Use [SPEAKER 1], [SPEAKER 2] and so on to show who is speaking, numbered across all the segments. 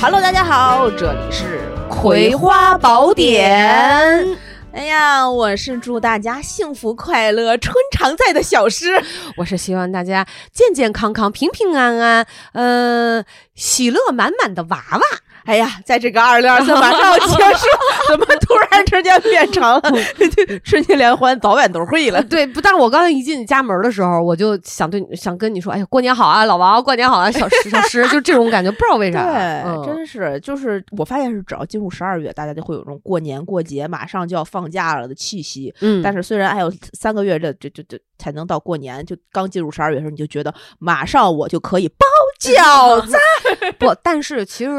[SPEAKER 1] Hello，大家好，这里是《
[SPEAKER 2] 葵花宝典》。
[SPEAKER 1] 哎呀，我是祝大家幸福快乐、春常在的小诗。
[SPEAKER 2] 我是希望大家健健康康、平平安安，嗯、喜乐满满的娃娃。
[SPEAKER 1] 哎呀，在这个二零二三马上要结束，怎么突然之间变成 了春节联欢早晚都会了？
[SPEAKER 2] 对，不，但是我刚才一进你家门的时候，我就想对你想跟你说，哎呀，过年好啊，老王，过年好啊， 小石，小石，就这种感觉，不知道为啥，嗯
[SPEAKER 1] 对，真是，就是我发现是，只要进入十二月，大家就会有种过年过节马上就要放假了的气息。
[SPEAKER 2] 嗯，
[SPEAKER 1] 但是虽然还有三个月这这这这才能到过年，就刚进入十二月的时候，你就觉得马上我就可以包饺子。
[SPEAKER 2] 不，但是其实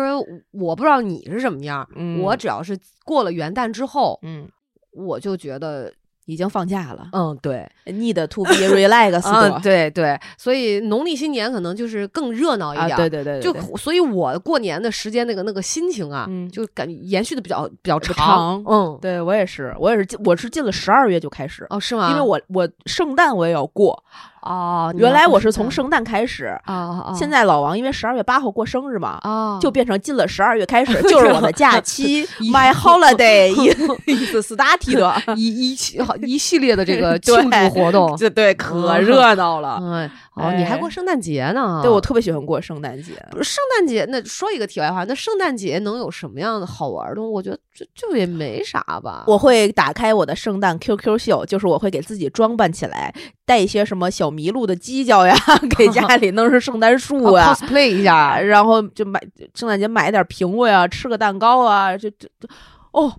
[SPEAKER 2] 我不知道你是什么样儿，
[SPEAKER 1] 嗯
[SPEAKER 2] 我只要是过了元旦之后，
[SPEAKER 1] 嗯，
[SPEAKER 2] 我就觉得，
[SPEAKER 1] 已经放假了
[SPEAKER 2] 嗯，对，
[SPEAKER 1] 呃，need to be relaxed
[SPEAKER 2] 嗯，
[SPEAKER 1] 啊
[SPEAKER 2] 对对，所以农历新年可能就是更热闹一点儿，
[SPEAKER 1] 对对对，对
[SPEAKER 2] 就
[SPEAKER 1] 对
[SPEAKER 2] 所以，我过年的时间那个那个心情啊，
[SPEAKER 1] 嗯
[SPEAKER 2] 就感觉延续的比较比较长。
[SPEAKER 1] 长
[SPEAKER 2] 嗯，
[SPEAKER 1] 对我也是，我也是进，我是进了十二月就开始。
[SPEAKER 2] 哦，是吗？
[SPEAKER 1] 因为我我圣诞我也要过，
[SPEAKER 2] 哦，你
[SPEAKER 1] 原来
[SPEAKER 2] 要过
[SPEAKER 1] 我是从
[SPEAKER 2] 圣
[SPEAKER 1] 圣诞开始，
[SPEAKER 2] 诞哦哦哦，
[SPEAKER 1] 现在老王因为十二月八号过生日嘛，
[SPEAKER 2] 哦
[SPEAKER 1] 就变成进了十二月开 始就是我的假 期
[SPEAKER 2] 一
[SPEAKER 1] ，my holiday is started，
[SPEAKER 2] 一一系好一系列的这个
[SPEAKER 1] 对
[SPEAKER 2] 庆祝活动。
[SPEAKER 1] 这对可热闹了。嗯
[SPEAKER 2] 哎，哦，你还
[SPEAKER 1] 哎
[SPEAKER 2] 过圣诞节呢？
[SPEAKER 1] 嗯对我特别喜欢过圣诞节，
[SPEAKER 2] 不是圣诞节。那说一个题外话，那圣诞节能有什么样的好玩的东西？我觉得就就也没啥吧。
[SPEAKER 1] 我会打开我的圣诞 QQ 秀，就是我会给自己装扮起来，带一些什么小麋鹿的犄角呀， 给家里弄成圣诞树
[SPEAKER 2] 哦
[SPEAKER 1] 啊。
[SPEAKER 2] cosplay 一下，
[SPEAKER 1] 然后就买圣诞节买点苹果呀，吃个蛋糕啊，就就就哦，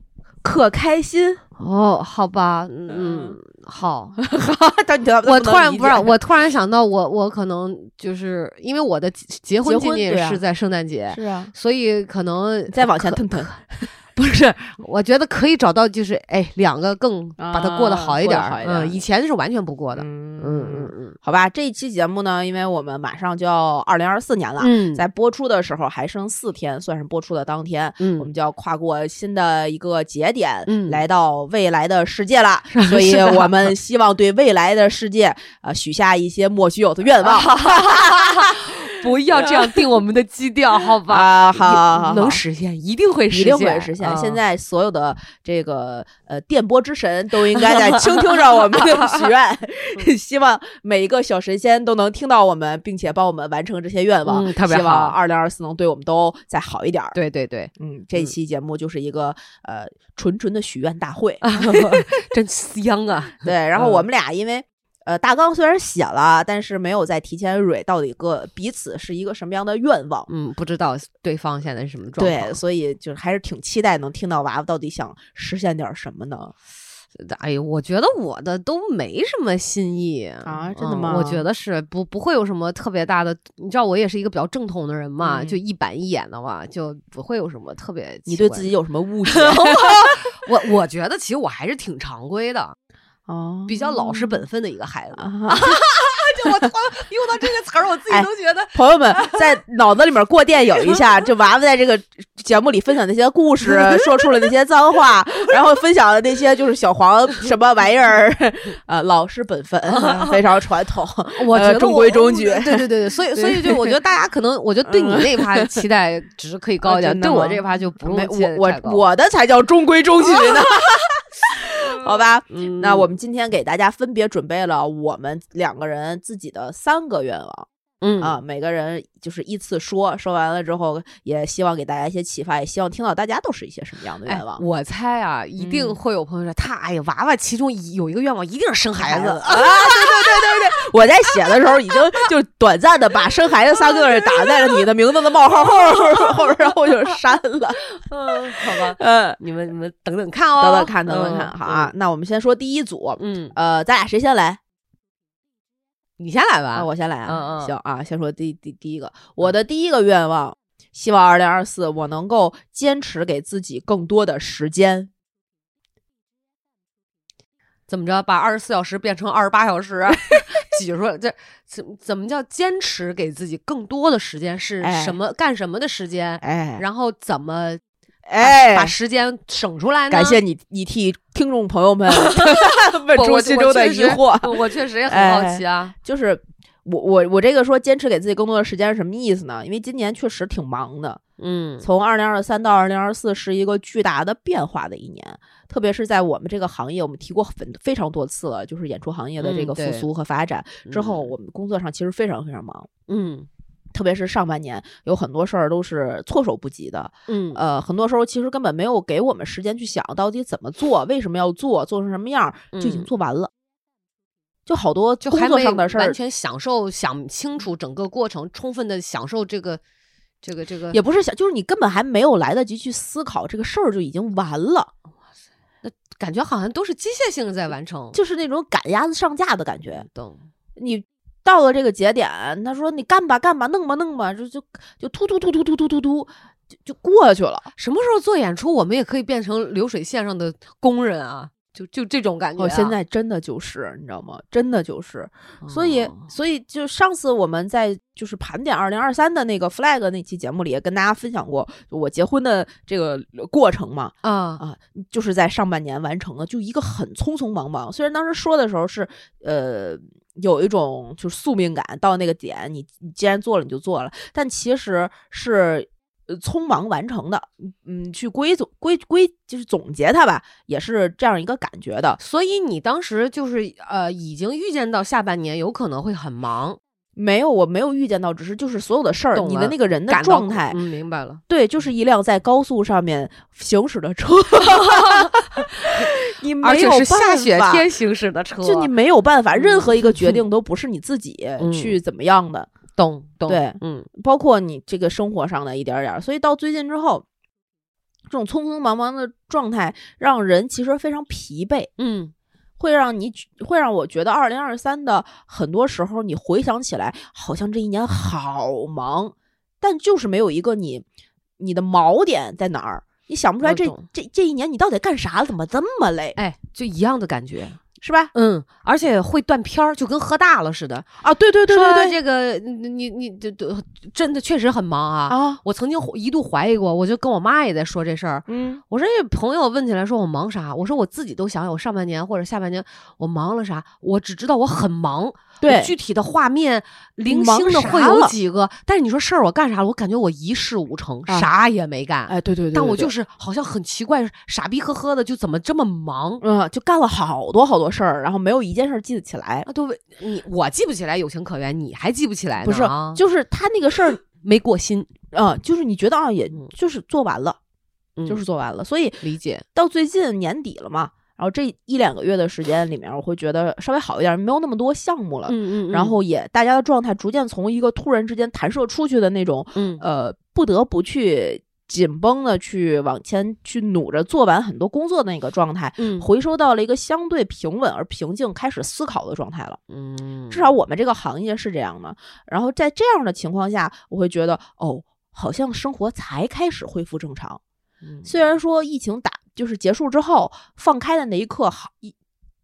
[SPEAKER 1] 可开心。
[SPEAKER 2] 哦，好吧，嗯
[SPEAKER 1] 嗯，
[SPEAKER 2] 好，
[SPEAKER 1] 但你不能
[SPEAKER 2] 我突然
[SPEAKER 1] 理
[SPEAKER 2] 不是，
[SPEAKER 1] 解
[SPEAKER 2] 我突然想到我，我可能就是因为我的结结婚
[SPEAKER 1] 结
[SPEAKER 2] 纪
[SPEAKER 1] 婚
[SPEAKER 2] 念
[SPEAKER 1] 对啊
[SPEAKER 2] 是在圣诞节，
[SPEAKER 1] 是啊，
[SPEAKER 2] 所以可能
[SPEAKER 1] 再往前腾腾，
[SPEAKER 2] 不是，我觉得可以找到就是哎，两个更把它过得好一点儿。
[SPEAKER 1] 啊过得好一点儿
[SPEAKER 2] 嗯，以前是完全不过的。
[SPEAKER 1] 嗯
[SPEAKER 2] 嗯嗯嗯
[SPEAKER 1] 好吧，这一期节目呢，因为我们马上就要二零二四年了，
[SPEAKER 2] 嗯
[SPEAKER 1] 在播出的时候还剩四天，算是播出的当天，我
[SPEAKER 2] 嗯
[SPEAKER 1] 们就要跨过新的一个节点，
[SPEAKER 2] 嗯
[SPEAKER 1] 来到未来的世界了。所以
[SPEAKER 2] 是啊的
[SPEAKER 1] 我们希望对未来的世界，呃，许下一些莫须有的愿望。
[SPEAKER 2] 啊不要这样定我们的基 调，好吧？
[SPEAKER 1] 啊，好好好，
[SPEAKER 2] 能
[SPEAKER 1] 好
[SPEAKER 2] 实现，一定会实
[SPEAKER 1] 一
[SPEAKER 2] 现，
[SPEAKER 1] 定会实现。
[SPEAKER 2] 嗯
[SPEAKER 1] 现在所有的这个呃电波之神都应该 在倾听着我们的许愿，希望每一个小神仙都能听到我们，并且帮我们完成这些愿望。
[SPEAKER 2] 嗯特别
[SPEAKER 1] 希望
[SPEAKER 2] 好
[SPEAKER 1] 二零二四能对我们都再好一点儿。
[SPEAKER 2] 对对对，
[SPEAKER 1] 嗯，这一期节目就是一个、呃纯纯的许愿大 会。
[SPEAKER 2] 真香啊！
[SPEAKER 1] 对，然后我们俩因为。呃，大纲虽然写了，但是没有再提前蕊到底个彼此是一个什么样的愿望。
[SPEAKER 2] 嗯，不知道对方现在是什么状况。
[SPEAKER 1] 对，所以就是还是挺期待能听到娃娃到底想实现点什么呢？
[SPEAKER 2] 哎呦，我觉得我的都没什么新意
[SPEAKER 1] 嗯
[SPEAKER 2] 啊
[SPEAKER 1] 真的吗
[SPEAKER 2] 我觉得是不不会有什么特别大的，你知道我也是一个比较正统的人嘛，
[SPEAKER 1] 嗯
[SPEAKER 2] 就一板一眼的嘛，就不会有什么特别。
[SPEAKER 1] 你对自己，有什么误 解？
[SPEAKER 2] 我我觉得其实我还是挺常规的，
[SPEAKER 1] 哦
[SPEAKER 2] 比较老实本分的一个孩子。
[SPEAKER 1] 啊！
[SPEAKER 2] 就我突然用到这个词儿，我自己
[SPEAKER 1] 哎
[SPEAKER 2] 都觉得、
[SPEAKER 1] 朋友们在脑子里面过电影一下，这娃娃在这个节目里分享那些故事，说出了那些脏话，然后分享的那些就是小黄什么玩意儿， 呃，老实本分，非常传统。
[SPEAKER 2] 我觉得
[SPEAKER 1] 呃
[SPEAKER 2] 我
[SPEAKER 1] 中规中矩
[SPEAKER 2] 对对对对，所 以所以就我觉得大家可能，我觉得对啊你那一趴期待值 可以高一点，
[SPEAKER 1] 真的
[SPEAKER 2] 对我
[SPEAKER 1] 吗
[SPEAKER 2] 这一趴就不
[SPEAKER 1] 没
[SPEAKER 2] 用期
[SPEAKER 1] 我
[SPEAKER 2] 待太高
[SPEAKER 1] 我我的才叫中规中矩 呢， 好吧？
[SPEAKER 2] 嗯
[SPEAKER 1] 那我们今天给大家分别准备了我们两个人自己的三个愿望。
[SPEAKER 2] 嗯
[SPEAKER 1] 啊，每个人就是依次说，说完了之后，也希望给大家一些启发，也希望听到大家都是一些什么样的
[SPEAKER 2] 哎
[SPEAKER 1] 愿望。
[SPEAKER 2] 我猜啊，一定
[SPEAKER 1] 嗯
[SPEAKER 2] 会有朋友说他，哎呀，娃娃其中一有一个愿望一定是生孩子。
[SPEAKER 1] 啊，对对对对对，我在写的时候已经就短暂的把“生孩子”三个字打在了你的名字的冒号 后后边，然后就删了。
[SPEAKER 2] 嗯，好吧，
[SPEAKER 1] 嗯，
[SPEAKER 2] 你们你们等等看哦，
[SPEAKER 1] 等等看，等等看，
[SPEAKER 2] 嗯
[SPEAKER 1] 好啊。。那我们先说第一组，
[SPEAKER 2] 嗯，嗯
[SPEAKER 1] 呃，咱俩谁先来？
[SPEAKER 2] 你先来
[SPEAKER 1] 啊，
[SPEAKER 2] 吧。
[SPEAKER 1] 我先来啊
[SPEAKER 2] 嗯嗯。嗯
[SPEAKER 1] 行啊，先说第第第一个，我的第一个愿望，希望二零二四我能够坚持给自己更多的时间。
[SPEAKER 2] 怎么着，把二十四小时变成二十八小时？ 挤出来，这怎怎么叫坚持给自己更多的时间？是
[SPEAKER 1] 哎
[SPEAKER 2] 什么干什么的时间？
[SPEAKER 1] 哎，
[SPEAKER 2] 然后怎么把
[SPEAKER 1] 哎，
[SPEAKER 2] 把时间省出来呢？
[SPEAKER 1] 感谢你，你替听众朋友 们问
[SPEAKER 2] 我
[SPEAKER 1] 出
[SPEAKER 2] 我
[SPEAKER 1] 心中的疑惑。哎
[SPEAKER 2] 我我确实也很好奇啊。
[SPEAKER 1] 就是我我我这个说坚持给自己更多的时间是什么意思呢？因为今年确实挺忙的，
[SPEAKER 2] 嗯
[SPEAKER 1] 从二零二三到二零二四是一个巨大的变化的一年，特别是在我们这个行业，我们提过很非常多次了，就是演出行业的这
[SPEAKER 2] 嗯
[SPEAKER 1] 个复
[SPEAKER 2] 对
[SPEAKER 1] 苏和发展、之后，
[SPEAKER 2] 嗯
[SPEAKER 1] 我们工作上其实非常非常忙，
[SPEAKER 2] 嗯
[SPEAKER 1] 特别是上半年有很多事儿都是措手不及的，
[SPEAKER 2] 嗯
[SPEAKER 1] 呃，很多时候其实根本没有给我们时间去想到底怎么做，为什么要做，做成什么样儿就已经
[SPEAKER 2] 嗯
[SPEAKER 1] 做完了。就好多
[SPEAKER 2] 就
[SPEAKER 1] 工
[SPEAKER 2] 还
[SPEAKER 1] 作
[SPEAKER 2] 没
[SPEAKER 1] 上的事
[SPEAKER 2] 完
[SPEAKER 1] 儿，
[SPEAKER 2] 全享受、想清楚整个过程，充分的享受这个、这个、这个。
[SPEAKER 1] 也不是想，就是你根本还没有来得及去思考这个事儿就已经完了，
[SPEAKER 2] 感觉好像都是机械性在完成。
[SPEAKER 1] 就是那种赶鸭子上架的感觉。
[SPEAKER 2] 懂，
[SPEAKER 1] 你到了这个节点，他说你干吧干吧，弄吧弄吧，就就就突突突突突突突突，就就过去了，
[SPEAKER 2] 什么时候做演出，我们也可以变成流水线上的工人啊？就就这种感觉、
[SPEAKER 1] 哦，现，在真的就是，你知道吗？真的就是，所以，
[SPEAKER 2] 嗯
[SPEAKER 1] 所以就上次我们在就是盘点二零二三的那个 flag 那期节目里，也跟大家分享过就我结婚的这个过程嘛，
[SPEAKER 2] 啊，
[SPEAKER 1] 啊，就是在上半年完成的，就一个很匆匆忙忙。虽然当时说的时候是，呃，有一种就是宿命感，到那个点，你你既然做了你就做了，但其实是。呃匆忙完成的，嗯，去归总归归就是总结它吧，也是这样一个感觉的。
[SPEAKER 2] 所以你当时就是呃，已经预见到下半年有可能会很忙，
[SPEAKER 1] 没有，我没有预见到，只是就是所有的事儿，
[SPEAKER 2] 懂
[SPEAKER 1] 你的
[SPEAKER 2] 了
[SPEAKER 1] 那个人的
[SPEAKER 2] 感到
[SPEAKER 1] 状态，
[SPEAKER 2] 嗯，明白了。
[SPEAKER 1] 对，就是一辆在高速上面行驶的 车，你没
[SPEAKER 2] 而且
[SPEAKER 1] 有
[SPEAKER 2] 是下
[SPEAKER 1] 办
[SPEAKER 2] 雪
[SPEAKER 1] 法
[SPEAKER 2] 天行驶的车，
[SPEAKER 1] 就你没有办法，任
[SPEAKER 2] 嗯
[SPEAKER 1] 何一个决定都不是你自己
[SPEAKER 2] 嗯
[SPEAKER 1] 去怎么样的，
[SPEAKER 2] 懂懂
[SPEAKER 1] 对
[SPEAKER 2] 嗯
[SPEAKER 1] 包括你这个生活上的一点儿点儿。所以到最近之后，这种匆匆忙忙的状态让人其实非常疲惫，
[SPEAKER 2] 嗯
[SPEAKER 1] 会让你会让我觉得二零二三的很多时候，你回想起来好像这一年好忙，但就是没有一个你你的锚点在哪儿。你想不出来
[SPEAKER 2] 我
[SPEAKER 1] 这
[SPEAKER 2] 懂
[SPEAKER 1] 这这一年你到底干啥了？怎么这么累，
[SPEAKER 2] 哎，就一样的感觉，
[SPEAKER 1] 是吧？
[SPEAKER 2] 嗯，而且会断片儿，就跟喝大了似的。
[SPEAKER 1] 啊，对对对对
[SPEAKER 2] 说
[SPEAKER 1] 对，
[SPEAKER 2] 这个你你你这这真的确实很忙啊。
[SPEAKER 1] 啊，
[SPEAKER 2] 我曾经一度怀疑过，我就跟我妈也在说这事儿。
[SPEAKER 1] 嗯
[SPEAKER 2] 我说这朋友问起来说我忙啥，我说我自己都想想我上半年或者下半年我忙了啥，我只知道我很忙，
[SPEAKER 1] 对
[SPEAKER 2] 我具体的画面零
[SPEAKER 1] 忙
[SPEAKER 2] 星的
[SPEAKER 1] 啥
[SPEAKER 2] 会有
[SPEAKER 1] 了
[SPEAKER 2] 几个，但是你说事儿我干啥了，我感觉我一事无成，
[SPEAKER 1] 啊
[SPEAKER 2] 啥也没干。
[SPEAKER 1] 哎，对对对，
[SPEAKER 2] 但我就是是好像很奇怪，傻逼呵呵的，就怎么这么忙
[SPEAKER 1] 嗯，就干了好多好多事儿，然后没有一件事儿记得起来。
[SPEAKER 2] 啊？都为你我记不起来，有情可原，你还记不起来呢
[SPEAKER 1] 不是
[SPEAKER 2] 啊，
[SPEAKER 1] 就是他那个事儿，
[SPEAKER 2] 没过心，
[SPEAKER 1] 嗯，就是你觉得啊，也
[SPEAKER 2] 嗯
[SPEAKER 1] 就是做完了，
[SPEAKER 2] 嗯
[SPEAKER 1] 就是做完了。所以
[SPEAKER 2] 理解。
[SPEAKER 1] 到最近年底了嘛，然后这一两个月的时间里面，我会觉得稍微好一点，没有那么多项目了。
[SPEAKER 2] 嗯
[SPEAKER 1] 然后也大家的状态逐渐从一个突然之间弹射出去的那种，
[SPEAKER 2] 嗯
[SPEAKER 1] 呃，不得不去紧绷的去往前去努着做完很多工作的那个状态，
[SPEAKER 2] 嗯
[SPEAKER 1] 回收到了一个相对平稳而平静开始思考的状态了。
[SPEAKER 2] 嗯，
[SPEAKER 1] 至少我们这个行业是这样的。然后在这样的情况下，我会觉得哦，好像生活才开始恢复正常。
[SPEAKER 2] 嗯
[SPEAKER 1] 虽然说疫情打就是结束之后放开的那一刻，好一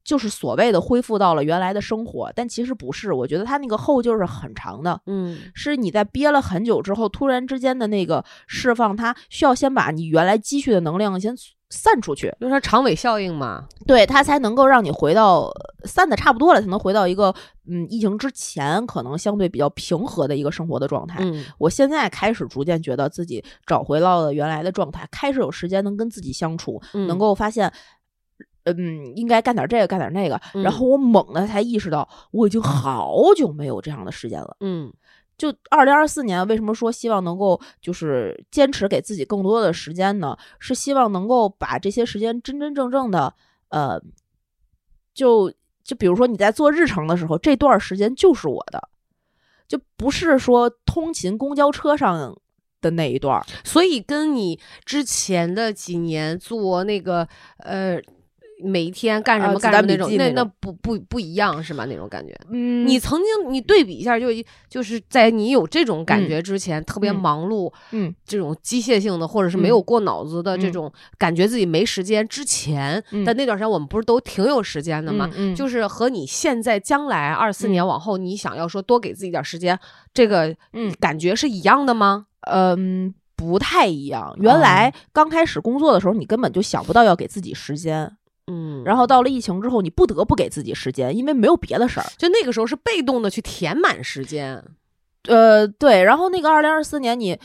[SPEAKER 1] 就是所谓的恢复到了原来的生活，但其实不是。我觉得它那个后劲儿是很长的。
[SPEAKER 2] 嗯
[SPEAKER 1] 是你在憋了很久之后，突然之间的那个释放，它需要先把你原来积蓄的能量先散出去，
[SPEAKER 2] 就说长尾效应嘛，
[SPEAKER 1] 对它才能够让你回到散的差不多了，才能回到一个嗯疫情之前可能相对比较平和的一个生活的状态。
[SPEAKER 2] 嗯
[SPEAKER 1] 我现在开始逐渐觉得自己找回到了原来的状态，开始有时间能跟自己相处，
[SPEAKER 2] 嗯
[SPEAKER 1] 能够发现。嗯，应该干点这个，干点那个。然
[SPEAKER 2] 嗯
[SPEAKER 1] 后我猛地才意识到，我已经好久没有这样的时间了。
[SPEAKER 2] 嗯
[SPEAKER 1] 就二零二四年，为什么说希望能够就是坚持给自己更多的时间呢？是希望能够把这些时间真真正正的，呃，就就比如说你在做日程的时候，这段时间就是我的，就不是说通勤公交车上的那一段儿。
[SPEAKER 2] 所以跟你之前的几年做那个呃。每一天干什
[SPEAKER 1] 啊
[SPEAKER 2] 么
[SPEAKER 1] 子
[SPEAKER 2] 干什
[SPEAKER 1] 弹
[SPEAKER 2] 么那
[SPEAKER 1] 笔
[SPEAKER 2] 种，
[SPEAKER 1] 记
[SPEAKER 2] 那
[SPEAKER 1] 那种
[SPEAKER 2] 不不不一样是吗？那种感觉，
[SPEAKER 1] 嗯
[SPEAKER 2] 你曾经你对比一下，就一就是在你有这种感
[SPEAKER 1] 嗯
[SPEAKER 2] 觉之前，特别
[SPEAKER 1] 嗯
[SPEAKER 2] 忙碌，
[SPEAKER 1] 嗯
[SPEAKER 2] 这种机械性的，或者是没有过脑子的这
[SPEAKER 1] 嗯
[SPEAKER 2] 种感觉自己没时间之前
[SPEAKER 1] 嗯
[SPEAKER 2] 的那段时间，我们不是都挺有时间的吗？
[SPEAKER 1] 嗯就
[SPEAKER 2] 就是和你现在将来二四
[SPEAKER 1] 嗯
[SPEAKER 2] 年往后，你想要说多给自己点时间，这个
[SPEAKER 1] 嗯
[SPEAKER 2] 感觉是一样的吗？
[SPEAKER 1] 嗯。不太一样。原来
[SPEAKER 2] 哦
[SPEAKER 1] 刚开始工作的时候，你根本就想不到要给自己时间，
[SPEAKER 2] 嗯然
[SPEAKER 1] 然
[SPEAKER 2] 后
[SPEAKER 1] 后到了疫情之后，你不得不给自己时间，因为没有别的事儿。
[SPEAKER 2] 就那个时候是被动的去填满时间，
[SPEAKER 1] 呃，对，然后那个二零二四年你，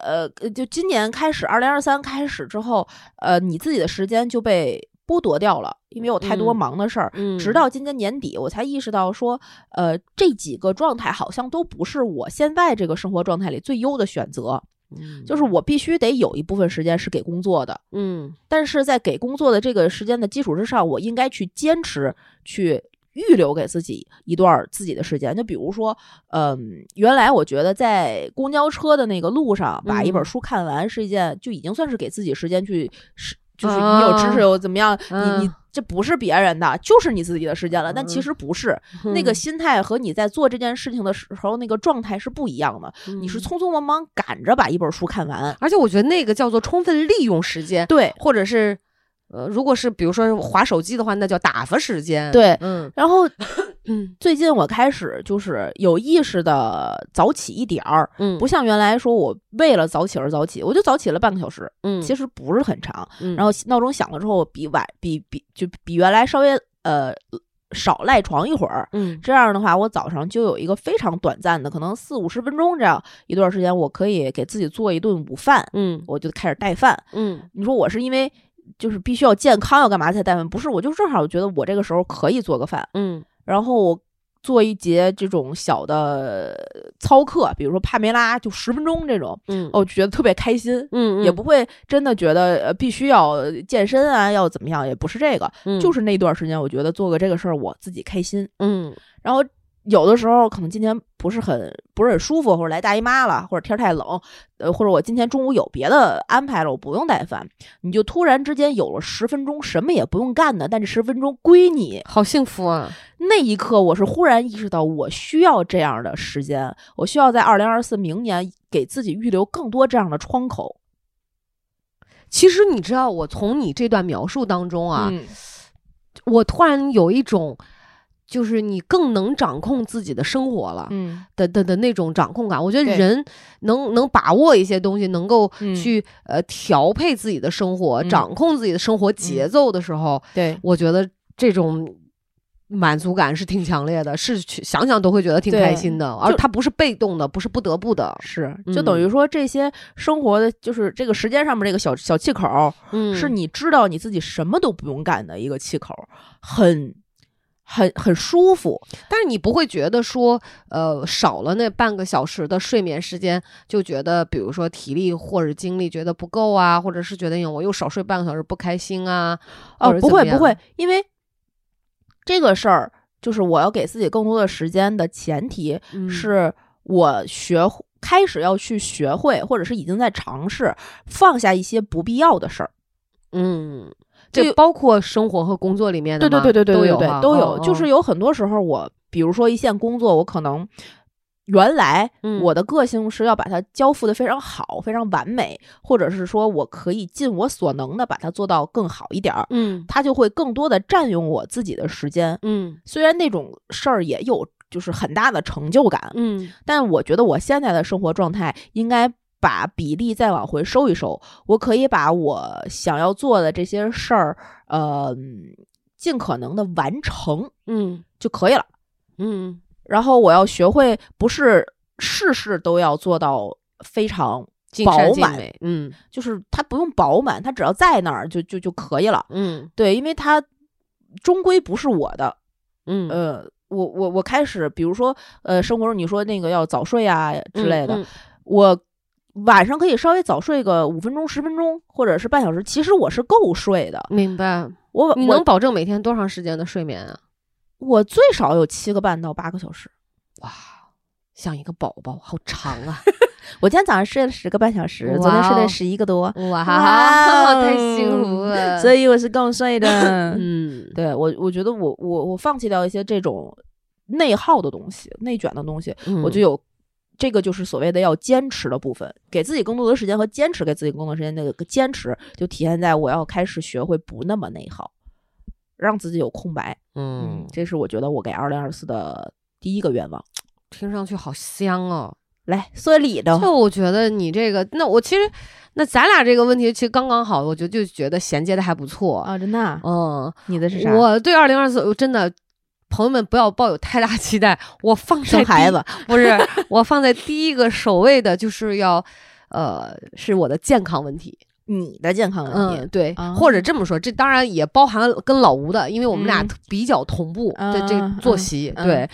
[SPEAKER 1] 呃，就今年开始，二零二三开始之后，呃，你自己的时间就被剥夺掉了，因为有太多
[SPEAKER 2] 嗯
[SPEAKER 1] 忙的事儿。
[SPEAKER 2] 嗯
[SPEAKER 1] 直到今年年底，我才意识到说，呃，这几个状态好像都不是我现在这个生活状态里最优的选择。就是我必须得有一部分时间是给工作的，
[SPEAKER 2] 嗯
[SPEAKER 1] 但是在给工作的这个时间的基础之上，我应该去坚持去预留给自己一段儿自己的时间。就比如说，嗯，原来我觉得在公交车的那个路上把一本
[SPEAKER 2] 嗯
[SPEAKER 1] 书看完是一件，就已经算是给自己时间去是。就是你有知识
[SPEAKER 2] 啊
[SPEAKER 1] 有怎么样，你你
[SPEAKER 2] 嗯
[SPEAKER 1] 这不是别人的，就是你自己的时间了。但其
[SPEAKER 2] 嗯
[SPEAKER 1] 实不是，那个心态和你在做这件事情的时候那个状态是不一样的。你是
[SPEAKER 2] 嗯
[SPEAKER 1] 匆匆忙忙赶着把一本书看完，
[SPEAKER 2] 而且我觉得那个叫做充分利用时间，
[SPEAKER 1] 对
[SPEAKER 2] 或者是呃，如果是比如说划手机的话，那叫打发时间。，
[SPEAKER 1] 对。
[SPEAKER 2] 嗯
[SPEAKER 1] 然后
[SPEAKER 2] 嗯
[SPEAKER 1] 最近我开始就是有意识的早起一点儿，
[SPEAKER 2] 嗯，
[SPEAKER 1] 不像原来说我为了早起而早起，我就早起了半个小时，
[SPEAKER 2] 嗯，
[SPEAKER 1] 其实不是很长。
[SPEAKER 2] 嗯
[SPEAKER 1] 然后闹钟响了之后，比晚比比就比原来稍微呃少赖床一会儿。
[SPEAKER 2] 嗯
[SPEAKER 1] 这样的话，我早上就有一个非常短暂的，可能四五十分钟这样一段时间，我可以给自己做一顿午饭，
[SPEAKER 2] 嗯
[SPEAKER 1] 我就开始带饭。
[SPEAKER 2] 嗯
[SPEAKER 1] 你说我是因为就是必须要健康要干嘛才带饭？不是，我就正好觉得我这个时候可以做个饭，
[SPEAKER 2] 嗯
[SPEAKER 1] 然后我做一节这种小的呃操课，比如说帕梅拉就十分钟这种，
[SPEAKER 2] 嗯
[SPEAKER 1] 我就觉得特别开心，
[SPEAKER 2] 嗯
[SPEAKER 1] 哦也不会真的觉得呃必须要健身啊，要怎么样，也不是这个，就是是那段时间我觉得做个这个事儿我自己开心，
[SPEAKER 2] 嗯
[SPEAKER 1] 然后。有的时候可能今天不是很不是很舒服，或者来大姨妈了，或者天儿太冷，呃，或者我今天中午有别的安排了，我不用带饭，你就突然之间有了十分钟什么也不用干的，但这十分钟归你，
[SPEAKER 2] 好幸福啊！
[SPEAKER 1] 那一刻，我是忽然意识到，我需要这样的时间，我需要在二零二四明年给自己预留更多这样的窗口
[SPEAKER 2] 其实你知道，我从你这段描述当中啊，
[SPEAKER 1] 嗯
[SPEAKER 2] 我突然有一种，就是你更能掌控自己的生活了。
[SPEAKER 1] 嗯
[SPEAKER 2] 的的的那种掌控感。我觉得
[SPEAKER 1] 对
[SPEAKER 2] 人能能把握一些东西，能够
[SPEAKER 1] 嗯
[SPEAKER 2] 去、呃调配自己的生活、
[SPEAKER 1] 嗯
[SPEAKER 2] 掌控自己的生活节奏的时候，
[SPEAKER 1] 对
[SPEAKER 2] 我觉得这种。满足感是挺强烈的，是去想想都会觉得挺
[SPEAKER 1] 对
[SPEAKER 2] 开心的，而
[SPEAKER 1] 就
[SPEAKER 2] 它不是被动的，不是不得不的，
[SPEAKER 1] 是，就等于说这些生活的，就是这个时间上面这个小小气口儿，
[SPEAKER 2] 嗯，
[SPEAKER 1] 是你知道你自己什么都不用干的一个气口儿，很很很舒服。
[SPEAKER 2] 但是你不会觉得说，呃，少了那半个小时的睡眠时间，就觉得比如说体力或者精力觉得不够啊，或者是觉得哎呦我又少睡半个小时不开心啊，
[SPEAKER 1] 哦
[SPEAKER 2] 或，
[SPEAKER 1] 不
[SPEAKER 2] 者怎么
[SPEAKER 1] 会
[SPEAKER 2] 样
[SPEAKER 1] 不会，，因为这个事儿就是我要给自己更多的时间的前提，
[SPEAKER 2] 嗯
[SPEAKER 1] 是我学会开始要去学会，或者是已经在尝试放下一些不必要的事儿。
[SPEAKER 2] 嗯，
[SPEAKER 1] 就
[SPEAKER 2] 这包括生活和工作里面的
[SPEAKER 1] 对对
[SPEAKER 2] 吗，
[SPEAKER 1] 对对对
[SPEAKER 2] 都
[SPEAKER 1] 对
[SPEAKER 2] 有
[SPEAKER 1] 对
[SPEAKER 2] 哈
[SPEAKER 1] 都
[SPEAKER 2] 哦
[SPEAKER 1] 有，就嗯
[SPEAKER 2] 哦
[SPEAKER 1] 是有很多时候我，比如说一线工作，我可能。原来
[SPEAKER 2] 嗯
[SPEAKER 1] 我的个性是要把它交付的非常好、非常完美，或者是说我可以尽我所能的把它做到更好一点儿，
[SPEAKER 2] 嗯
[SPEAKER 1] 它就会更多的占用我自己的时间。
[SPEAKER 2] 嗯
[SPEAKER 1] 虽然那种事儿也有就是很大的成就感，
[SPEAKER 2] 嗯
[SPEAKER 1] 但我觉得我现在的生活状态应该把比例再往回收一收，我可以把我想要做的这些事儿，呃，尽可能的完成
[SPEAKER 2] 嗯
[SPEAKER 1] 就可以了。
[SPEAKER 2] 嗯
[SPEAKER 1] 然后我要学会，不是事事都要做到非常，
[SPEAKER 2] 尽善
[SPEAKER 1] 饱
[SPEAKER 2] 尽
[SPEAKER 1] 满
[SPEAKER 2] 美，嗯
[SPEAKER 1] 就是它不用饱满，它只要在那儿就就就可以了。
[SPEAKER 2] 嗯
[SPEAKER 1] 对，因为它终归不是我的，
[SPEAKER 2] 嗯
[SPEAKER 1] 呃，我我我开始，比如说，呃，生活中你说那个要早睡啊之类的，，
[SPEAKER 2] 嗯嗯
[SPEAKER 1] 我晚上可以稍微早睡个五分钟、十分钟，或者是半小时。其实我是够睡的，
[SPEAKER 2] 明白？
[SPEAKER 1] 呃我
[SPEAKER 2] 你能
[SPEAKER 1] 我
[SPEAKER 2] 保证每天多长时间的睡眠啊？
[SPEAKER 1] 我最少有七个半到八个小时。
[SPEAKER 2] 哇，像一个宝宝，好长啊！
[SPEAKER 1] 我今天早上睡了十个半小时，昨天睡
[SPEAKER 2] 哇
[SPEAKER 1] 了
[SPEAKER 2] 哦
[SPEAKER 1] 十一个多，
[SPEAKER 2] 哇，
[SPEAKER 1] 哇哦
[SPEAKER 2] 太幸福了。
[SPEAKER 1] 所
[SPEAKER 2] 以，
[SPEAKER 1] 以我是够睡的。
[SPEAKER 2] 呃嗯
[SPEAKER 1] 对我，我觉得我我我放弃掉一些这种内耗的东西、内卷的东西，
[SPEAKER 2] 嗯，
[SPEAKER 1] 我就有。这个就是所谓的要坚持的部分，给自己更多的时间和坚持，给自己更多的时间。那个坚持就体现在我要开始学会不那么内耗，让自己有空白。
[SPEAKER 2] 嗯，
[SPEAKER 1] 这是我觉得我给二零二四的第一个愿望。
[SPEAKER 2] 听上去好香哦。
[SPEAKER 1] 来，说理的，
[SPEAKER 2] 就我觉得你这个，那我其实，那咱俩这个问题其实刚刚好，我觉得就觉得衔接的还不错。
[SPEAKER 1] 啊，真的啊，
[SPEAKER 2] 嗯，
[SPEAKER 1] 你的是啥？
[SPEAKER 2] 我对二零二四真的，朋友们不要抱有太大 期待。我放在
[SPEAKER 1] 生
[SPEAKER 2] 第
[SPEAKER 1] 孩子，
[SPEAKER 2] 不是我放在第一个首位的，就是要呃，是我的健康问题。
[SPEAKER 1] 你的健康问题
[SPEAKER 2] 嗯，，对，
[SPEAKER 1] 啊
[SPEAKER 2] 或者这么说，这当然也包含跟老吴的，因为我们俩
[SPEAKER 1] 嗯
[SPEAKER 2] 比较同步，这这
[SPEAKER 1] 嗯
[SPEAKER 2] 作息，
[SPEAKER 1] 嗯
[SPEAKER 2] 对，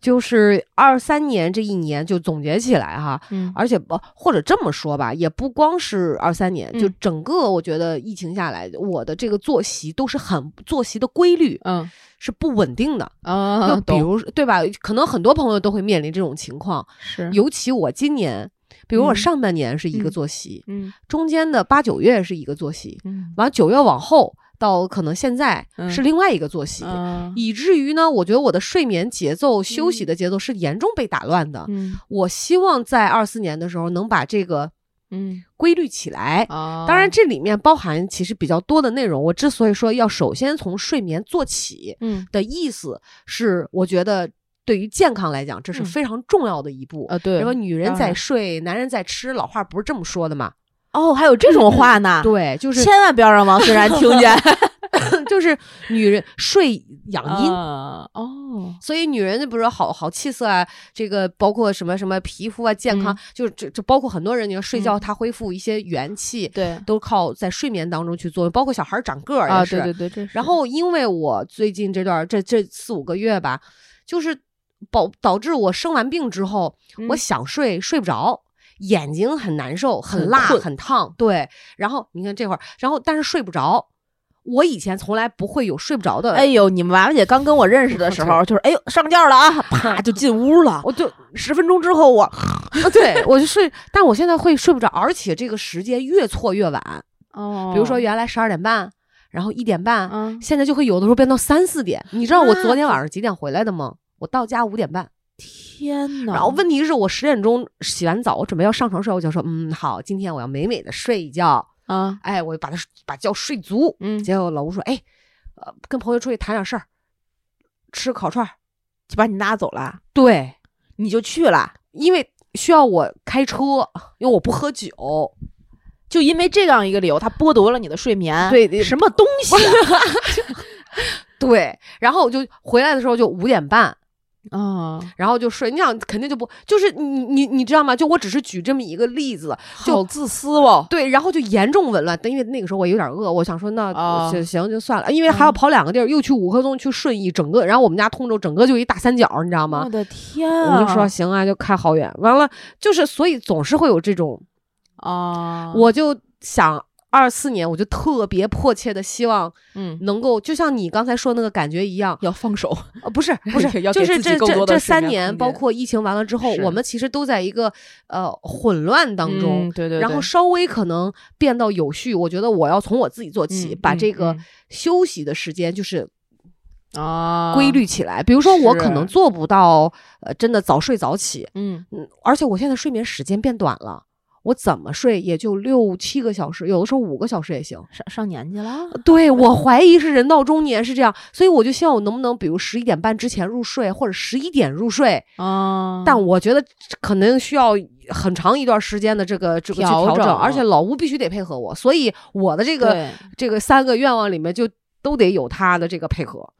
[SPEAKER 2] 就是二三年这一年就总结起来哈。
[SPEAKER 1] 嗯
[SPEAKER 2] 而且不，或者这么说吧，也不光是二三年，就
[SPEAKER 1] 嗯
[SPEAKER 2] 整个我觉得疫情下来，我的这个作息都是很作息的规律
[SPEAKER 1] 嗯
[SPEAKER 2] 是不稳定的。
[SPEAKER 1] 啊
[SPEAKER 2] 就比如对吧？可能很多朋友都会面临这种情况，
[SPEAKER 1] 是
[SPEAKER 2] 尤其我今年，比如我
[SPEAKER 1] 嗯
[SPEAKER 2] 上半年是一个
[SPEAKER 1] 嗯
[SPEAKER 2] 作息，
[SPEAKER 1] 嗯
[SPEAKER 2] 中间的八九月是一个作息，
[SPEAKER 1] 嗯
[SPEAKER 2] 完九月往后到可能现在
[SPEAKER 1] 嗯
[SPEAKER 2] 是另外一个作息，
[SPEAKER 1] 嗯
[SPEAKER 2] 以至于呢，我觉得我的睡眠节奏、休息的节奏是严重被打乱的。
[SPEAKER 1] 嗯
[SPEAKER 2] 我希望在二四年的时候能把这个
[SPEAKER 1] 嗯
[SPEAKER 2] 规律起来。
[SPEAKER 1] 啊
[SPEAKER 2] 当然，这里面包含其实比较多的内容。我之所以说要首先从睡眠做起
[SPEAKER 1] 嗯
[SPEAKER 2] 的意思是，我觉得对于健康来讲，这是
[SPEAKER 1] 嗯
[SPEAKER 2] 非常重要的一步。
[SPEAKER 1] 啊对
[SPEAKER 2] 什么女人
[SPEAKER 1] 当
[SPEAKER 2] 在
[SPEAKER 1] 然
[SPEAKER 2] 睡，男人在吃，老话不是这么说的嘛？
[SPEAKER 1] 哦还有这种话呢，
[SPEAKER 2] 对，就是
[SPEAKER 1] 千万不要让王思然听 见
[SPEAKER 2] 就是女人睡养阴，
[SPEAKER 1] 啊哦
[SPEAKER 2] 所以女人就比如说好好气色啊，这个包括什么什么皮肤啊健康，
[SPEAKER 1] 嗯
[SPEAKER 2] 就是这这包括很多人，你说睡觉
[SPEAKER 1] 嗯
[SPEAKER 2] 她恢复一些元气，
[SPEAKER 1] 对
[SPEAKER 2] 都靠在睡眠当中去作用，包括小孩长个儿也
[SPEAKER 1] 啊
[SPEAKER 2] 是。
[SPEAKER 1] 对对对这是
[SPEAKER 2] 然后因为我最近这段这这四五个月吧，就是导导致我生完病之后，
[SPEAKER 1] 嗯
[SPEAKER 2] 我想睡睡不着。眼睛很难受，很
[SPEAKER 1] 很
[SPEAKER 2] 辣，
[SPEAKER 1] 困
[SPEAKER 2] 很烫，对。然后你看这会儿，然后但是睡不着。我以前从来不会有睡不着的，
[SPEAKER 1] 哎，呦你们娃娃姐刚跟我认识的时 候就是哎呦上觉了啊啪就进屋了，
[SPEAKER 2] 我就
[SPEAKER 1] 十分钟之后我
[SPEAKER 2] 啊，对我就睡，但我现在会睡不着，而且这个时间越错越晚。
[SPEAKER 1] 哦
[SPEAKER 2] 比如说原来十二点半，然后一点半，
[SPEAKER 1] 嗯啊
[SPEAKER 2] 现在就会有的时候变到三四点。你知道我
[SPEAKER 1] 那
[SPEAKER 2] 昨天晚上几点回来的吗？我到家五点半，
[SPEAKER 1] 天哪，
[SPEAKER 2] 然后问题是我十点钟洗完澡，我准备要上床睡，我就说，嗯，好，今天我要美美的睡一觉，
[SPEAKER 1] 啊
[SPEAKER 2] 哎，我把它把觉睡足。
[SPEAKER 1] 嗯
[SPEAKER 2] 结果老吴说，哎，呃，跟朋友出去谈点事儿，吃烤串儿，
[SPEAKER 1] 就把你拉走了，
[SPEAKER 2] 对，
[SPEAKER 1] 你就去了。
[SPEAKER 2] 因为需要我开车，因为我不喝酒，
[SPEAKER 1] 就因为这样一个理由，他剥夺了你的睡眠。
[SPEAKER 2] 对
[SPEAKER 1] 什么东西
[SPEAKER 2] 对，然后我就回来的时候就五点半，
[SPEAKER 1] 啊？ 啊，
[SPEAKER 2] 然后就睡。你想，肯定就不就是你你你知道吗？就我只是举这么一个例子，就
[SPEAKER 1] 好自私哦。
[SPEAKER 2] 对，然后就严重紊乱。但因为那个时候我有点饿，我想说那
[SPEAKER 1] 哦
[SPEAKER 2] 行行就算了，因为还要
[SPEAKER 1] 嗯
[SPEAKER 2] 跑两个地儿，又去五棵松，去顺义，整个然后我们家通州整个就一大三角，你知道吗
[SPEAKER 1] 我？的天
[SPEAKER 2] 我
[SPEAKER 1] 啊！
[SPEAKER 2] 就说行啊，就开好远。完了就是，所以总是会有这种，
[SPEAKER 1] 啊，
[SPEAKER 2] 我就想。二四年，我就特别迫切的希望
[SPEAKER 1] 嗯
[SPEAKER 2] 能够，就像你刚才说那个感觉一样，
[SPEAKER 1] 要放手。
[SPEAKER 2] 呃，不是不是，
[SPEAKER 1] 要
[SPEAKER 2] 就
[SPEAKER 1] 给
[SPEAKER 2] 是
[SPEAKER 1] 自己
[SPEAKER 2] 这
[SPEAKER 1] 更
[SPEAKER 2] 这
[SPEAKER 1] 多的
[SPEAKER 2] 这
[SPEAKER 1] 时
[SPEAKER 2] 三
[SPEAKER 1] 间
[SPEAKER 2] 年，
[SPEAKER 1] 空
[SPEAKER 2] 包
[SPEAKER 1] 间
[SPEAKER 2] 括疫情完了之后，我
[SPEAKER 1] 是
[SPEAKER 2] 们其实都在一个呃混乱当中，
[SPEAKER 1] 嗯对对对，
[SPEAKER 2] 然后稍微可能变到有序。我觉得我要从我自己做起，
[SPEAKER 1] 嗯
[SPEAKER 2] 把
[SPEAKER 1] 嗯
[SPEAKER 2] 这个
[SPEAKER 1] 嗯
[SPEAKER 2] 休息的时间就是
[SPEAKER 1] 啊
[SPEAKER 2] 规，律起来。比如说，我可
[SPEAKER 1] 是
[SPEAKER 2] 能做不到呃真的早睡早起，
[SPEAKER 1] 嗯
[SPEAKER 2] 嗯，而且我现在睡眠时间变短了。我怎么睡也就六七个小时，有的时候五个小时也行。呃
[SPEAKER 1] 上上年纪了，
[SPEAKER 2] 对我怀疑是人到中年是这样，所以我就希望我能不能，比如十一点半之前入睡，或者十一点入睡。
[SPEAKER 1] 啊，
[SPEAKER 2] 但我觉得这可能需要很长一段时间的这个这个去
[SPEAKER 1] 调
[SPEAKER 2] 调整，
[SPEAKER 1] 整嗯
[SPEAKER 2] 而且老吴必须得配合我，所以我的这个
[SPEAKER 1] 对
[SPEAKER 2] 这个三个愿望里面就都得有他的这个配合，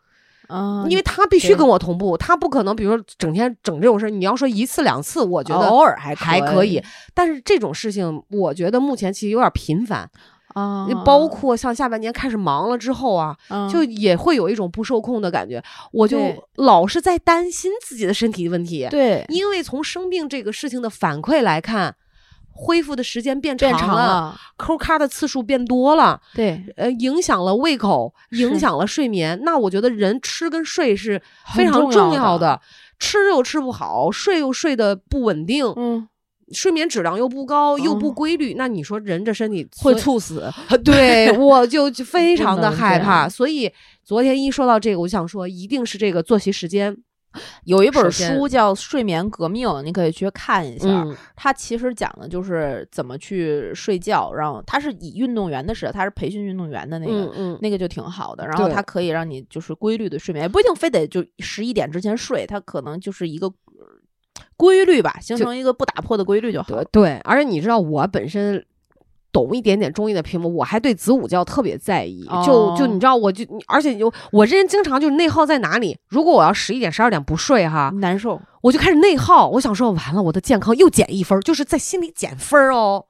[SPEAKER 1] 啊，
[SPEAKER 2] 因为他必须
[SPEAKER 1] 对
[SPEAKER 2] 跟我同步，他不可能比如说整天整这种事儿，你要说一次两次，我觉得
[SPEAKER 1] 偶尔还
[SPEAKER 2] 还
[SPEAKER 1] 可
[SPEAKER 2] 可以，但是这种事情我觉得目前其实有点频繁，
[SPEAKER 1] 啊，
[SPEAKER 2] 包括像下半年开始忙了之后啊，
[SPEAKER 1] 啊
[SPEAKER 2] 就也会有一种不受控的感觉，我就
[SPEAKER 1] 对
[SPEAKER 2] 老是在担心自己的身体问题，
[SPEAKER 1] 对
[SPEAKER 2] 因为从生病这个事情的反馈来看，恢复的时间变长
[SPEAKER 1] 变
[SPEAKER 2] 了，
[SPEAKER 1] 长了，
[SPEAKER 2] 抠咔的次数变多了，
[SPEAKER 1] 对，
[SPEAKER 2] 呃，影响了胃口，影
[SPEAKER 1] 是
[SPEAKER 2] 响了睡眠。那我觉得人吃跟睡是非
[SPEAKER 1] 很
[SPEAKER 2] 常
[SPEAKER 1] 重
[SPEAKER 2] 重
[SPEAKER 1] 要
[SPEAKER 2] 要
[SPEAKER 1] 的
[SPEAKER 2] 的吃又吃不好，睡又睡得不稳定，
[SPEAKER 1] 嗯，
[SPEAKER 2] 睡眠质量又不高，又不
[SPEAKER 1] 嗯
[SPEAKER 2] 规律。那你说人这身体
[SPEAKER 1] 会
[SPEAKER 2] 所以
[SPEAKER 1] 猝死，
[SPEAKER 2] 对，我就就非
[SPEAKER 1] 不
[SPEAKER 2] 常
[SPEAKER 1] 能
[SPEAKER 2] 的
[SPEAKER 1] 这
[SPEAKER 2] 害怕。
[SPEAKER 1] 样
[SPEAKER 2] 所以昨天一说到这个，我就想说，一定是这个作息时间。
[SPEAKER 1] 有一
[SPEAKER 2] 首
[SPEAKER 1] 本
[SPEAKER 2] 先
[SPEAKER 1] 书叫《睡眠革命》，你可以去看一下。
[SPEAKER 2] 嗯
[SPEAKER 1] 它其实讲的就是怎么去睡觉，然后它是以运动员的视角，它是培训运动员的那个。
[SPEAKER 2] 嗯嗯，
[SPEAKER 1] 那个就挺好的，然后
[SPEAKER 2] 对
[SPEAKER 1] 它可以让你就是规律的睡眠，也不一定非得就十一点之前睡，它可能就是一个呃规律吧，形
[SPEAKER 2] 就
[SPEAKER 1] 成一个不打破的规律就好
[SPEAKER 2] 对。对，而且你知道我本身。懂一点点中医的屏幕，我还对子午觉特别在意。就就
[SPEAKER 1] 哦
[SPEAKER 2] 你知道，我就而且就我这人经常就是内耗在哪里。如果我要十一点十二点不睡哈，
[SPEAKER 1] 难受
[SPEAKER 2] 我就开始内耗。我想说，完了，我的健康又减一分儿，就是在心里减分儿哦。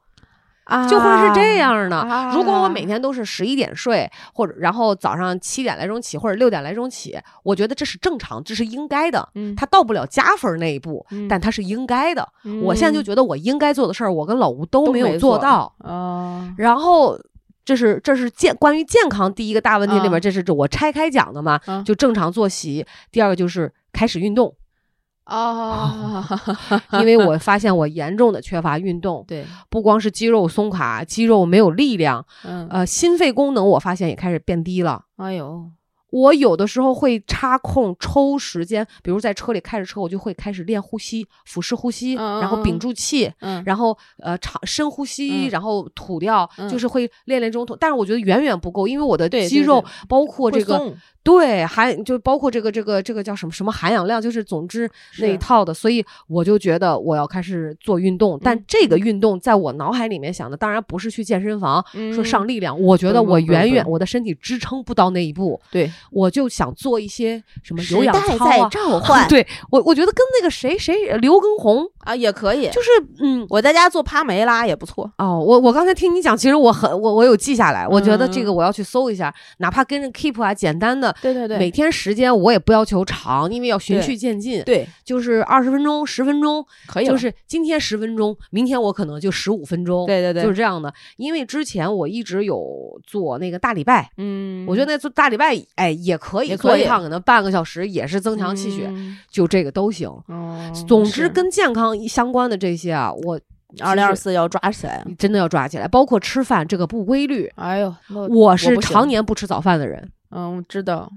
[SPEAKER 1] 啊
[SPEAKER 2] 就会是这样的。
[SPEAKER 1] 啊
[SPEAKER 2] 如果我每天都是十一点睡，或者然后早上七点来钟起，或者六点来钟起，我觉得这是正常，这是应该的。
[SPEAKER 1] 嗯，
[SPEAKER 2] 它到不了加分那一步，
[SPEAKER 1] 嗯
[SPEAKER 2] 但它是应该的。我现在就觉得我应该做的事儿，我跟老吴都
[SPEAKER 1] 都
[SPEAKER 2] 没
[SPEAKER 1] 没
[SPEAKER 2] 有
[SPEAKER 1] 做
[SPEAKER 2] 做到。
[SPEAKER 1] 哦，
[SPEAKER 2] 然后这是这是健关于健康第一个大问题里面，
[SPEAKER 1] 嗯
[SPEAKER 2] 这是我拆开讲的嘛，
[SPEAKER 1] 嗯
[SPEAKER 2] 就正常作息。第二个就是开始 运动，
[SPEAKER 1] 哦，
[SPEAKER 2] 因为我发现我严重的缺乏运动，
[SPEAKER 1] 对，
[SPEAKER 2] 不光是肌肉松垮，肌肉没有力量，
[SPEAKER 1] 嗯，
[SPEAKER 2] 呃，心肺功能我发现也开始变低了。
[SPEAKER 1] 哎呦，
[SPEAKER 2] 我有的时候会插空抽时间，比如在车里开着车，我就会开始练呼吸，腹式呼吸，
[SPEAKER 1] 嗯
[SPEAKER 2] 然后
[SPEAKER 1] 嗯
[SPEAKER 2] 屏
[SPEAKER 1] 嗯
[SPEAKER 2] 住气，
[SPEAKER 1] 嗯，
[SPEAKER 2] 然后呃长深呼吸，
[SPEAKER 1] 嗯
[SPEAKER 2] 然后吐掉，
[SPEAKER 1] 嗯
[SPEAKER 2] 就是会练练这种吐。但是我觉得远远不够，因为我的
[SPEAKER 1] 对对
[SPEAKER 2] 肌肉
[SPEAKER 1] 对
[SPEAKER 2] 包括这
[SPEAKER 1] 会
[SPEAKER 2] 个
[SPEAKER 1] 松
[SPEAKER 2] 对含就包括这个这个这个叫什么什么含氧量，就是总之那一
[SPEAKER 1] 是
[SPEAKER 2] 套的。所以我就觉得我要开始做运动，但
[SPEAKER 1] 嗯
[SPEAKER 2] 这个运动在我脑海里面想的当然不是去健身房。说上
[SPEAKER 1] 嗯
[SPEAKER 2] 力量，我觉
[SPEAKER 1] 不
[SPEAKER 2] 得
[SPEAKER 1] 用
[SPEAKER 2] 我
[SPEAKER 1] 不用
[SPEAKER 2] 远
[SPEAKER 1] 不
[SPEAKER 2] 远
[SPEAKER 1] 用
[SPEAKER 2] 我的身体支撑不到那一步，
[SPEAKER 1] 对，
[SPEAKER 2] 我就想做一些什么有
[SPEAKER 1] 时
[SPEAKER 2] 氧
[SPEAKER 1] 代
[SPEAKER 2] 操啊
[SPEAKER 1] 在，召唤
[SPEAKER 2] 对我我觉得跟那个谁谁刘畊宏
[SPEAKER 1] 啊，也可以。
[SPEAKER 2] 就是嗯
[SPEAKER 1] 我在家做帕梅拉也不错，
[SPEAKER 2] 哦，我我刚才听你讲，其实我很我我有记下来，我觉得这
[SPEAKER 1] 嗯
[SPEAKER 2] 个我要去搜一下，哪怕跟着 Keep 啊，简单的
[SPEAKER 1] 对对
[SPEAKER 2] 每天时间我也不要求长，因为要循
[SPEAKER 1] 对
[SPEAKER 2] 序渐进，
[SPEAKER 1] 对，
[SPEAKER 2] 就是二十分钟、十分钟，
[SPEAKER 1] 可以了，
[SPEAKER 2] 就是今天十分钟，明天我可能就十五分钟，
[SPEAKER 1] 对对对，
[SPEAKER 2] 就是
[SPEAKER 1] 是
[SPEAKER 2] 这样的。因为之前我一直有做那个大礼拜，
[SPEAKER 1] 嗯，
[SPEAKER 2] 我觉得那做大礼拜哎也可以
[SPEAKER 1] 也
[SPEAKER 2] 做
[SPEAKER 1] 可
[SPEAKER 2] 一
[SPEAKER 1] 以
[SPEAKER 2] 趟，可能半个小时也是增强气血，
[SPEAKER 1] 嗯。
[SPEAKER 2] 就这个都行。
[SPEAKER 1] 哦，
[SPEAKER 2] 总之，跟健康相关的这些啊，我
[SPEAKER 1] 二零二四要抓起来啊。
[SPEAKER 2] 你真的要抓起来，包括吃饭这个不规律。
[SPEAKER 1] 哎呦，那
[SPEAKER 2] 我是
[SPEAKER 1] 不行
[SPEAKER 2] 常年不吃早饭的人，
[SPEAKER 1] 嗯，我知道，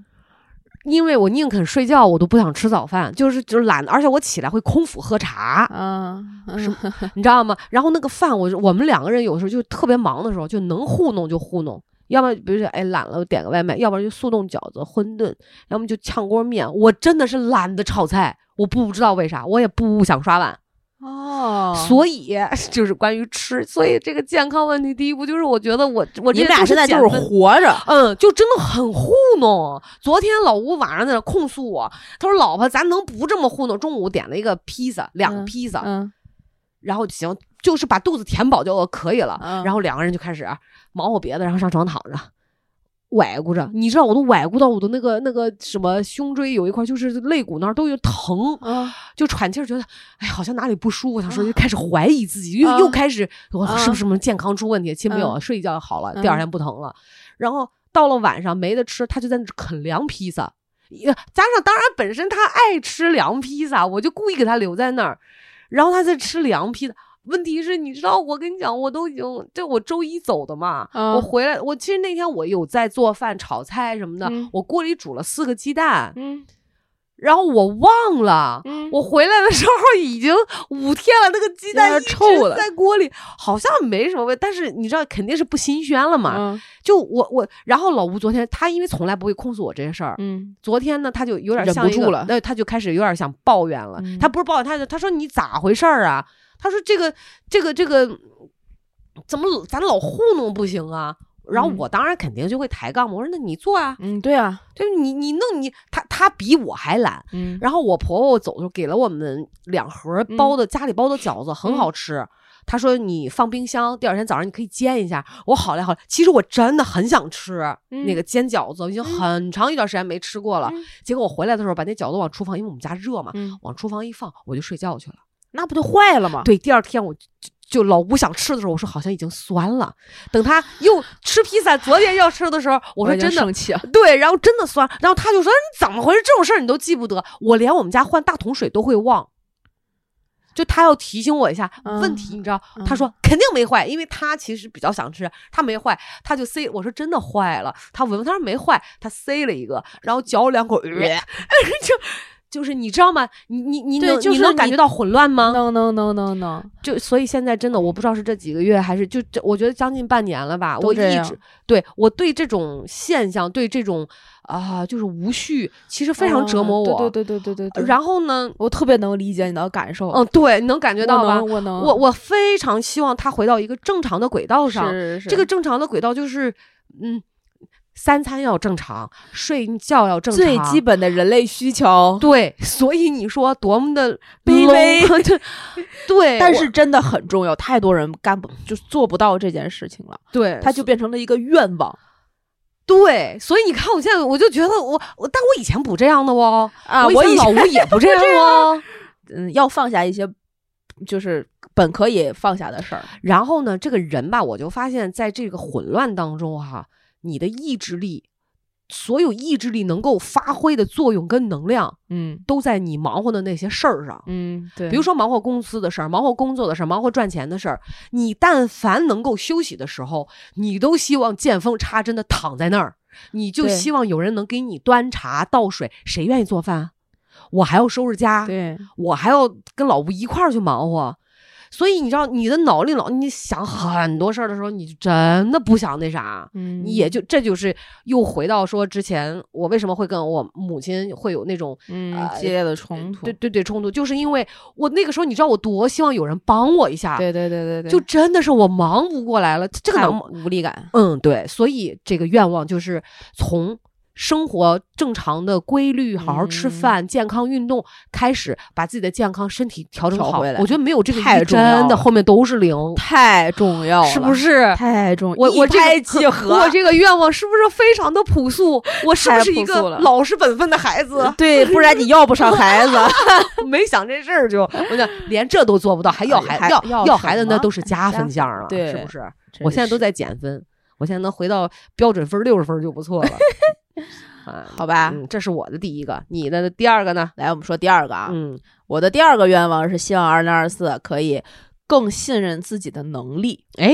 [SPEAKER 2] 因为我宁肯睡觉，我都不想吃早饭，就是就是懒得，而且我起来会空腹喝茶，
[SPEAKER 1] 嗯，嗯
[SPEAKER 2] 是你知道吗？然后那个饭，我我们两个人有时候就特别忙的时候，就能糊弄就糊弄，要么比如说哎懒了我点个外卖，要不然就速冻饺子、馄饨，要么就炝锅面。我真的是懒得炒菜，我不知道为啥，我也不想刷碗。
[SPEAKER 1] 哦，
[SPEAKER 2] 所以 就是关于吃，所以这个健康问题，第一步就是我觉得我我
[SPEAKER 1] 你
[SPEAKER 2] 这
[SPEAKER 1] 们俩
[SPEAKER 2] 都
[SPEAKER 1] 现在就
[SPEAKER 2] 减
[SPEAKER 1] 是
[SPEAKER 2] 分
[SPEAKER 1] 活着，
[SPEAKER 2] 嗯，就真的很糊弄。昨天老吴晚上在那控诉我，他说：“老婆，咱能不这么糊弄？”中午点了一个披萨，两个
[SPEAKER 1] 嗯
[SPEAKER 2] 披萨，
[SPEAKER 1] 嗯，
[SPEAKER 2] 然后行，就是把肚子填饱就可以了。
[SPEAKER 1] 嗯
[SPEAKER 2] 然后两个人就开始忙活别的，然后上床躺着。崴咕着，你知道我都崴咕到我的那个那个什么胸椎有一块，就是肋骨那儿都有疼，
[SPEAKER 1] 啊，
[SPEAKER 2] 就喘气儿，觉得哎好像哪里不舒服，想说就开始怀疑自己，又又
[SPEAKER 1] 啊
[SPEAKER 2] 开始我
[SPEAKER 1] 啊
[SPEAKER 2] 是不是什么健康出问题？其实没有，
[SPEAKER 1] 嗯
[SPEAKER 2] 睡一觉就好了，第二
[SPEAKER 1] 嗯
[SPEAKER 2] 天不疼了。然后到了晚上没得吃，他就在那啃凉披萨。也加上当然本身他爱吃凉披萨，我就故意给他留在那儿，然后他在吃凉披萨。问题是，你知道我跟你讲，我都已经这我周一走的嘛，
[SPEAKER 1] 嗯
[SPEAKER 2] 我回来我其实那天我有在做饭、炒菜什么的，
[SPEAKER 1] 嗯
[SPEAKER 2] 我锅里煮了四个鸡蛋，
[SPEAKER 1] 嗯
[SPEAKER 2] 然后我忘了，
[SPEAKER 1] 嗯
[SPEAKER 2] 我回来的时候已经五天了，那个鸡蛋
[SPEAKER 1] 有
[SPEAKER 2] 一
[SPEAKER 1] 点
[SPEAKER 2] 直
[SPEAKER 1] 臭了
[SPEAKER 2] 在锅里，好像没什么味，但是你知道肯定是不新鲜了嘛。
[SPEAKER 1] 嗯
[SPEAKER 2] 就我我，然后老吴昨天他因为从来不会控诉我这些事儿，
[SPEAKER 1] 嗯
[SPEAKER 2] 昨天呢他就有点
[SPEAKER 1] 忍
[SPEAKER 2] 像
[SPEAKER 1] 不
[SPEAKER 2] 一个
[SPEAKER 1] 住了
[SPEAKER 2] 对，他就开始有点想抱怨了。
[SPEAKER 1] 嗯
[SPEAKER 2] 他不是抱怨，他就他说你咋回事儿啊？他说这个这个这个怎么咱老糊弄不行啊？然后
[SPEAKER 1] 嗯
[SPEAKER 2] 我当然肯定就会抬杠嘛，我说那你做啊，
[SPEAKER 1] 嗯，对啊，
[SPEAKER 2] 就是你你弄你他他比我还懒，
[SPEAKER 1] 嗯
[SPEAKER 2] 然后我婆婆走的时候给了我们两盒包的、家里包的饺子，很
[SPEAKER 1] 嗯
[SPEAKER 2] 好吃。她说你放冰箱，第二天早上你可以煎一下。我好嘞好嘞，其实我真的很想吃、
[SPEAKER 1] 嗯
[SPEAKER 2] 那个煎饺子，已经很长一段时间没吃过了。
[SPEAKER 1] 嗯
[SPEAKER 2] 结果我回来的时候把那饺子往厨房，因为我们家热嘛，
[SPEAKER 1] 嗯，
[SPEAKER 2] 往厨房一放，我就睡觉去了。
[SPEAKER 1] 那不就坏了吗？
[SPEAKER 2] 对，第二天我就就就老吴想吃的时候，我说好像已经酸了。等他又吃披萨，昨天要吃的时候，我说
[SPEAKER 1] 已经
[SPEAKER 2] 真的
[SPEAKER 1] 生气了，
[SPEAKER 2] 对，然后真的酸，然后他就说你怎么回事？这种事儿你都记不得，我连我们家换大桶水都会忘。就他要提醒我一下、
[SPEAKER 1] 嗯
[SPEAKER 2] 问题，你知道？他说肯定没坏，因为他其实比较想吃，他没坏，他就塞。我说真的坏了，他闻闻，他说没坏，他塞了一个，然后嚼了两口，呃 就就是你知道吗？你你你
[SPEAKER 1] 对
[SPEAKER 2] 能、
[SPEAKER 1] 就
[SPEAKER 2] 你
[SPEAKER 1] 是
[SPEAKER 2] 能感
[SPEAKER 1] 你
[SPEAKER 2] 觉到混乱吗？
[SPEAKER 1] 能能能能能，
[SPEAKER 2] 就所以现在真的我不知道是这几个月还是就这，我觉得将近半年了吧。
[SPEAKER 1] 都
[SPEAKER 2] 我一
[SPEAKER 1] 这样
[SPEAKER 2] 直对我对这种现象，对这种啊、就是无序，其实非常折磨我。
[SPEAKER 1] 啊嗯对对对对对对对，
[SPEAKER 2] 然后呢，
[SPEAKER 1] 我特别能理解你的感受，
[SPEAKER 2] 嗯，对，你能感觉
[SPEAKER 1] 哦我
[SPEAKER 2] 到吧
[SPEAKER 1] 能？嗯我能，
[SPEAKER 2] 我我非常希望他回到一个正常的轨道上。
[SPEAKER 1] 是是
[SPEAKER 2] 这个正常的轨道就是，嗯，三餐要正常，睡觉要正常，
[SPEAKER 1] 最基本的人类需求。
[SPEAKER 2] 对，所以你说多么的
[SPEAKER 1] 卑
[SPEAKER 2] low，
[SPEAKER 1] 微
[SPEAKER 2] 对对，
[SPEAKER 1] 但
[SPEAKER 2] 我
[SPEAKER 1] 是真的很重要，太多人干不就做不到这件事情了，
[SPEAKER 2] 对
[SPEAKER 1] 它就变成了一个愿望
[SPEAKER 2] 对，所以你看，我现在我就觉得我我，但我以前不这样的哦，
[SPEAKER 1] 啊
[SPEAKER 2] 我
[SPEAKER 1] 我以
[SPEAKER 2] 以前老
[SPEAKER 1] 前
[SPEAKER 2] 吴也不这样哦。
[SPEAKER 1] 嗯要放下一些，就是本可以放下的事儿。
[SPEAKER 2] 然后呢，这个人吧，我就发现在这个混乱当中哈、你的意志力，所有意志力能够发挥的作用跟能量，
[SPEAKER 1] 嗯
[SPEAKER 2] 都在你忙活的那些事儿上。
[SPEAKER 1] 嗯，对
[SPEAKER 2] 比如说忙活公司的事儿，忙活工作的事儿，忙活赚钱的事儿，你但凡能够休息的时候，你都希望见缝插针的躺在那儿，你就
[SPEAKER 1] 对
[SPEAKER 2] 希望有人能给你端茶倒水。谁愿意做饭？啊我还要收拾家，
[SPEAKER 1] 对，
[SPEAKER 2] 我还要跟老吴一块儿去忙活。所以你知道，你的脑里老你想很多事儿的时候，你就真的不想那啥，
[SPEAKER 1] 嗯
[SPEAKER 2] 你也就这就是又回到说之前我为什么会跟我母亲会有那种
[SPEAKER 1] 嗯
[SPEAKER 2] 呃
[SPEAKER 1] 激烈的冲突，
[SPEAKER 2] 对对对冲突，就是因为我那个时候你知道我多希望有人帮我一下，
[SPEAKER 1] 对啊对对对对，
[SPEAKER 2] 就真的是我忙不过来了，这个
[SPEAKER 1] 太
[SPEAKER 2] 能
[SPEAKER 1] 无力感。
[SPEAKER 2] 嗯，对，所以这个愿望就是从生活正常的规律、好好吃
[SPEAKER 1] 嗯
[SPEAKER 2] 饭、健康运动开始，把自己的健康身体调整
[SPEAKER 1] 调
[SPEAKER 2] 好。
[SPEAKER 1] 回来
[SPEAKER 2] 我觉得没有这个
[SPEAKER 1] 太
[SPEAKER 2] 一
[SPEAKER 1] 重要
[SPEAKER 2] 真的
[SPEAKER 1] 了
[SPEAKER 2] 后面都是零，
[SPEAKER 1] 太重要了，
[SPEAKER 2] 是不？是？
[SPEAKER 1] 太重，
[SPEAKER 2] 我我
[SPEAKER 1] 一
[SPEAKER 2] 这个
[SPEAKER 1] 拍即合。
[SPEAKER 2] 我这个愿望是不是非常的朴素？我是不
[SPEAKER 1] 太
[SPEAKER 2] 是一
[SPEAKER 1] 朴素
[SPEAKER 2] 个
[SPEAKER 1] 了？
[SPEAKER 2] 老实本分的孩子
[SPEAKER 1] 对，不然你要不上 孩子。
[SPEAKER 2] 没想这事儿就，我想连这都做不到，还要孩
[SPEAKER 1] 呃还
[SPEAKER 2] 要
[SPEAKER 1] 要
[SPEAKER 2] 要
[SPEAKER 1] 什
[SPEAKER 2] 孩子，那
[SPEAKER 1] 么
[SPEAKER 2] 都是加分项啊，
[SPEAKER 1] 对
[SPEAKER 2] 是不是？我现在都在减分，我现在能回到标准分六十分就不 错了。啊，
[SPEAKER 1] 好吧。
[SPEAKER 2] 嗯，这是我的第一个，你的第二个呢？
[SPEAKER 1] 来，我们说第二个啊，
[SPEAKER 2] 嗯，
[SPEAKER 1] 我的第二个愿望是希望二零二四可以更信任自己的能力。
[SPEAKER 2] 哎，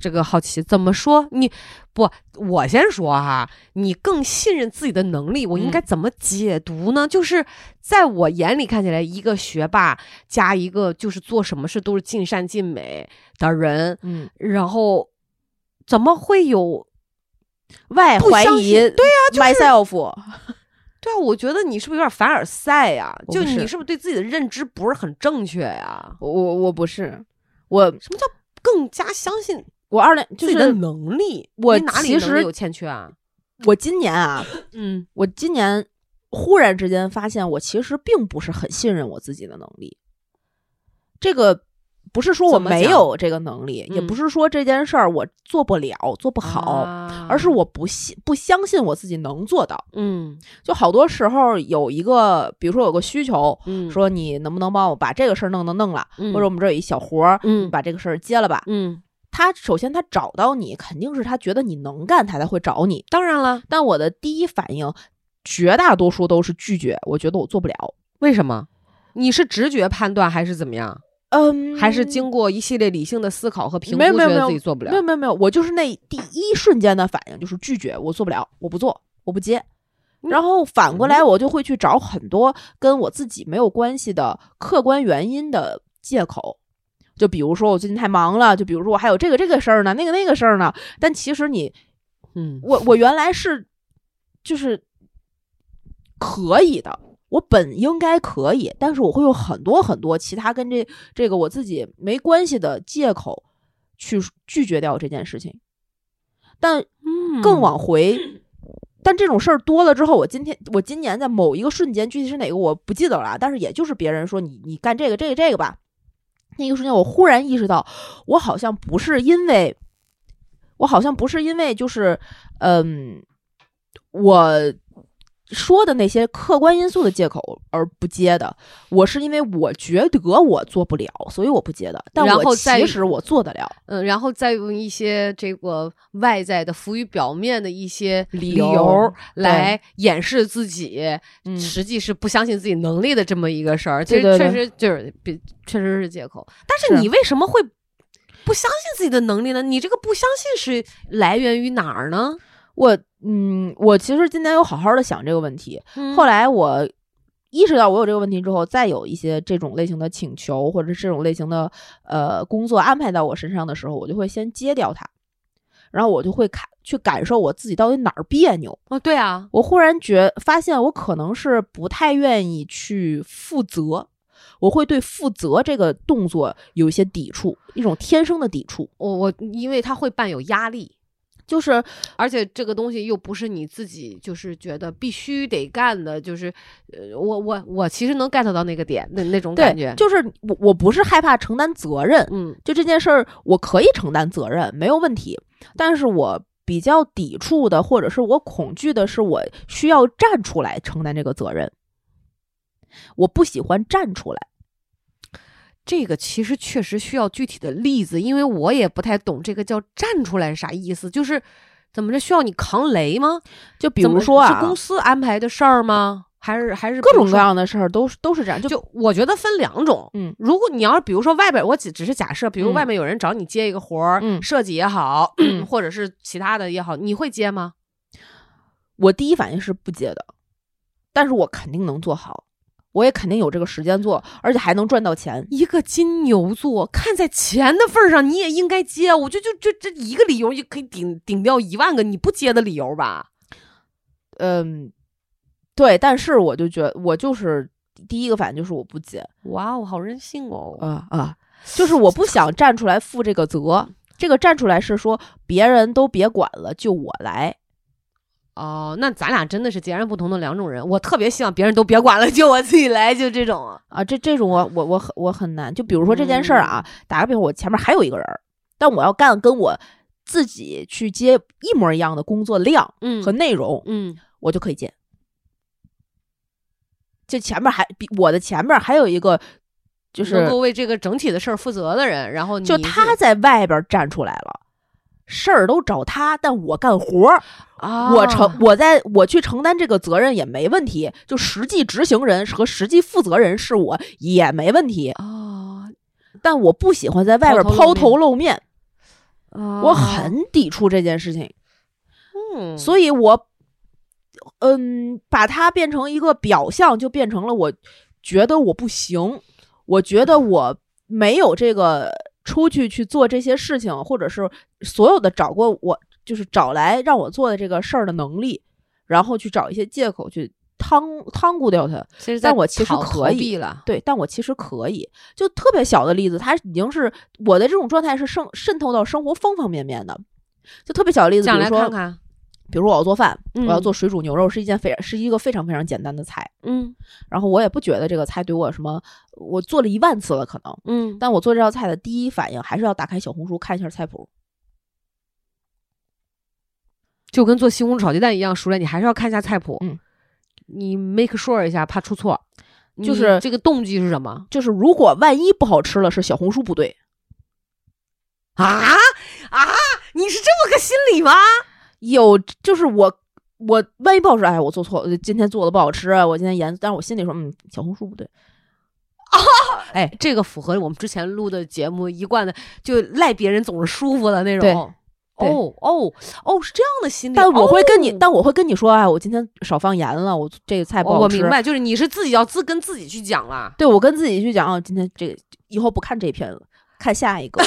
[SPEAKER 2] 这个好奇怎么说？你不，我先说哈，你更信任自己的能力，我应
[SPEAKER 1] 嗯
[SPEAKER 2] 该怎么解读呢？就是在我眼里看起来，一个学霸加一个就是做什么事都是尽善尽美的人，
[SPEAKER 1] 嗯，
[SPEAKER 2] 然后怎么会有？
[SPEAKER 1] 外
[SPEAKER 2] 不
[SPEAKER 1] 怀
[SPEAKER 2] 相
[SPEAKER 1] 疑，
[SPEAKER 2] 信啊
[SPEAKER 1] 对呀、myself，
[SPEAKER 2] 对啊，我觉得你是不是有点凡尔赛呀、
[SPEAKER 1] 我
[SPEAKER 2] 就
[SPEAKER 1] 不是
[SPEAKER 2] 你是不是对自己的认知不是很正确呀、
[SPEAKER 1] 我我我不是，我
[SPEAKER 2] 什么叫更加相信
[SPEAKER 1] 我二零就
[SPEAKER 2] 自己的
[SPEAKER 1] 是
[SPEAKER 2] 能力，
[SPEAKER 1] 我
[SPEAKER 2] 你哪里
[SPEAKER 1] 其
[SPEAKER 2] 能力
[SPEAKER 1] 实
[SPEAKER 2] 有欠缺啊？
[SPEAKER 1] 我今年啊，
[SPEAKER 2] 嗯，
[SPEAKER 1] 我今年忽然之间发现，我其实并不是很信任我自己的能力。这个不是说我
[SPEAKER 2] 怎么讲
[SPEAKER 1] 没有这个能力，也
[SPEAKER 2] 嗯
[SPEAKER 1] 不是说这件事儿我做不了、做不好，
[SPEAKER 2] 啊
[SPEAKER 1] 而是我不信、不相信我自己能做到。
[SPEAKER 2] 嗯
[SPEAKER 1] 就好多时候有一个，比如说有个需求，
[SPEAKER 2] 嗯
[SPEAKER 1] 说你能不能帮我把这个事儿弄弄弄了，
[SPEAKER 2] 嗯
[SPEAKER 1] 或者我们这儿有一小活儿，
[SPEAKER 2] 嗯
[SPEAKER 1] 你把这个事儿接了吧。
[SPEAKER 2] 嗯，
[SPEAKER 1] 他首先他找到你，肯定是他觉得你能干，他才会找你。
[SPEAKER 2] 当然了，
[SPEAKER 1] 但我的第一反应，绝大多数都是拒绝，我觉得我做不了。
[SPEAKER 2] 为什么？你是直觉判断还是怎么样？
[SPEAKER 1] 嗯
[SPEAKER 2] 还是经过一系列理性的思考和评估，
[SPEAKER 1] 没有没有没
[SPEAKER 2] 觉得
[SPEAKER 1] 有
[SPEAKER 2] 自己做不
[SPEAKER 1] 没有
[SPEAKER 2] 了？
[SPEAKER 1] 没有没有，我就是那第一瞬间的反应就是拒绝，我做不了，我不做，我不接。
[SPEAKER 2] 嗯
[SPEAKER 1] 然后反过来，我就会去找很多跟我自己没有关系的客观原因的借口。就比如说我最近太忙了，就比如说我还有这个这个事儿呢，那个那个事儿呢。但其实你，
[SPEAKER 2] 嗯
[SPEAKER 1] 我我原来是就是可以的，我本应该可以，但是我会用很多很多其他跟这这个我自己没关系的借口去拒绝掉这件事情。但
[SPEAKER 2] 嗯
[SPEAKER 1] 更往回，但这种事儿多了之后，我今天我今年在某一个瞬间，具体是哪个我不记得了啊，但是也就是别人说你你干这个这个这个吧，那个瞬间我忽然意识到，我好像不是因为，我好像不是因为就是嗯，我说的那些客观因素的借口而不接的，我是因为我觉得我做不了，所以我不接的，但
[SPEAKER 2] 然后
[SPEAKER 1] 我
[SPEAKER 2] 再
[SPEAKER 1] 其实我做得了。
[SPEAKER 2] 嗯，然后再用一些这个外在的浮于表面的一些
[SPEAKER 1] 理
[SPEAKER 2] 由
[SPEAKER 1] 由
[SPEAKER 2] 来掩饰自己，
[SPEAKER 1] 嗯
[SPEAKER 2] 实际是不相信自己能力的这么一个事儿。
[SPEAKER 1] 对对
[SPEAKER 2] 这确
[SPEAKER 1] 对
[SPEAKER 2] 实就是比确实是借口。但是
[SPEAKER 1] 是
[SPEAKER 2] 你为什么会不相信自己的能力呢？你这个不相信是来源于哪儿呢？
[SPEAKER 1] 我嗯，我其实今年有好好的想这个问题。
[SPEAKER 2] 嗯
[SPEAKER 1] 后来我意识到我有这个问题之后，再有一些这种类型的请求或者是这种类型的呃工作安排到我身上的时候，我就会先接掉它，然后我就会看去感受我自己到底哪儿别扭。
[SPEAKER 2] 哦，对啊，
[SPEAKER 1] 我忽然觉发现，我可能是不太愿意去负责，我会对负责这个动作有一些抵触，一种天生的抵触。
[SPEAKER 2] 我我因为他会伴有压力，
[SPEAKER 1] 就是
[SPEAKER 2] 而且这个东西又不是你自己就是觉得必须得干的，就是呃，我我我其实能 get 到那个点，那那种感
[SPEAKER 1] 对
[SPEAKER 2] 觉，，
[SPEAKER 1] 就是我我不是害怕承担责任，
[SPEAKER 2] 嗯
[SPEAKER 1] 就这件事儿我可以承担责任，没有问题。但是我比较抵触的，或者是我恐惧的是，我需要站出来承担这个责任。我不喜欢站出来，
[SPEAKER 2] 这个其实确实需要具体的例子，因为我也不太懂这个叫站出来是啥意思，就是怎么着需要你扛雷吗？
[SPEAKER 1] 就比
[SPEAKER 2] 怎
[SPEAKER 1] 如
[SPEAKER 2] 么
[SPEAKER 1] 说
[SPEAKER 2] 是
[SPEAKER 1] 啊
[SPEAKER 2] 公，司安排的事儿吗？还是还是
[SPEAKER 1] 各
[SPEAKER 2] 比如
[SPEAKER 1] 种各
[SPEAKER 2] 说
[SPEAKER 1] 样的事儿都是都是这样，就
[SPEAKER 2] 就我觉得分两种，
[SPEAKER 1] 嗯
[SPEAKER 2] 如果你要是比如说外边，我只只是假设，比如
[SPEAKER 1] 嗯
[SPEAKER 2] 外面有人找你接一个活儿，
[SPEAKER 1] 嗯
[SPEAKER 2] 设计也好、
[SPEAKER 1] 嗯
[SPEAKER 2] 或者是其他的也好，你会接吗？
[SPEAKER 1] 我第一反应是不接的，但是我肯定能做好，我也肯定有这个时间做，而且还能赚到钱。
[SPEAKER 2] 一个金牛座，看在钱的份儿上，你也应该接。啊我就就就这一个理由，就可以顶顶掉一万个你不接的理由吧。
[SPEAKER 1] 嗯，对，但是我就觉得我就是第一个反应就是我不接，
[SPEAKER 2] 哇哦，好任性哦！
[SPEAKER 1] 啊啊，就是我不想站出来负这个责。这个站出来是说别人都别管了，就我来。
[SPEAKER 2] 哦、那咱俩真的是截然不同的两种人。我特别希望别人都别管了，就我自己来，就这种。
[SPEAKER 1] 啊，这这种我我我很我很难。就比如说这件事儿啊，
[SPEAKER 2] 嗯
[SPEAKER 1] 打个比方，我前面还有一个人儿，但我要干跟我自己去接一模一样的工作量
[SPEAKER 2] 嗯
[SPEAKER 1] 和内容，
[SPEAKER 2] 嗯
[SPEAKER 1] 我就可以接。这前面还比我的前面还有一个，就
[SPEAKER 2] 能
[SPEAKER 1] 是
[SPEAKER 2] 够为这个整体的事儿负责的人，然后你
[SPEAKER 1] 就他在外边站出来了，事儿都找他，但我干活儿。
[SPEAKER 2] 啊，
[SPEAKER 1] 我承我在我去承担这个责任也没问题，就实际执行人和实际负责人是我也没问题，
[SPEAKER 2] 啊，
[SPEAKER 1] 但我不喜欢在外边
[SPEAKER 2] 抛
[SPEAKER 1] 抛
[SPEAKER 2] 头
[SPEAKER 1] 头露面，
[SPEAKER 2] 我
[SPEAKER 1] 我很抵触这件事情，
[SPEAKER 2] 哦嗯，
[SPEAKER 1] 所以我嗯把它变成一个表象，就变成了我觉得我不行，我觉得我没有这个出去去做这些事情，或者是所有的找过我就是找来让我做的这个事儿的能力，然后去找一些借口去汤汤咕掉它。
[SPEAKER 2] 其实
[SPEAKER 1] 但
[SPEAKER 2] 在
[SPEAKER 1] 我其实
[SPEAKER 2] 逃
[SPEAKER 1] 可
[SPEAKER 2] 逃
[SPEAKER 1] 以
[SPEAKER 2] 避了，
[SPEAKER 1] 对，但我其实可以。就特别小的例子，它已经是我的这种状态是渗渗透到生活方方面面的。就特别小的例子，
[SPEAKER 2] 讲
[SPEAKER 1] 比如
[SPEAKER 2] 来
[SPEAKER 1] 说，
[SPEAKER 2] 看看，
[SPEAKER 1] 比如说我要做饭，
[SPEAKER 2] 嗯
[SPEAKER 1] 我要做水煮牛肉，是一件非是一个非常非常简单的菜。
[SPEAKER 2] 嗯
[SPEAKER 1] 然后我也不觉得这个菜对我有什么，我做了一万次了可能，
[SPEAKER 2] 嗯，
[SPEAKER 1] 但我做这道菜的第一反应还是要打开小红书看一下菜谱。
[SPEAKER 2] 就跟做西红柿炒鸡蛋一样，熟了你还是要看一下菜谱，
[SPEAKER 1] 嗯，
[SPEAKER 2] 你 make sure 一下，怕出错，
[SPEAKER 1] 就
[SPEAKER 2] 你
[SPEAKER 1] 是
[SPEAKER 2] 这个动机是什么
[SPEAKER 1] 就是如果万一不好吃了，是小红书不对，
[SPEAKER 2] 啊啊？你是这么个心理吗？
[SPEAKER 1] 有就是我我万一不好吃，哎，我做错，了，今天做的不好吃，啊我今天盐，但是我心里说，嗯，小红书不对，
[SPEAKER 2] 哎，这个符合我们之前录的节目一贯的，就赖别人总是舒服的那
[SPEAKER 1] 对
[SPEAKER 2] 种。
[SPEAKER 1] 对
[SPEAKER 2] 哦哦哦，是这样的心理。
[SPEAKER 1] 但我会跟你，
[SPEAKER 2] 哦
[SPEAKER 1] 但我会跟你说，哎，我今天少放盐了，我这个菜不
[SPEAKER 2] 我
[SPEAKER 1] 好
[SPEAKER 2] 我
[SPEAKER 1] 吃。
[SPEAKER 2] 明白，就是你是自己要自跟自己去讲啦。
[SPEAKER 1] 对我跟自己去讲，啊，今天这个以后不看这篇了，看下一个。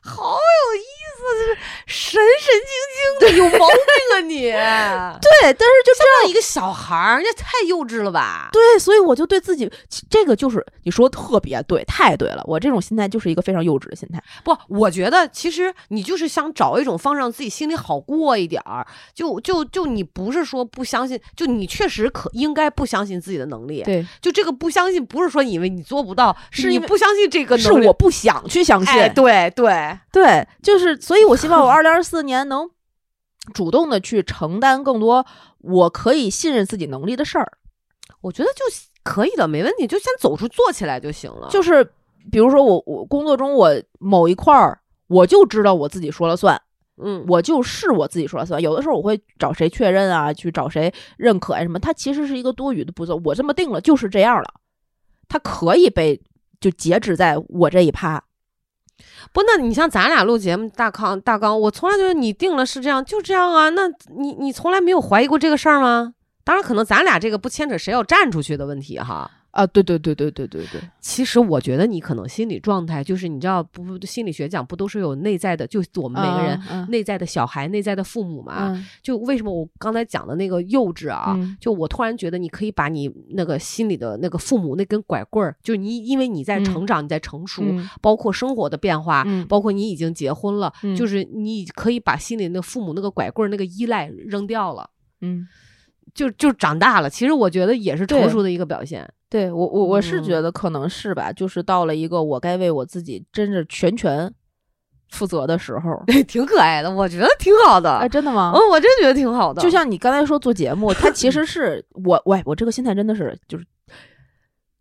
[SPEAKER 2] 好有意思，就是神神经经的，有毛病啊你！对，
[SPEAKER 1] 对，但是就
[SPEAKER 2] 这样一个小孩儿，这太幼稚了吧？
[SPEAKER 1] 对，所以我就对自己其这个就是你说得特别对，太对了。我这种心态就是一个非常幼稚的心态。
[SPEAKER 2] 不，我觉得其实你就是想找一种方式让自己心里好过一点儿。就就就你不是说不相信，就你确实可应该不相信自己的能力。
[SPEAKER 1] 对，
[SPEAKER 2] 就这个不相信，不是说因为你做不到，
[SPEAKER 1] 是
[SPEAKER 2] 你
[SPEAKER 1] 因为
[SPEAKER 2] 不相信这个
[SPEAKER 1] 是
[SPEAKER 2] 能力。
[SPEAKER 1] 我不想去相信。
[SPEAKER 2] 哎，对对，
[SPEAKER 1] 对，就是，所以我希望我二零二四年能主动的去承担更多我可以信任自己能力的事儿，
[SPEAKER 2] 我觉得就可以的，没问题，就先走出做起来就行了。
[SPEAKER 1] 就是比如说我我工作中我某一块儿。我就知道我自己说了算，
[SPEAKER 2] 嗯，
[SPEAKER 1] 我就是我自己说了算。有的时候我会找谁确认啊，去找谁认可呀、什么。它其实是一个多余的步骤，我这么定了就是这样了，它可以被就截止在我这一趴。
[SPEAKER 2] 不，那你像咱俩录节目大纲大纲，我从来就是你定了是这样，就这样啊。那你你从来没有怀疑过这个事儿吗？当然，可能咱俩这个不牵扯谁要站出去的问题哈。
[SPEAKER 1] 啊，对对对对对对对，
[SPEAKER 2] 其实我觉得你可能心理状态就是你知道不不心理学讲不都是有内在的，就我们每个人
[SPEAKER 1] 嗯
[SPEAKER 2] 内在的小孩、内在的父母嘛。
[SPEAKER 1] 嗯
[SPEAKER 2] 就为什么我刚才讲的那个幼稚啊，
[SPEAKER 1] 嗯
[SPEAKER 2] 就我突然觉得你可以把你那个心里的那个父母那根拐棍儿，就是你因为你在成长，你在成熟，
[SPEAKER 1] 嗯
[SPEAKER 2] 包括生活的变化，
[SPEAKER 1] 嗯
[SPEAKER 2] 包括你已经结婚了，
[SPEAKER 1] 嗯
[SPEAKER 2] 就是你可以把心里那个父母那个拐棍儿那个依赖扔掉了，
[SPEAKER 1] 嗯，
[SPEAKER 2] 就就长大了。其实我觉得也是成
[SPEAKER 1] 对
[SPEAKER 2] 熟的一个表现。
[SPEAKER 1] 对我我我是
[SPEAKER 2] 嗯
[SPEAKER 1] 觉得可能是吧，就是到了一个我该为我自己真是全权负责的时 候。
[SPEAKER 2] 挺可爱的，我觉得挺好的。
[SPEAKER 1] 哎，真的吗
[SPEAKER 2] 嗯，？我真觉得挺好的。
[SPEAKER 1] 就像你刚才说做节目，它其实是我我我这个心态真的是就是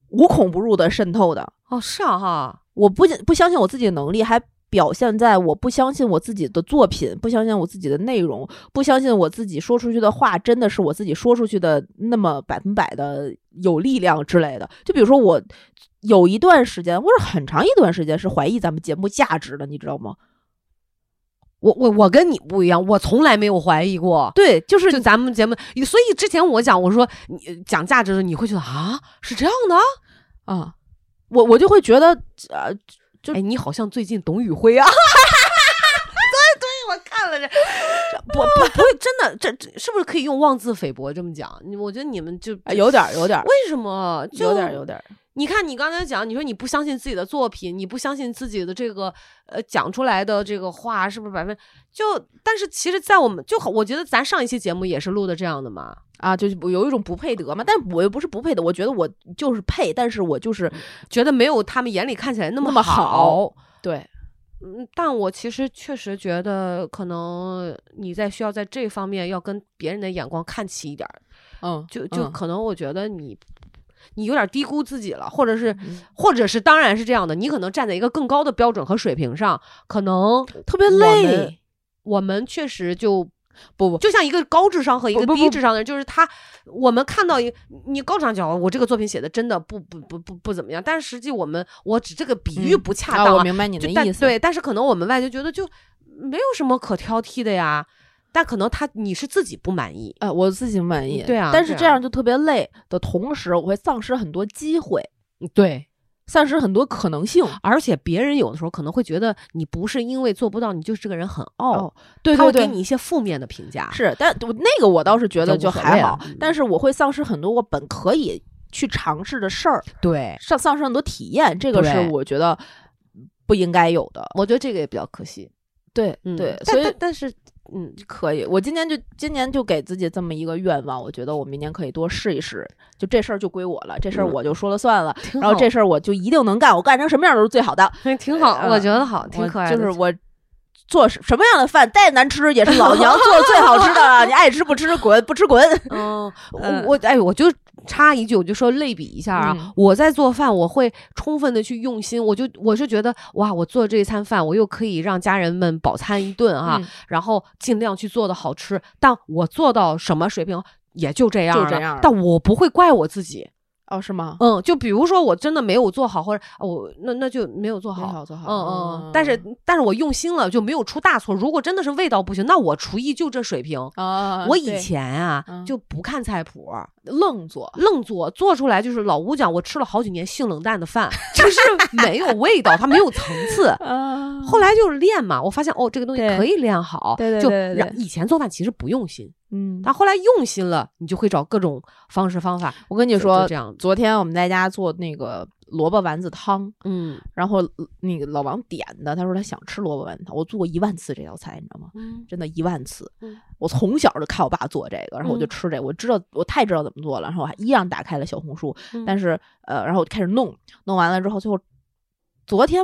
[SPEAKER 1] 无孔不入的渗透的。
[SPEAKER 2] 哦，是啊哈，
[SPEAKER 1] 我不仅不相信我自己的能力，还表现在我不相信我自己的作品，不相信我自己的内容，不相信我自己说出去的话真的是我自己说出去的那么百分百的有力量之类的。就比如说我有一段时间，或者很长一段时间是怀疑咱们节目价值的，你知道吗？
[SPEAKER 2] 我我我跟你不一样，我从来没有怀疑过。
[SPEAKER 1] 对，就是
[SPEAKER 2] 就咱们节目，所以之前我讲，我说你呃讲价值的时候，你会觉得啊，是这样的。
[SPEAKER 1] 啊，我我就会觉得呃，就
[SPEAKER 2] 哎，你好像最近董宇辉啊。 对对，我看了这， 不不 不会，真的，这这是不是可以用妄自菲薄这么讲？你我觉得你们就
[SPEAKER 1] 哎有点儿有点儿
[SPEAKER 2] 为什么就
[SPEAKER 1] 有点儿有点儿，
[SPEAKER 2] 你看，你刚才讲，你说你不相信自己的作品，你不相信自己的这个呃讲出来的这个话是不是百分就？但是其实，在我们就好，我觉得咱上一期节目也是录的这样的嘛。
[SPEAKER 1] 啊，就是有一种不配得嘛，但我又不是不配得，我觉得我就是配，但是我就是
[SPEAKER 2] 觉得没有他们眼里看起来那
[SPEAKER 1] 那么
[SPEAKER 2] 好
[SPEAKER 1] 好。对，
[SPEAKER 2] 嗯，但我其实确实觉得，可能你在需要在这方面要跟别人的眼光看齐一点儿，
[SPEAKER 1] 嗯，
[SPEAKER 2] 就就
[SPEAKER 1] 嗯
[SPEAKER 2] 可能我觉得你。你有点低估自己了，或者是
[SPEAKER 1] 嗯，
[SPEAKER 2] 或者是，当然是这样的。你可能站在一个更高的标准和水平上，可能
[SPEAKER 1] 特别
[SPEAKER 2] 我
[SPEAKER 1] 累
[SPEAKER 2] 们，我们确实就
[SPEAKER 1] 不不，
[SPEAKER 2] 就像一个高智商和一
[SPEAKER 1] 不
[SPEAKER 2] 个
[SPEAKER 1] 不
[SPEAKER 2] 低
[SPEAKER 1] 不
[SPEAKER 2] 智商的人，就是他，我们看到一你高智商讲我这个作品写的真的不不不不不怎么样，但是实际我们我只这个比喻
[SPEAKER 1] 嗯
[SPEAKER 2] 不恰
[SPEAKER 1] 啊，
[SPEAKER 2] 当、
[SPEAKER 1] 我明白你
[SPEAKER 2] 就
[SPEAKER 1] 的
[SPEAKER 2] 但
[SPEAKER 1] 意思，，
[SPEAKER 2] 对，但是可能我们外界觉得就没有什么可挑剔的呀，但可能他你是自己不满意，
[SPEAKER 1] 啊，我自己满意，
[SPEAKER 2] 对啊
[SPEAKER 1] 但
[SPEAKER 2] 对
[SPEAKER 1] 是
[SPEAKER 2] 啊
[SPEAKER 1] 这样就特别累的同时，我会丧失很多机会，
[SPEAKER 2] 对，
[SPEAKER 1] 丧失很多可能性，
[SPEAKER 2] 而且别人有的时候可能会觉得你不是因为做不到，你就是这个人很傲，
[SPEAKER 1] 哦对
[SPEAKER 2] 他
[SPEAKER 1] 对
[SPEAKER 2] 会
[SPEAKER 1] 对
[SPEAKER 2] 给，你一些负面的评价，
[SPEAKER 1] 是，但我那个我倒是觉得
[SPEAKER 2] 就
[SPEAKER 1] 就
[SPEAKER 2] 无所
[SPEAKER 1] 还
[SPEAKER 2] 谓了
[SPEAKER 1] 好，但是我会丧失很多我本可以去尝试的事儿，
[SPEAKER 2] 对，
[SPEAKER 1] 上丧失很多体验，这个
[SPEAKER 2] 对
[SPEAKER 1] 是我觉得不应该有的。
[SPEAKER 2] 我觉得这个也比较可惜，
[SPEAKER 1] 对
[SPEAKER 2] 嗯，
[SPEAKER 1] 对，
[SPEAKER 2] 但
[SPEAKER 1] 所以
[SPEAKER 2] 但但是嗯，
[SPEAKER 1] 可以。我今年就今年就给自己这么一个愿望，我觉得我明年可以多试一试，就这事儿就归我了，这事儿
[SPEAKER 2] 嗯
[SPEAKER 1] 我就说了算了，
[SPEAKER 2] 挺
[SPEAKER 1] 然后
[SPEAKER 2] 好
[SPEAKER 1] 这事儿我就一定能干，我干成什么样都是最好 的。
[SPEAKER 2] 哎，挺好，
[SPEAKER 1] 呃
[SPEAKER 2] 我觉得好，
[SPEAKER 1] 我
[SPEAKER 2] 挺可爱的。
[SPEAKER 1] 就是我。做什什么样的饭再难吃也是老娘做的最好吃的 啊，你爱吃不吃滚，不吃滚。
[SPEAKER 2] 嗯，我
[SPEAKER 1] 嗯
[SPEAKER 2] 我哎，我就插一句，我就说类比一下啊，
[SPEAKER 1] 嗯
[SPEAKER 2] 我在做饭，我会充分的去用心，我就我是觉得哇，我做这一餐饭，我又可以让家人们饱餐一顿 啊，
[SPEAKER 1] 嗯
[SPEAKER 2] 然后尽量去做的好吃，但我做到什么水平也就这样
[SPEAKER 1] 就
[SPEAKER 2] 了
[SPEAKER 1] 这样了
[SPEAKER 2] 但我不会怪我自己。
[SPEAKER 1] 哦，是吗？
[SPEAKER 2] 嗯，就比如说我真的没有做好，或者啊我那那就没有做
[SPEAKER 1] 没
[SPEAKER 2] 好。
[SPEAKER 1] 做好
[SPEAKER 2] 嗯嗯，但是但是我用心了，就没有出大错。如果真的是味道不行，那我厨艺就这水平，
[SPEAKER 1] 啊，
[SPEAKER 2] 我以
[SPEAKER 1] 对
[SPEAKER 2] 前啊
[SPEAKER 1] 嗯
[SPEAKER 2] 就不看菜谱儿，
[SPEAKER 1] 愣做，
[SPEAKER 2] 愣做，做出来就是老吴讲，我吃了好几年性冷淡的饭，就是没有味道，它没有层 次。
[SPEAKER 1] 啊
[SPEAKER 2] 后来就是练嘛，我发现哦，这个东西
[SPEAKER 1] 对
[SPEAKER 2] 可以练好。
[SPEAKER 1] 对对
[SPEAKER 2] 就
[SPEAKER 1] 对对
[SPEAKER 2] 让
[SPEAKER 1] 对
[SPEAKER 2] 以前做饭其实不用心，
[SPEAKER 1] 嗯
[SPEAKER 2] 但后来用心了，你就会找各种方式方法。
[SPEAKER 1] 我跟你
[SPEAKER 2] 就
[SPEAKER 1] 说
[SPEAKER 2] 就这，样，
[SPEAKER 1] 昨天我们在家做那个萝卜丸子汤，
[SPEAKER 2] 嗯，
[SPEAKER 1] 然后呃那个老王点的，他说他想吃萝卜丸子汤，我做过一万次这道菜，你知道吗？真的，一万次
[SPEAKER 2] 嗯。
[SPEAKER 1] 我从小就看我爸做这个，然后我就
[SPEAKER 2] 嗯
[SPEAKER 1] 吃这个，我知道我太知道怎么做了，然后我还一样打开了小红书，
[SPEAKER 2] 嗯
[SPEAKER 1] 但是呃，然后我就开始弄，弄完了之后，最后昨天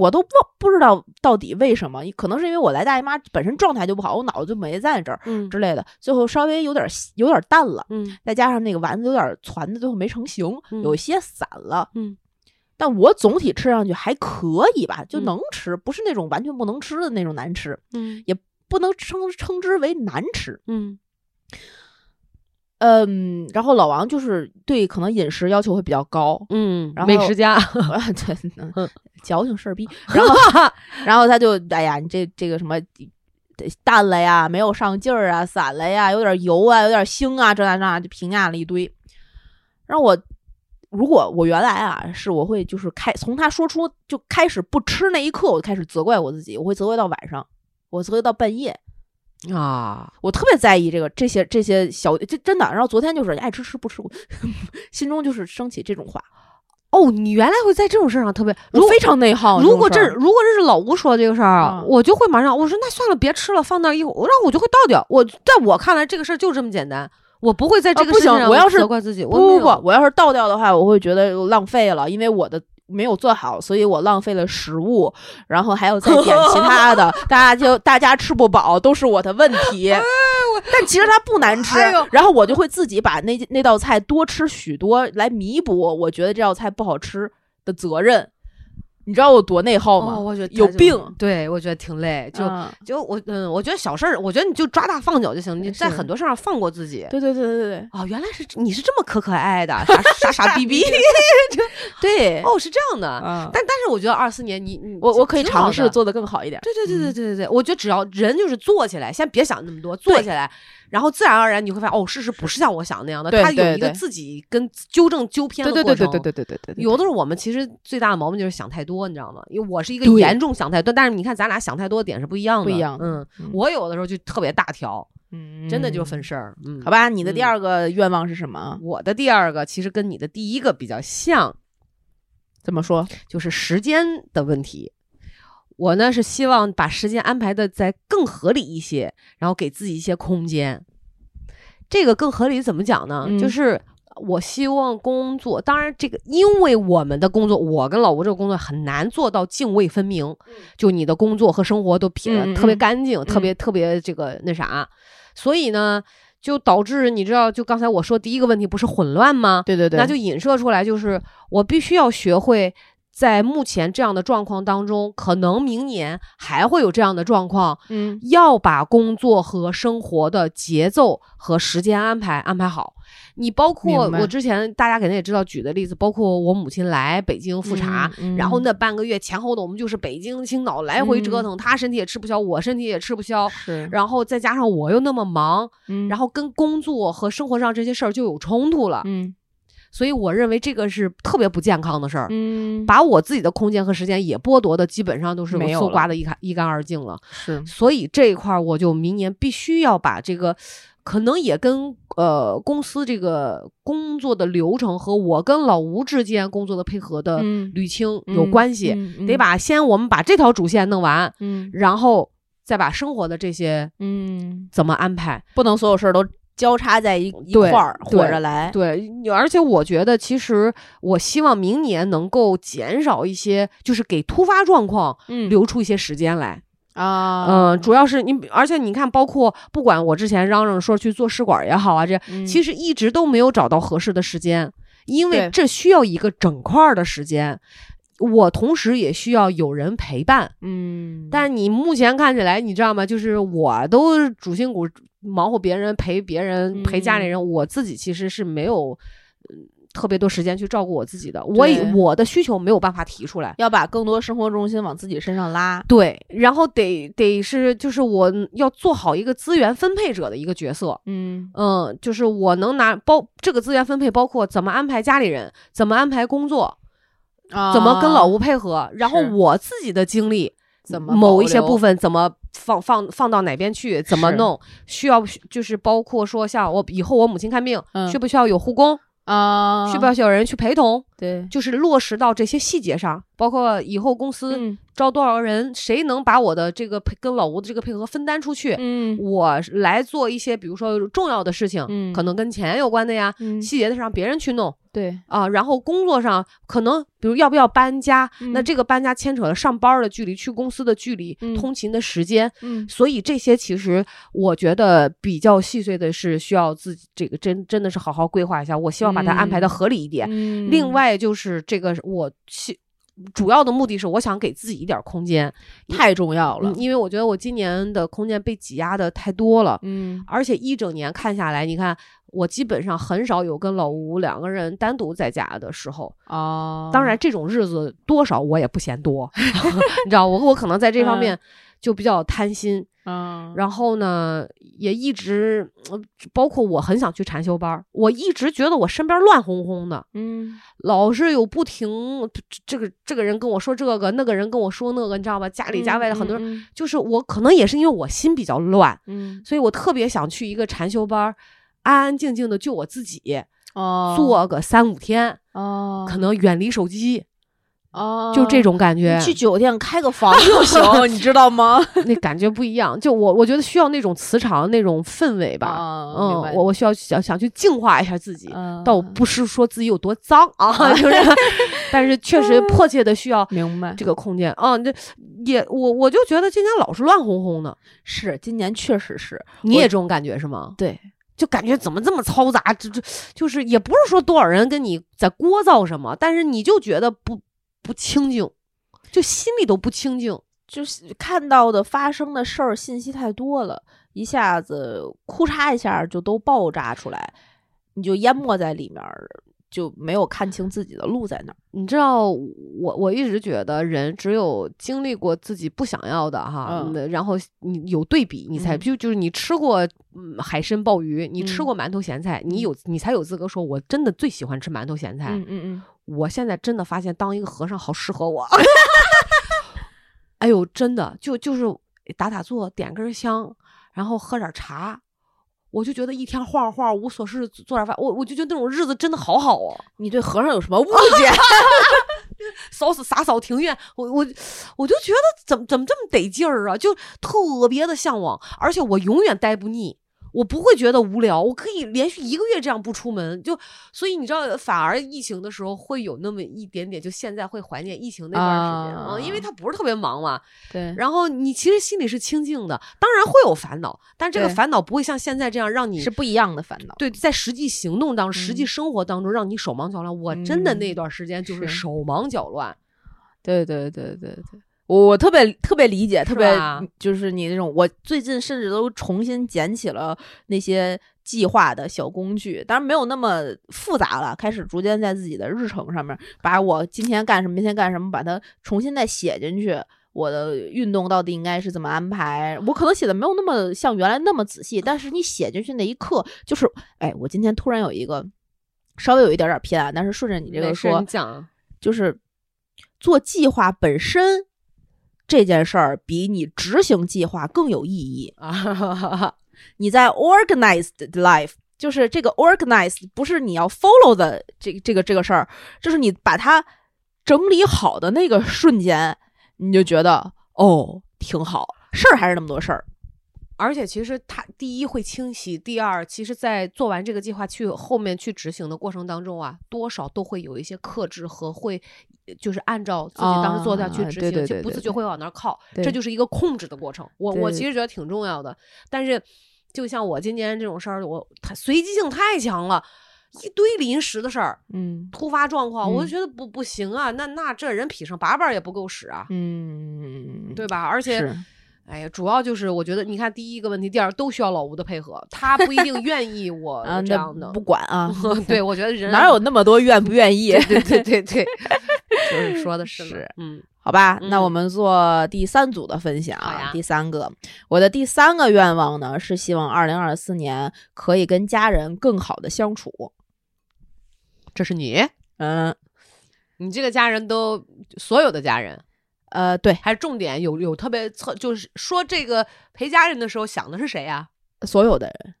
[SPEAKER 1] 我都忘不知道到底为什么，可能是因为我来大姨妈本身状态就不好，我脑子就没在这儿
[SPEAKER 2] 嗯
[SPEAKER 1] 之类的，最后稍微有点有点淡了。
[SPEAKER 2] 嗯
[SPEAKER 1] 再加上那个丸子有点攒的，最后没成型，
[SPEAKER 2] 嗯
[SPEAKER 1] 有一些散了。
[SPEAKER 2] 嗯，
[SPEAKER 1] 但我总体吃上去还可以吧，就
[SPEAKER 2] 嗯
[SPEAKER 1] 能吃，不是那种完全不能吃的那种难吃，
[SPEAKER 2] 嗯
[SPEAKER 1] 不能称称之为难吃。
[SPEAKER 2] 嗯，
[SPEAKER 1] 嗯，然后老王就是对可能饮食要求会比较高
[SPEAKER 2] 嗯
[SPEAKER 1] 然后
[SPEAKER 2] 美食 家，
[SPEAKER 1] 啊对，嗯矫情事儿逼。然后，然后他就哎呀，你这这个什么。淡了呀，没有上劲儿啊，散了呀，有点油啊，有点腥啊，这那那就评价了一堆。然后我如果我原来啊，是我会就是开从他说出就开始不吃那一刻，我就开始责怪我自己，我会责怪到晚上，我责怪到半夜，
[SPEAKER 2] 啊，
[SPEAKER 1] 我特别在意这个这些这些小这真的。然后昨天就是爱吃吃不吃， 心中就是升起这种话，
[SPEAKER 2] 哦，你原来会在这种事儿上特别，
[SPEAKER 1] 我
[SPEAKER 2] 如果
[SPEAKER 1] 非常内耗。
[SPEAKER 2] 如果
[SPEAKER 1] 这
[SPEAKER 2] 这
[SPEAKER 1] 哦种事儿
[SPEAKER 2] 如果这是老吴说的这个事儿啊
[SPEAKER 1] 嗯，
[SPEAKER 2] 我就会马上我说那算了，别吃了，放那儿一会儿，然后我就会倒掉。我在我看来，这个事儿就这么简单，我不会在这
[SPEAKER 1] 啊
[SPEAKER 2] 个
[SPEAKER 1] 不
[SPEAKER 2] 事情
[SPEAKER 1] 行
[SPEAKER 2] 上
[SPEAKER 1] 我要是
[SPEAKER 2] 责怪自己。
[SPEAKER 1] 不
[SPEAKER 2] 我没
[SPEAKER 1] 不哦
[SPEAKER 2] 有
[SPEAKER 1] 不，我要是倒掉的话，我会觉得浪费了，因为我的没有做好，所以我浪费了食物，然后还要再点其他 的，大家就大家吃不饱都是我的问题。但其实它不难吃，
[SPEAKER 2] 哎哎呦
[SPEAKER 1] 然后我就会自己把那那道菜多吃许多，来弥补我觉得这道菜不好吃的责任。你知道我多内耗吗？
[SPEAKER 2] 哦，我觉得
[SPEAKER 1] 有
[SPEAKER 2] 就
[SPEAKER 1] 病，
[SPEAKER 2] 对我觉得挺累，就
[SPEAKER 1] 嗯
[SPEAKER 2] 就我嗯，我觉得小事儿，我觉得你就抓大放小就行，你在
[SPEAKER 1] 是
[SPEAKER 2] 很多事儿上放过自己。
[SPEAKER 1] 对对对对对
[SPEAKER 2] 哦，原来是这你是这么可可爱爱的，傻 傻傻逼逼。
[SPEAKER 1] 对，
[SPEAKER 2] 哦，是这样的。
[SPEAKER 1] 嗯，
[SPEAKER 2] 但但是我觉得二四年你你
[SPEAKER 1] 我我可以
[SPEAKER 2] 挺好
[SPEAKER 1] 尝试
[SPEAKER 2] 的
[SPEAKER 1] 做的更好一点。
[SPEAKER 2] 对对对对
[SPEAKER 1] 嗯
[SPEAKER 2] 对对对，我觉得只要人就是做起来，先别想那么多，做
[SPEAKER 1] 对
[SPEAKER 2] 起来，然后自然而然你会发现，哦，事实不是像我想那样的，
[SPEAKER 1] 对
[SPEAKER 2] 它有
[SPEAKER 1] 对
[SPEAKER 2] 一个
[SPEAKER 1] 对
[SPEAKER 2] 自己跟纠正纠偏
[SPEAKER 1] 对
[SPEAKER 2] 的
[SPEAKER 1] 对
[SPEAKER 2] 过
[SPEAKER 1] 对
[SPEAKER 2] 程。
[SPEAKER 1] 对对对对对对对，
[SPEAKER 2] 有的时候我们其实最大的毛病就是想太多，你知道吗？因为我是一个
[SPEAKER 1] 对
[SPEAKER 2] 严重想太多，但是你看咱俩想太多的点是不一样的，
[SPEAKER 1] 不一样的
[SPEAKER 2] 嗯，
[SPEAKER 1] 嗯
[SPEAKER 2] 我有的时候就特别大条，真的就是
[SPEAKER 1] 分
[SPEAKER 2] 分事儿。嗯，
[SPEAKER 1] 好吧，你的第
[SPEAKER 2] 嗯
[SPEAKER 1] 二个愿望是什么啊？
[SPEAKER 2] 我的第二个其实跟你的第一个比较像，
[SPEAKER 1] 怎么说？
[SPEAKER 2] 就是时间的问题。我呢是希望把时间安排的再更合理一些，然后给自己一些空间。这个更合理怎么讲呢？
[SPEAKER 1] 嗯
[SPEAKER 2] 就是我希望工作，当然这个因为我们的工作，我跟老吴这个工作很难做到泾渭分明，就你的工作和生活都撇
[SPEAKER 1] 嗯嗯
[SPEAKER 2] 得
[SPEAKER 1] 嗯
[SPEAKER 2] 特别干净，特别特别这个那啥，所以呢，就导致你知道，就刚才我说第一个问题不是混乱吗？
[SPEAKER 1] 对对对，
[SPEAKER 2] 那就引射出来，就是我必须要学会在目前这样的状况当中，可能明年还会有这样的状况，
[SPEAKER 1] 嗯
[SPEAKER 2] 要把工作和生活的节奏和时间安排安排好。你包括
[SPEAKER 1] 明白
[SPEAKER 2] 我之前大家肯定也知道举的例子，包括我母亲来北京复查，
[SPEAKER 1] 嗯，嗯嗯
[SPEAKER 2] 然后那半个月前后的我们就是北京、青岛来回折腾，她身体也吃不消，我身体也吃不消，
[SPEAKER 1] 是，
[SPEAKER 2] 然后再加上我又那么忙，
[SPEAKER 1] 嗯
[SPEAKER 2] 然后跟工作和生活上这些事儿就有冲突了。
[SPEAKER 1] 嗯
[SPEAKER 2] 所以我认为这个是特别不健康的事儿，
[SPEAKER 1] 嗯，
[SPEAKER 2] 把我自己的空间和时间也剥夺的，基本上都是
[SPEAKER 1] 没有
[SPEAKER 2] 搜
[SPEAKER 1] 了嗯
[SPEAKER 2] 刮的一干一干二净了。
[SPEAKER 1] 是
[SPEAKER 2] 所以这一块儿，我就明年必须要把这个，可能也跟呃公司这个工作的流程和我跟老吴之间工作的配合的
[SPEAKER 1] 嗯
[SPEAKER 2] 捋清有关系，，
[SPEAKER 1] 嗯
[SPEAKER 2] 得把先我们把这条主线弄完，
[SPEAKER 1] 嗯
[SPEAKER 2] 然后再把生活的这些
[SPEAKER 1] 嗯，
[SPEAKER 2] 怎么安排。
[SPEAKER 1] 不能所有事儿都交叉在一一
[SPEAKER 2] 对
[SPEAKER 1] 块儿
[SPEAKER 2] 对
[SPEAKER 1] 火着来，
[SPEAKER 2] 对，而且我觉得，其实我希望明年能够减少一些，就是给突发状况
[SPEAKER 1] 嗯
[SPEAKER 2] 留出一些时间来。嗯、
[SPEAKER 1] 啊，
[SPEAKER 2] 主要是你，而且你看，包括不管我之前嚷嚷说去做试管也好啊，这
[SPEAKER 1] 嗯
[SPEAKER 2] 其实一直都没有找到合适的时间，因为
[SPEAKER 1] 对
[SPEAKER 2] 这需要一个整块儿的时间。我同时也需要有人陪伴，
[SPEAKER 1] 嗯，
[SPEAKER 2] 但你目前看起来，你知道吗？就是我都主心骨忙活别人、陪别人、陪家里
[SPEAKER 1] 嗯
[SPEAKER 2] 人，我自己其实是没有、嗯特别多时间去照顾我自己的。我以
[SPEAKER 1] 对
[SPEAKER 2] 我的需求没有办法提出来。
[SPEAKER 1] 要把更多生活重心往自己身上拉，
[SPEAKER 2] 对，然后得得是就是我嗯要做好一个资源分配者的一个角色，
[SPEAKER 1] 嗯
[SPEAKER 2] 嗯，就是我能拿包这个资源分配，包括怎么安排家里人，怎么安排工作，
[SPEAKER 1] 啊，
[SPEAKER 2] 怎么跟老吴配合，然后
[SPEAKER 1] 是
[SPEAKER 2] 我自己的精力
[SPEAKER 1] 怎么
[SPEAKER 2] 某
[SPEAKER 1] 保
[SPEAKER 2] 一些部
[SPEAKER 1] 留，
[SPEAKER 2] 分怎么放放放到哪边去，怎么
[SPEAKER 1] 是
[SPEAKER 2] 弄，需要就是包括说像我以后我母亲看病，
[SPEAKER 1] 嗯
[SPEAKER 2] 需不需要有护工，
[SPEAKER 1] 啊，
[SPEAKER 2] 需不需要有人去陪同，
[SPEAKER 1] 对，
[SPEAKER 2] 就是落实到这些细节上，包括以后公司
[SPEAKER 1] 嗯
[SPEAKER 2] 招多少人，谁能把我的这个配跟老吴的这个配合分担出去，
[SPEAKER 1] 嗯
[SPEAKER 2] 我来做一些比如说重要的事情，
[SPEAKER 1] 嗯
[SPEAKER 2] 可能跟钱有关的呀，
[SPEAKER 1] 嗯，
[SPEAKER 2] 细节的让别人去弄。
[SPEAKER 1] 对，
[SPEAKER 2] 啊，然后工作上可能比如要不要搬家，那
[SPEAKER 1] 嗯
[SPEAKER 2] 这个搬家牵扯了上班儿的距离、去公司的距离、
[SPEAKER 1] 嗯
[SPEAKER 2] 通勤的时间，
[SPEAKER 1] 嗯
[SPEAKER 2] 所以这些其实我觉得比较细碎的是需要自己这个真真的是好好规划一下，我希望把它安排
[SPEAKER 1] 嗯
[SPEAKER 2] 的合理一点。
[SPEAKER 1] 嗯，
[SPEAKER 2] 另外就是这个我希主要的目的是我想给自己一点儿空间，
[SPEAKER 1] 太重要了
[SPEAKER 2] 嗯，因为我觉得我今年的空间被挤压的太多了，
[SPEAKER 1] 嗯
[SPEAKER 2] 而且一整年看下来，你看我基本上很少有跟老吴两个人单独在家的时候。
[SPEAKER 1] 啊，
[SPEAKER 2] 哦当然，这种日子 多少我也不嫌多，你知道，我我可能在这方面就比较贪心，
[SPEAKER 1] 嗯，
[SPEAKER 2] 然后呢，也一直，呃包括我很想去禅修班儿，我一直觉得我身边乱哄哄的，
[SPEAKER 1] 嗯
[SPEAKER 2] 老是有不停这这个这个人跟我说这个，那个人跟我说那个，你知道吧？家里
[SPEAKER 1] 嗯
[SPEAKER 2] 家外的很多人，
[SPEAKER 1] 人，
[SPEAKER 2] 就是我可能也是因为我心比较乱，
[SPEAKER 1] 嗯，
[SPEAKER 2] 所以我特别想去一个禅修班儿，安安静静的就我自己、
[SPEAKER 1] 哦，
[SPEAKER 2] 做个三五天，
[SPEAKER 1] 哦，
[SPEAKER 2] 可能远离手机，
[SPEAKER 1] 哦，
[SPEAKER 2] 就这种感觉
[SPEAKER 1] 你，去酒店开个 房就行，你知道吗？
[SPEAKER 2] 那感觉不一样。就我我觉得需要那种磁场那种氛围吧。
[SPEAKER 1] 啊
[SPEAKER 2] 嗯，我我需要想想去净化一下自己，
[SPEAKER 1] 我
[SPEAKER 2] 倒不是说自己有多脏啊， 就是，但是确实迫切的需要
[SPEAKER 1] 明白。
[SPEAKER 2] 这个空间啊。这也我我就觉得今年老是乱哄哄的，
[SPEAKER 1] 是，今年确实是
[SPEAKER 2] 你
[SPEAKER 1] 我
[SPEAKER 2] 也这种感觉是吗？
[SPEAKER 1] 对，
[SPEAKER 2] 就感觉怎么这么嘈杂，这这就是也不是说多少人跟你在聒噪什么，但是你就觉得不不清静，就心里都不清静。
[SPEAKER 1] 就是看到的发生的事儿信息太多了，一下子哭嚓一下就都爆炸出来，你就淹没在里面儿，就没有看清自己的路在哪儿。
[SPEAKER 2] 你知道我我一直觉得人只有经历过自己不想要的哈，
[SPEAKER 1] 嗯
[SPEAKER 2] 嗯然后你有对比，你才、
[SPEAKER 1] 嗯
[SPEAKER 2] 就就是你吃过、嗯、海参鲍鱼，你吃
[SPEAKER 1] 嗯
[SPEAKER 2] 过馒头咸菜，你有你才有资格说，我真的最喜欢吃馒头咸菜。
[SPEAKER 1] 嗯
[SPEAKER 2] 我现在真的发现当一个和尚好适 合我。哎呦，真的就就是打打坐，点根香，然后喝点茶。我就觉得一天晃晃无所事，做点饭，我我就觉得那种日子真的好好哦、
[SPEAKER 1] 你对和尚有什么误解？
[SPEAKER 2] 扫扫洒扫庭院，我我我就觉得怎么怎么这么得劲儿啊，就特别的向往，而且我永远待不腻。我不会觉得无聊，我可以连续一个月这样不出门，就所以你知道，反而疫情的时候会有那么一点点，就现在会怀念疫情那段时间
[SPEAKER 1] 啊
[SPEAKER 2] 因为它不是特别忙嘛。
[SPEAKER 1] 对，
[SPEAKER 2] 然后你其实心里是清静的，当然会有烦恼，但这个
[SPEAKER 1] 对
[SPEAKER 2] 烦恼不会像现在这样让你
[SPEAKER 1] 是不一样的烦恼。
[SPEAKER 2] 对，在实际行动当中、实际
[SPEAKER 1] 嗯
[SPEAKER 2] 生活当中让你手忙脚乱。我真的
[SPEAKER 1] 嗯
[SPEAKER 2] 那段时间就是
[SPEAKER 1] 是
[SPEAKER 2] 手忙脚乱，
[SPEAKER 1] 对对对对对，我我特别特别理解，特
[SPEAKER 2] 是
[SPEAKER 1] 别
[SPEAKER 2] 吧
[SPEAKER 1] 就是你那种，我最近甚至都重新捡起了那些计划的小工具，当然没有那么复杂了，开始逐渐在自己的日程上面，把我今天干什么，明天干什么，把它重新再写进去。我的运动到底应该是怎么安排？我可能写的没有那么像原来那么仔细，但是你写进去那一刻，就是，哎，我今天突然有一个稍微有一点点偏啊，但是顺着你这
[SPEAKER 2] 没
[SPEAKER 1] 个
[SPEAKER 2] 事
[SPEAKER 1] 说，
[SPEAKER 2] 你讲啊。
[SPEAKER 1] 就是做计划本身这件事儿比你执行计划更有意义。
[SPEAKER 2] 啊，
[SPEAKER 1] 你在 organized life，就是这个 organized 不是你要 follow 的这这个这个事儿，就是你把它整理好的那个瞬间，你就觉得哦挺好，事儿还是那么多事儿。
[SPEAKER 2] 而且其实它第一会清晰，第二，其实，在做完这个计划去后面去执行的过程当中啊，多少都会有一些克制和会，呃就是按照自己当时做的去
[SPEAKER 1] 啊
[SPEAKER 2] 执
[SPEAKER 1] 对
[SPEAKER 2] 行，
[SPEAKER 1] 对对
[SPEAKER 2] 就不
[SPEAKER 1] 对
[SPEAKER 2] 自觉
[SPEAKER 1] 对
[SPEAKER 2] 会往那儿靠，
[SPEAKER 1] 对
[SPEAKER 2] 这就是一个控制的过程。我我
[SPEAKER 1] 对
[SPEAKER 2] 其实觉得挺重要的，但是就像我今年这种事儿，我它随机性太强了，一堆临时的事儿。
[SPEAKER 1] 嗯
[SPEAKER 2] 突发状况，我就
[SPEAKER 1] 嗯
[SPEAKER 2] 觉得不不行啊！那那这人匹上八瓣儿也不够使啊，
[SPEAKER 1] 嗯，
[SPEAKER 2] 对吧？而且
[SPEAKER 1] 是
[SPEAKER 2] 哎呀，主要就是我觉得，你看第一个问题，第二都需要老吴的配合，他不一定愿意我
[SPEAKER 1] 啊，
[SPEAKER 2] 呃这样
[SPEAKER 1] 那
[SPEAKER 2] 的。
[SPEAKER 1] 不管啊，
[SPEAKER 2] 对，我觉得 人啊
[SPEAKER 1] 哪有那么多愿不愿意？
[SPEAKER 2] 对对对对，就是说的是呢
[SPEAKER 1] 是
[SPEAKER 2] 嗯
[SPEAKER 1] 好吧，
[SPEAKER 2] 嗯
[SPEAKER 1] 那我们做第三组的分享
[SPEAKER 2] 好呀
[SPEAKER 1] 啊，第三个，我的第三个愿望呢是希望二零二四年可以跟家人更好的相处。
[SPEAKER 2] 这是你，
[SPEAKER 1] 嗯，
[SPEAKER 2] 你这个家人都所有的家人，
[SPEAKER 1] 呃，对，
[SPEAKER 2] 还重点有有特别侧，就是说这个陪家人的时候想的是谁呀、
[SPEAKER 1] 所有的人，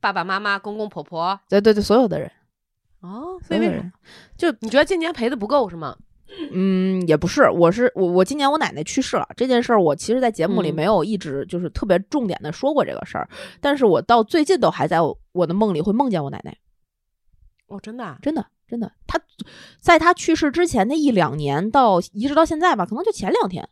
[SPEAKER 2] 爸爸妈妈、公公婆婆
[SPEAKER 1] 对对对，所有的人，
[SPEAKER 2] 哦，
[SPEAKER 1] 所
[SPEAKER 2] 所以
[SPEAKER 1] 有的
[SPEAKER 2] 为什么
[SPEAKER 1] 人，就
[SPEAKER 2] 你觉得今年陪的不够是吗？
[SPEAKER 1] 嗯，也不是，我是我我今年我奶奶去世了这件事儿，我其实在节目里
[SPEAKER 2] 嗯
[SPEAKER 1] 没有一直就是特别重点的说过这个事儿，但是我到最近都还在我我的梦里会梦见我奶奶，
[SPEAKER 2] 哦，真的、啊，
[SPEAKER 1] 真的真的，她在她去世之前的一两年到一直到现在吧，可能就前两天。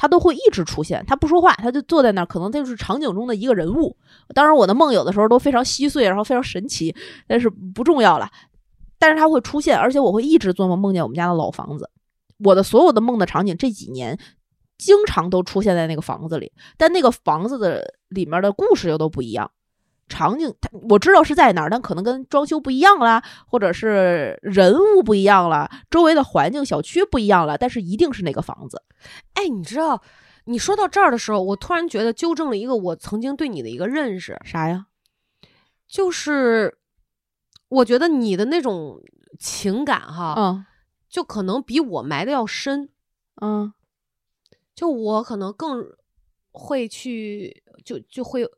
[SPEAKER 1] 他都会一直出现，他不说话，他就坐在那儿，可能就是场景中的一个人物。当然，我的梦有的时候都非常稀碎，然后非常神奇，但是不重要了。但是他会出现，而且我会一直做梦，梦见我们家的老房子。我的所有的梦的场景，这几年经常都出现在那个房子里，但那个房子的里面的故事又都不一样。场景，它我知道是在哪儿，但可能跟装修不一样啦，或者是人物不一样了，周围的环境、小区不一样了，但是一定是那个房子。
[SPEAKER 2] 哎，你知道，你说到这儿的时候，我突然觉得纠正了一个我曾经对你的一个认识，
[SPEAKER 1] 啥呀？
[SPEAKER 2] 就是我觉得你的那种情感哈，
[SPEAKER 1] 嗯
[SPEAKER 2] 就可能比我埋的要深。
[SPEAKER 1] 嗯
[SPEAKER 2] 就我可能更会去，就就会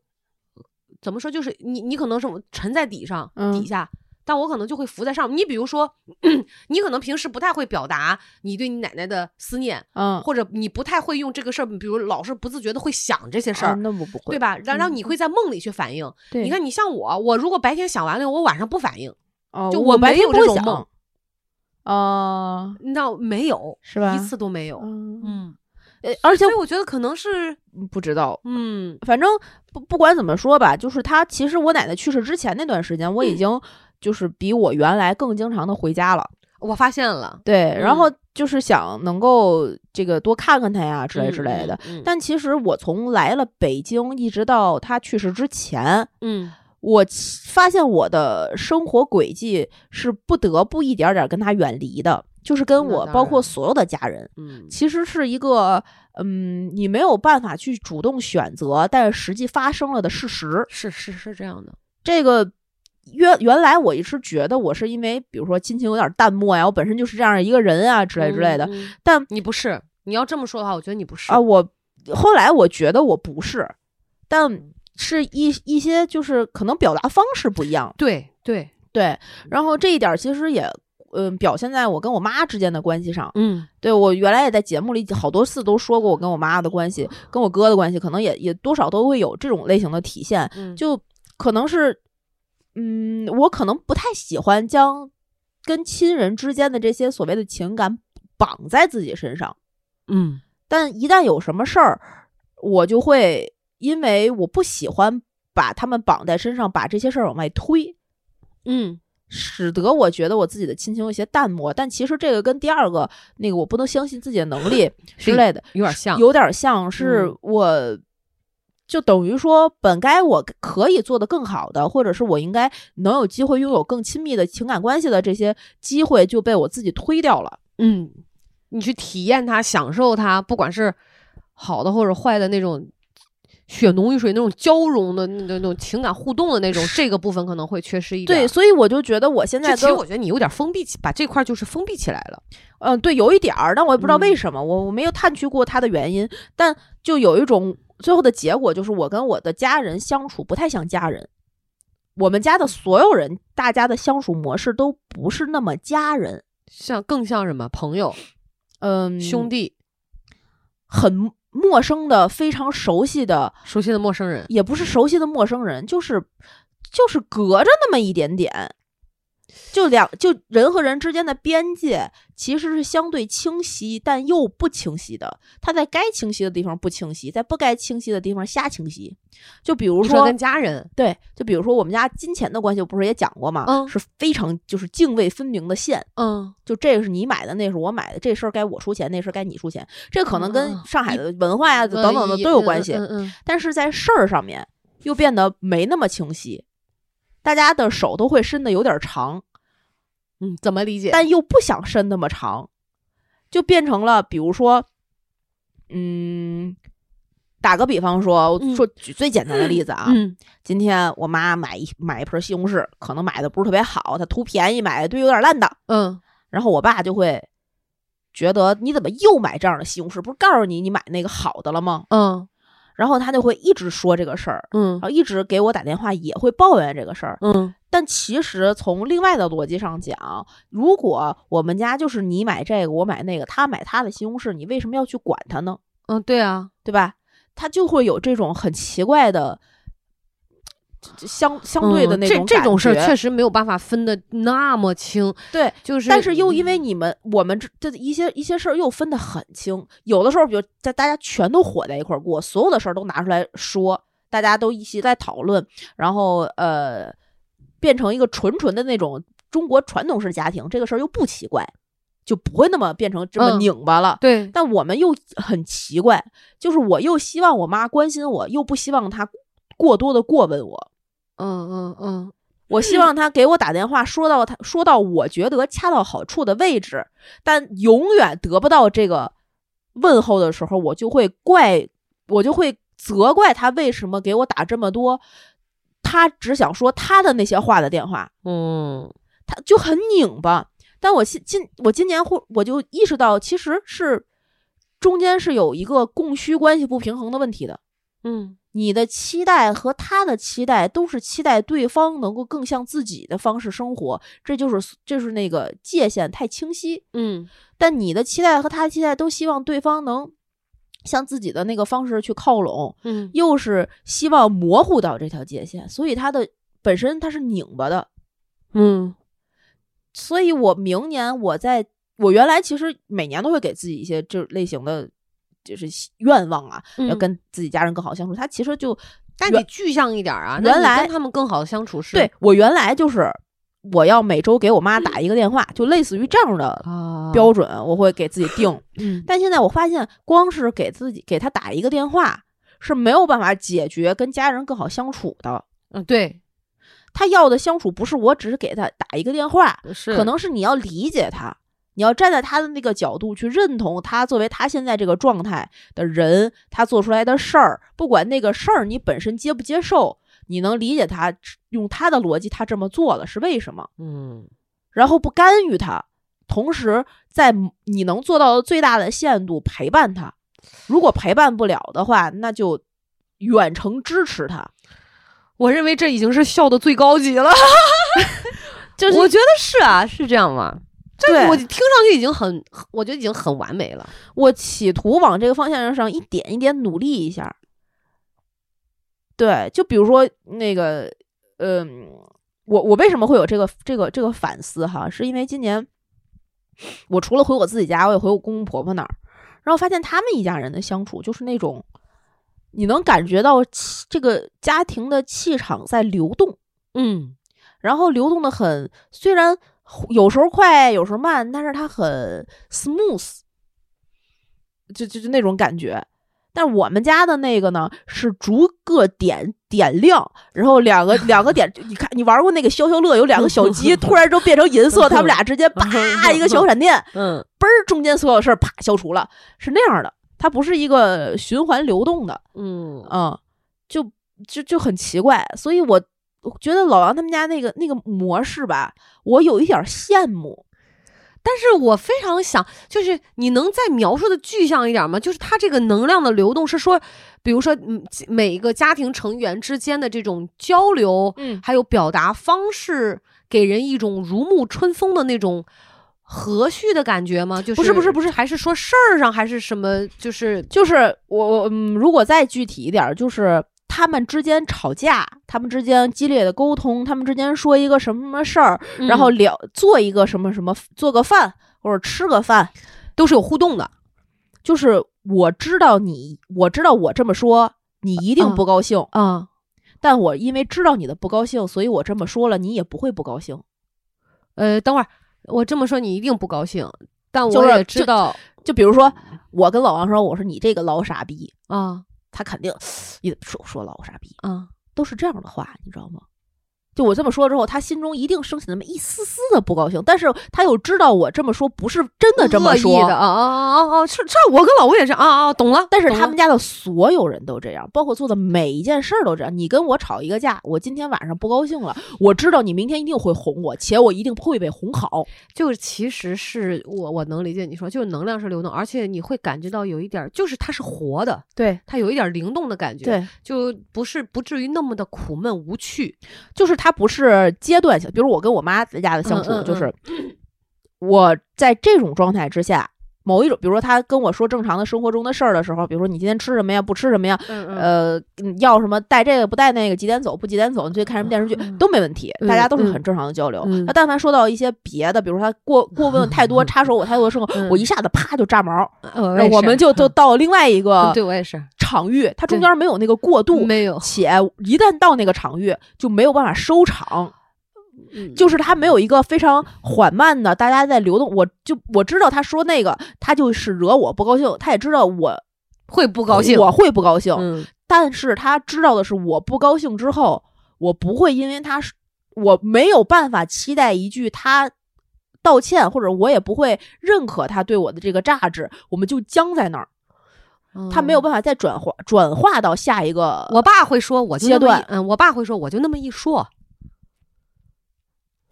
[SPEAKER 2] 怎么说，就是你你可能是沉在底上、
[SPEAKER 1] 嗯
[SPEAKER 2] 底下，但我可能就会浮在上面。你比如说， 你可能平时不太会表达你对你奶奶的思念，
[SPEAKER 1] 嗯，
[SPEAKER 2] 或者你不太会用这个事儿，比如老是不自觉的会想这些事
[SPEAKER 1] 啊
[SPEAKER 2] 儿。
[SPEAKER 1] 那我不会
[SPEAKER 2] 对。吧？然然后
[SPEAKER 1] 嗯
[SPEAKER 2] 你会在梦里去反应。
[SPEAKER 1] 对
[SPEAKER 2] 你看，你像我，我如果白天想完了，我晚上不反应，
[SPEAKER 1] 哦，
[SPEAKER 2] 就
[SPEAKER 1] 我
[SPEAKER 2] 我没
[SPEAKER 1] 白天
[SPEAKER 2] 有
[SPEAKER 1] 不
[SPEAKER 2] 这
[SPEAKER 1] 会
[SPEAKER 2] 种
[SPEAKER 1] 想
[SPEAKER 2] 梦，
[SPEAKER 1] 哦，
[SPEAKER 2] 那没有
[SPEAKER 1] 是吧？
[SPEAKER 2] 一次都没有。
[SPEAKER 1] 嗯，
[SPEAKER 2] 嗯，
[SPEAKER 1] 呃而且
[SPEAKER 2] 所以我觉得可能是，
[SPEAKER 1] 不知道，
[SPEAKER 2] 嗯
[SPEAKER 1] 反正不不管怎么说吧，就是他其实我奶奶去世之前那段时间，我已经就是比我原来更经常的回家了。
[SPEAKER 2] 我发现了
[SPEAKER 1] 对，然
[SPEAKER 2] 嗯
[SPEAKER 1] 后就是想能够这个多看看他呀之类之类的。。
[SPEAKER 2] 嗯嗯嗯
[SPEAKER 1] 但其实我从来了北京一直到他去世之前，
[SPEAKER 2] 嗯
[SPEAKER 1] 我其发现我的生活轨迹是不得不一点点跟他远离的，就是跟
[SPEAKER 2] 那
[SPEAKER 1] 我
[SPEAKER 2] 当
[SPEAKER 1] 包括
[SPEAKER 2] 然
[SPEAKER 1] 所有的家人，
[SPEAKER 2] 嗯
[SPEAKER 1] 其实是一个嗯，你没有办法去主动选择，但是实际发生了的事实。
[SPEAKER 2] 是是是这样的，
[SPEAKER 1] 这个原原来我一直觉得我是因为比如说亲情有点淡漠呀，我本身就是这样一个人啊之类之类的，
[SPEAKER 2] 嗯。嗯
[SPEAKER 1] 但
[SPEAKER 2] 你不是，你要这么说的话，我觉得你不是
[SPEAKER 1] 啊，。我后来我觉得我不是，但
[SPEAKER 2] 嗯
[SPEAKER 1] 是一一些就是可能表达方式不一样，
[SPEAKER 2] 对对，
[SPEAKER 1] 对，然后这一点其实也。嗯，表现在我跟我妈之间的关系上。
[SPEAKER 2] 嗯
[SPEAKER 1] 对我原来也在节目里好多次都说过，我跟我妈的关系，
[SPEAKER 2] 嗯
[SPEAKER 1] 跟我哥的关系，可能也也多少都会有这种类型的体现。
[SPEAKER 2] 嗯，
[SPEAKER 1] 就可能是，嗯，我可能不太喜欢将跟亲人之间的这些所谓的情感绑在自己身上，
[SPEAKER 2] 嗯
[SPEAKER 1] 但一旦有什么事儿，我就会因为我不喜欢把他们绑在身上，把这些事儿往外推。
[SPEAKER 2] 嗯
[SPEAKER 1] 使得我觉得我自己的亲情有些淡漠，但其实这个跟第二个那个我不能相信自己的能 力之类的
[SPEAKER 2] 有点像。
[SPEAKER 1] 有点像是
[SPEAKER 2] 嗯
[SPEAKER 1] 我，就等于说，本该我可以做得更好的，或者是我应该能有机会拥有更亲密的情感关系的这些机会，就被我自己推掉了。
[SPEAKER 2] 嗯，你去体验它，享受它，不管是好的或者坏的那种。血浓于水那种交融的那那种情感互动的那种，这个部分可能会缺失一点。
[SPEAKER 1] 对，，所以我就觉得我现在
[SPEAKER 2] 这其实
[SPEAKER 1] 跟
[SPEAKER 2] 我觉得你有点封闭起，把这块儿就是封闭起来了。
[SPEAKER 1] 嗯、对有一点儿，但我也不知道为什么，我我没有探去过它的原因，但就有一种最后的结果就是我跟我的家人相处不太像家人。我们家的所有人，大家的相处模式都不是那么家人，
[SPEAKER 2] 像更像什么朋友、
[SPEAKER 1] 嗯，
[SPEAKER 2] 兄弟、
[SPEAKER 1] 很陌生的、非常熟悉的，
[SPEAKER 2] 熟悉的陌生人，
[SPEAKER 1] 也不是熟悉的陌生人，就是就是隔着那么一点点，就两就人和人之间的边界其实是相对清晰，但又不清晰的。它在该清晰的地方不清晰，在不该清晰的地方瞎清晰。就比如
[SPEAKER 2] 你说跟家人，
[SPEAKER 1] 对，就比如说我们家金钱的关系，我不是也讲过吗？
[SPEAKER 2] 嗯
[SPEAKER 1] 是非常就是泾渭分明的线。
[SPEAKER 2] 嗯，
[SPEAKER 1] 就这个是你买的，那是我买的，这事儿该我出钱，那事儿该你出钱，这可能跟
[SPEAKER 2] 嗯
[SPEAKER 1] 上海的文化呀、
[SPEAKER 2] 呃
[SPEAKER 1] 等等的
[SPEAKER 2] 也
[SPEAKER 1] 都有关系。
[SPEAKER 2] 嗯嗯
[SPEAKER 1] 但是在事儿上面又变得没那么清晰，大家的手都会伸的有点长，
[SPEAKER 2] 嗯，怎么理解？
[SPEAKER 1] 但又不想伸那么长，就变成了比如说，嗯，打个比方说，我
[SPEAKER 2] 嗯
[SPEAKER 1] 说举最简单的例子啊，
[SPEAKER 2] 嗯
[SPEAKER 1] 今天我妈买一买一盆西红柿，可能买的不是特别好，她图便宜买的对有点烂的，
[SPEAKER 2] 嗯
[SPEAKER 1] 然后我爸就会觉得你怎么又买这样的西红柿？不是告诉你你买那个好的了吗？
[SPEAKER 2] 嗯
[SPEAKER 1] 然后他就会一直说这个事儿，
[SPEAKER 2] 嗯
[SPEAKER 1] 然后一直给我打电话，也会抱怨这个事儿。
[SPEAKER 2] 嗯
[SPEAKER 1] 但其实从另外的逻辑上讲，如果我们家就是你买这个，我买那个，他买他的西红柿，你为什么要去管他呢？
[SPEAKER 2] 嗯，对啊，
[SPEAKER 1] 对吧？他就会有这种很奇怪的这相相对的
[SPEAKER 2] 嗯
[SPEAKER 1] 那种、
[SPEAKER 2] 这这种事儿确
[SPEAKER 1] 实
[SPEAKER 2] 实没有办法分的那么清，
[SPEAKER 1] 对，
[SPEAKER 2] 就是嗯
[SPEAKER 1] 但是又因为你们我们这这一些一些事儿又分得很清，有的时候比如在大家全都火在一块儿过，所有的事儿都拿出来说，大家都一起在讨论，然后呃，变成一个纯纯的那种中国传统式家庭，这个事儿又不奇怪，就不会那么变成这么
[SPEAKER 2] 嗯
[SPEAKER 1] 拧巴了。
[SPEAKER 2] 对
[SPEAKER 1] 但我们又很奇怪，就是我又希望我妈关心我，又不希望她过多的过问我。
[SPEAKER 2] 嗯嗯嗯
[SPEAKER 1] 我希望他给我打电话，说到他说到我觉得恰到好处的位置，但永远得不到这个问候的时候，我就会怪，我就会责怪他为什么给我打这么多，他只想说他的那些话的电话，
[SPEAKER 2] 嗯
[SPEAKER 1] 他就很拧巴。但我今今我今年会我就意识到，其实是中间是有一个供需关系不平衡的问题的。
[SPEAKER 2] 嗯
[SPEAKER 1] 你的期待和他的期待都是期待对方能够更像自己的方式生活，这就是就是那个界限太清晰。
[SPEAKER 2] 嗯
[SPEAKER 1] 但你的期待和他的期待都希望对方能向自己的那个方式去靠拢，
[SPEAKER 2] 嗯
[SPEAKER 1] 又是希望模糊到这条界限，所以他的本身他是拧巴的。
[SPEAKER 2] 嗯
[SPEAKER 1] 所以我明年我在我原来其实每年都会给自己一些这类型的就是愿望啊，要
[SPEAKER 2] 嗯，
[SPEAKER 1] 跟自己家人更好相处。他其实就
[SPEAKER 2] 但你具象一点啊，那
[SPEAKER 1] 原
[SPEAKER 2] 你
[SPEAKER 1] 来
[SPEAKER 2] 跟他们更好的相处是
[SPEAKER 1] 对我原来就是我要每周给我妈打一个电话，就类似于这样的
[SPEAKER 2] 啊
[SPEAKER 1] 标准，我会给自己定。
[SPEAKER 2] 嗯
[SPEAKER 1] 但现在我发现，光是给自己给他打一个电话是没有办法解决跟家人更好相处的。
[SPEAKER 2] 嗯对
[SPEAKER 1] 他要的相处不是我只是给他打一个电话，
[SPEAKER 2] 是
[SPEAKER 1] 可能是你要理解他，你要站在他的那个角度去认同他作为他现在这个状态的人，他做出来的事儿，不管那个事儿你本身接不接受，你能理解他，用他的逻辑他这么做了是为什么，
[SPEAKER 2] 嗯
[SPEAKER 1] 然后不干预他，同时在你能做到的最大的限度陪伴他。如果陪伴不了的话，那就远程支持他。
[SPEAKER 2] 我认为这已经是孝的最高级了，
[SPEAKER 1] 就是
[SPEAKER 2] 我觉得是啊，是这样吗？
[SPEAKER 1] 对
[SPEAKER 2] 我听上去已经很，我觉得已经很完美了。
[SPEAKER 1] 我企图往这个方向上一点一点努力一下。对，就比如说那个，嗯，我我为什么会有这个这个这个反思哈？是因为今年我除了回我自己家，我也回我公公婆婆那儿，然后发现他们一家人的相处就是那种，你能感觉到气这个家庭的气场在流动，
[SPEAKER 2] 嗯
[SPEAKER 1] 然后流动的很，虽然有时候快，有时候慢，但是它很 smooth，就就就那种感觉。但是我们家的那个呢，是逐个点点亮，然后两个两个点，你看你玩过那个消消乐，有两个小鸡突然就变成银色，他们俩直接啪一个小闪电，
[SPEAKER 2] 嗯
[SPEAKER 1] 嘣儿中间所有事儿啪消除了，是那样的，它不是一个循环流动的。
[SPEAKER 2] 嗯
[SPEAKER 1] 嗯，就就就很奇怪，所以我我觉得老王他们家那个那个模式吧，我有一点儿羡慕。
[SPEAKER 2] 但是我非常想，就是你能再描述的具象一点吗？就是它这个能量的流动是说，比如说，嗯，每一个家庭成员之间的这种交流，
[SPEAKER 1] 嗯，
[SPEAKER 2] 还有表达方式，给人一种如沐春风的那种和煦的感觉吗？就是
[SPEAKER 1] 不是不是不是
[SPEAKER 2] 还是说事儿上还是什么？就是
[SPEAKER 1] 就是我我嗯，如果再具体一点儿，就是他们之间吵架，他们之间激烈的沟通，他们之间说一个什么什么事儿，
[SPEAKER 2] 嗯
[SPEAKER 1] 然后聊做一个什么什么，做个饭或者吃个饭，
[SPEAKER 2] 都是有互动的，
[SPEAKER 1] 就是我知道你，我知道我这么说。你一定
[SPEAKER 2] 嗯
[SPEAKER 1] 不高兴，
[SPEAKER 2] 啊，
[SPEAKER 1] 但我因为知道你的不高兴，所以我这么说了，你也不会不高兴。
[SPEAKER 2] 呃，等会儿我这么说你一定不高兴，但
[SPEAKER 1] 就
[SPEAKER 2] 我
[SPEAKER 1] 是
[SPEAKER 2] 也知
[SPEAKER 1] 就
[SPEAKER 2] 道
[SPEAKER 1] 就比如说，我跟老王说，我说你这个老傻逼，
[SPEAKER 2] 啊
[SPEAKER 1] 他肯定你怎么说我说老傻逼，
[SPEAKER 2] 啊，
[SPEAKER 1] 都是这样的话，你知道吗？就我这么说之后，他心中一定升起那么一丝丝的不高兴，但是他又知道我这么说不是真的这么
[SPEAKER 2] 恶意
[SPEAKER 1] 说
[SPEAKER 2] 的啊啊啊啊啊！是这，我跟老吴也是啊啊，啊懂了。
[SPEAKER 1] 但是
[SPEAKER 2] 懂
[SPEAKER 1] 他
[SPEAKER 2] 了
[SPEAKER 1] 们家的所有人都这样，包括做的每一件事儿都这样。你跟我吵一个架，我今天晚上不高兴了，我知道你明天一定会哄我，且我一定会被哄好。
[SPEAKER 2] 就是其实是我我能理解你说，就是能量是流动，而且你会感觉到有一点儿，就是它是活的，
[SPEAKER 1] 对
[SPEAKER 2] 它有一点儿灵动的感觉，，
[SPEAKER 1] 对，
[SPEAKER 2] 就不是不至于那么的苦闷无趣。
[SPEAKER 1] 就是他不是阶段性，比如我跟我妈在家的相
[SPEAKER 2] 嗯
[SPEAKER 1] 处，
[SPEAKER 2] 嗯嗯
[SPEAKER 1] 就是我在这种状态之下，某一种，比如说他跟我说正常的生活中的事儿的时候，比如说你今天吃什么呀，不吃什么呀，
[SPEAKER 2] 嗯
[SPEAKER 1] 呃，嗯要什么带这个不带那个，几点走不几点走，你最近看什么电视剧
[SPEAKER 2] 嗯
[SPEAKER 1] 都没问题，
[SPEAKER 2] 嗯
[SPEAKER 1] 大家都是很正常的交流。
[SPEAKER 2] 嗯
[SPEAKER 1] 他但凡说到一些别的，比如说他过过问太多，插手我太多的时候，
[SPEAKER 2] 嗯
[SPEAKER 1] 我一下子啪就炸毛，
[SPEAKER 2] 呃
[SPEAKER 1] 然后我们就都到另外一个
[SPEAKER 2] 对我也是
[SPEAKER 1] 场域，它中
[SPEAKER 2] 对
[SPEAKER 1] 间没有那个过渡，
[SPEAKER 2] 没有，
[SPEAKER 1] 且一旦到那个场域就没有办法收场，
[SPEAKER 2] 嗯
[SPEAKER 1] 就是他没有一个非常缓慢的大家在流动。我就我知道他说那个，他就是惹我不高兴，他也知道我
[SPEAKER 2] 会不高兴。
[SPEAKER 1] 哦我会不高兴，
[SPEAKER 2] 嗯
[SPEAKER 1] 但是他知道的是我不高兴之后，我不会因为他是我没有办法期待一句他道歉，或者我也不会认可他对我的这个价值，我们就僵在那儿，他没有
[SPEAKER 2] 办法。
[SPEAKER 1] 办法再转化转化到下一个。
[SPEAKER 2] 嗯我爸会说，我就那
[SPEAKER 1] 阶
[SPEAKER 2] 么一
[SPEAKER 1] 段
[SPEAKER 2] 嗯，我爸会说，我就那么一说，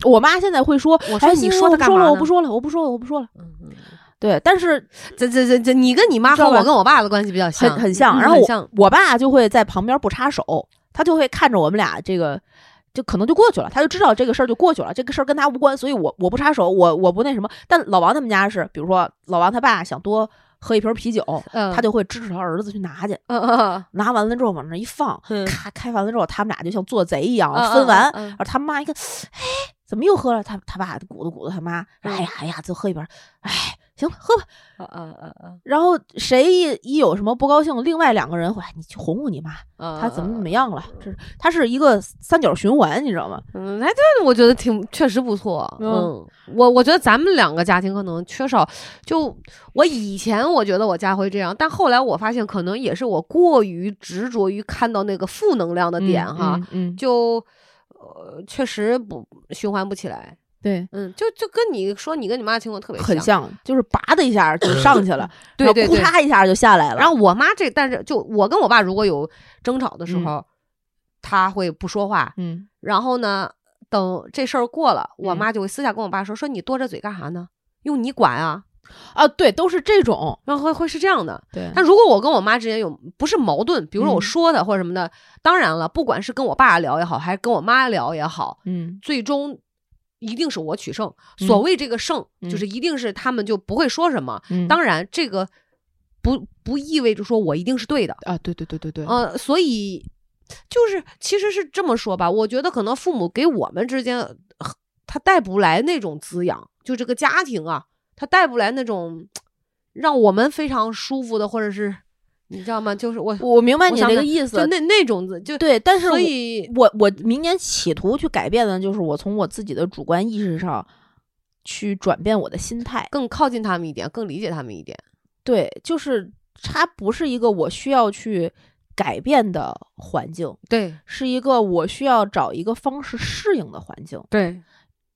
[SPEAKER 1] 我妈现在会说，
[SPEAKER 2] 我说
[SPEAKER 1] 哎
[SPEAKER 2] 你
[SPEAKER 1] 行
[SPEAKER 2] 说
[SPEAKER 1] 我
[SPEAKER 2] 他
[SPEAKER 1] 不
[SPEAKER 2] 干
[SPEAKER 1] 说
[SPEAKER 2] 嘛
[SPEAKER 1] 了，我
[SPEAKER 2] 呢
[SPEAKER 1] 不说了，我不说了，我不说了。
[SPEAKER 2] 嗯
[SPEAKER 1] 对，但是
[SPEAKER 2] 这这这这，你跟你妈
[SPEAKER 1] 知
[SPEAKER 2] 和
[SPEAKER 1] 道吧
[SPEAKER 2] 我跟我爸的关系比较
[SPEAKER 1] 很
[SPEAKER 2] 像，
[SPEAKER 1] 很像。
[SPEAKER 2] 嗯
[SPEAKER 1] 然后
[SPEAKER 2] 很
[SPEAKER 1] 我
[SPEAKER 2] 像
[SPEAKER 1] 我爸就会在旁边不插手，他就会看着我们俩这个，就可能就过去了，他就知道这个事儿就过去了，这个事儿跟他无关，所以我我不插手，我我不那什么。但老王他们家是，比如说老王他爸想多喝一瓶啤酒，
[SPEAKER 2] 嗯
[SPEAKER 1] 他就会支持他儿子去拿去，
[SPEAKER 2] 嗯嗯
[SPEAKER 1] 拿完了之后往那一放，
[SPEAKER 2] 嗯
[SPEAKER 1] 咔开完了之后，他们俩就像做贼一样
[SPEAKER 2] 嗯
[SPEAKER 1] 分完，
[SPEAKER 2] 嗯嗯
[SPEAKER 1] 而他妈一看，哎，怎么又喝了？他他爸鼓捣鼓捣他妈，
[SPEAKER 2] 嗯
[SPEAKER 1] 哎呀哎呀，就喝一瓶，哎，行了，喝吧。
[SPEAKER 2] 嗯嗯嗯嗯
[SPEAKER 1] 然后谁一一有什么不高兴，另外两个人会，哎，你去哄哄你妈，
[SPEAKER 2] 嗯，
[SPEAKER 1] 她怎么怎么样了？这是它是一个三角循环，你知道吗？
[SPEAKER 2] 嗯，哎，这我觉得挺确实不错。
[SPEAKER 1] 嗯
[SPEAKER 2] 嗯，我我觉得咱们两个家庭可能缺少，就我以前我觉得我家会这样，但后来我发现可能也是我过于执着于看到那个负能量的点哈，，
[SPEAKER 1] 嗯，
[SPEAKER 2] 就呃确实不循环不起来。
[SPEAKER 1] 对，
[SPEAKER 2] 嗯，就就跟你说你跟你妈的情况特别
[SPEAKER 1] 很像，就是拔的一下就 上去了，然
[SPEAKER 2] 对
[SPEAKER 1] 后
[SPEAKER 2] 对
[SPEAKER 1] 哭
[SPEAKER 2] 对。
[SPEAKER 1] 嚓一下就下来了，
[SPEAKER 2] 然后我妈这，但是就我跟我爸如果有争吵的时候，她会不说话，
[SPEAKER 1] 嗯，
[SPEAKER 2] 然后呢，等这事儿过了，我
[SPEAKER 1] 嗯
[SPEAKER 2] 妈就会私下跟我爸说：“说你多着嘴干啥呢？用你管啊
[SPEAKER 1] 啊，对，都是这种，？”
[SPEAKER 2] 然后会会是这样的。
[SPEAKER 1] 对
[SPEAKER 2] 但如果我跟我妈之间有不是矛盾，比如说我
[SPEAKER 1] 嗯
[SPEAKER 2] 说的或者什么的，当然了，不管是跟我爸聊也好，还是跟我妈聊也好，
[SPEAKER 1] 嗯
[SPEAKER 2] 最终一定是我取胜。
[SPEAKER 1] 嗯
[SPEAKER 2] 所谓这个胜，
[SPEAKER 1] 嗯
[SPEAKER 2] 就是一定是他们就不会说什么。
[SPEAKER 1] 嗯
[SPEAKER 2] 当然，这个不不意味着说我一定是对的。
[SPEAKER 1] 啊，对对对对对，
[SPEAKER 2] 呃，所以就是其实是这么说吧，我觉得可能父母给我们之间，呃他带不来那种滋养，就这个家庭啊，他带不来那种让我们非常舒服的，或者是你知道吗？就是我
[SPEAKER 1] 我明白
[SPEAKER 2] 我
[SPEAKER 1] 你
[SPEAKER 2] 想
[SPEAKER 1] 这个
[SPEAKER 2] 想
[SPEAKER 1] 意
[SPEAKER 2] 就
[SPEAKER 1] 思，
[SPEAKER 2] 那那种子就，
[SPEAKER 1] 对，但是
[SPEAKER 2] 所
[SPEAKER 1] 我
[SPEAKER 2] 以
[SPEAKER 1] 我我明年企图去改变的就是我从我自己的主观意识上去转变我的心态。
[SPEAKER 2] 更靠近他们一点，更理解他们一点。
[SPEAKER 1] 对，就是它不是一个我需要去改变的环境，
[SPEAKER 2] 对
[SPEAKER 1] 是一个我需要找一个方式适应的环境，
[SPEAKER 2] 对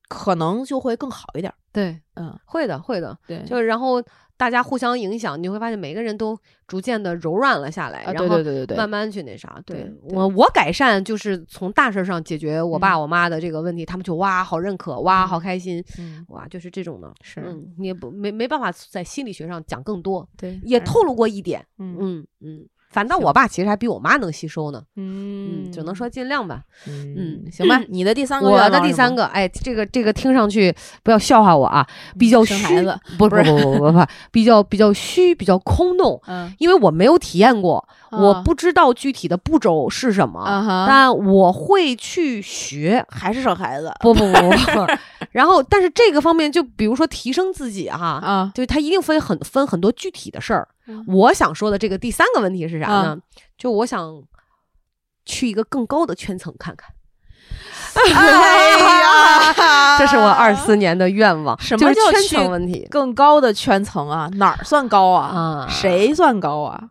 [SPEAKER 1] 可能就会更好一点儿。
[SPEAKER 2] 对，
[SPEAKER 1] 嗯，
[SPEAKER 2] 会的会的，
[SPEAKER 1] 对
[SPEAKER 2] 就是然后大家互相影响，你会发现每个人都逐渐的柔软了下来，
[SPEAKER 1] 啊，
[SPEAKER 2] 然
[SPEAKER 1] 对
[SPEAKER 2] 后
[SPEAKER 1] 对对对
[SPEAKER 2] 慢
[SPEAKER 1] 对，
[SPEAKER 2] 慢去那啥。对
[SPEAKER 1] 对
[SPEAKER 2] 我我改善就是从大事上解决我爸
[SPEAKER 1] 嗯
[SPEAKER 2] 我妈的这个问题，他们就哇好认可，哇
[SPEAKER 1] 嗯
[SPEAKER 2] 好开心，
[SPEAKER 1] 嗯，
[SPEAKER 2] 哇就是这种的。
[SPEAKER 1] 是
[SPEAKER 2] 嗯，你也不没没办法在心理学上讲更多，
[SPEAKER 1] 对，
[SPEAKER 2] 也
[SPEAKER 1] 反正
[SPEAKER 2] 透露过一点。
[SPEAKER 1] 嗯
[SPEAKER 2] 嗯嗯，反倒
[SPEAKER 1] 行
[SPEAKER 2] 我爸其实还比我妈能吸收呢。
[SPEAKER 1] 嗯
[SPEAKER 2] 嗯，只能说尽量吧。
[SPEAKER 1] 嗯，行 吧，你的第三个，
[SPEAKER 2] 我的第三，个，哎，这个这个听上去不要笑话我啊，比较虚
[SPEAKER 1] 嗯生，孩子，
[SPEAKER 2] 不不
[SPEAKER 1] 不是
[SPEAKER 2] 不不不不，比较比较虚，比较空洞。
[SPEAKER 1] 嗯，
[SPEAKER 2] 因为我没有体验过，我
[SPEAKER 1] 啊
[SPEAKER 2] 不知道具体的步骤是什么，
[SPEAKER 1] 啊哈，
[SPEAKER 2] 但我会去学。
[SPEAKER 1] 还是生 孩子
[SPEAKER 2] 不不不不， 然后但是这个方面就比如说提升自己哈、
[SPEAKER 1] 啊，
[SPEAKER 2] 就是它一定分很分很多具体的事儿。
[SPEAKER 1] 嗯啊
[SPEAKER 2] 我想说的这个第三个问题是啥呢？就我想去一个更高的圈层看看，
[SPEAKER 1] 哎呀，
[SPEAKER 2] 这是我 二四年的愿望。
[SPEAKER 1] 什么
[SPEAKER 2] 就是
[SPEAKER 1] 叫
[SPEAKER 2] 圈
[SPEAKER 1] 去
[SPEAKER 2] 层问题
[SPEAKER 1] 更高的圈层啊，哪儿算高啊？
[SPEAKER 2] 啊？？
[SPEAKER 1] 谁算高啊？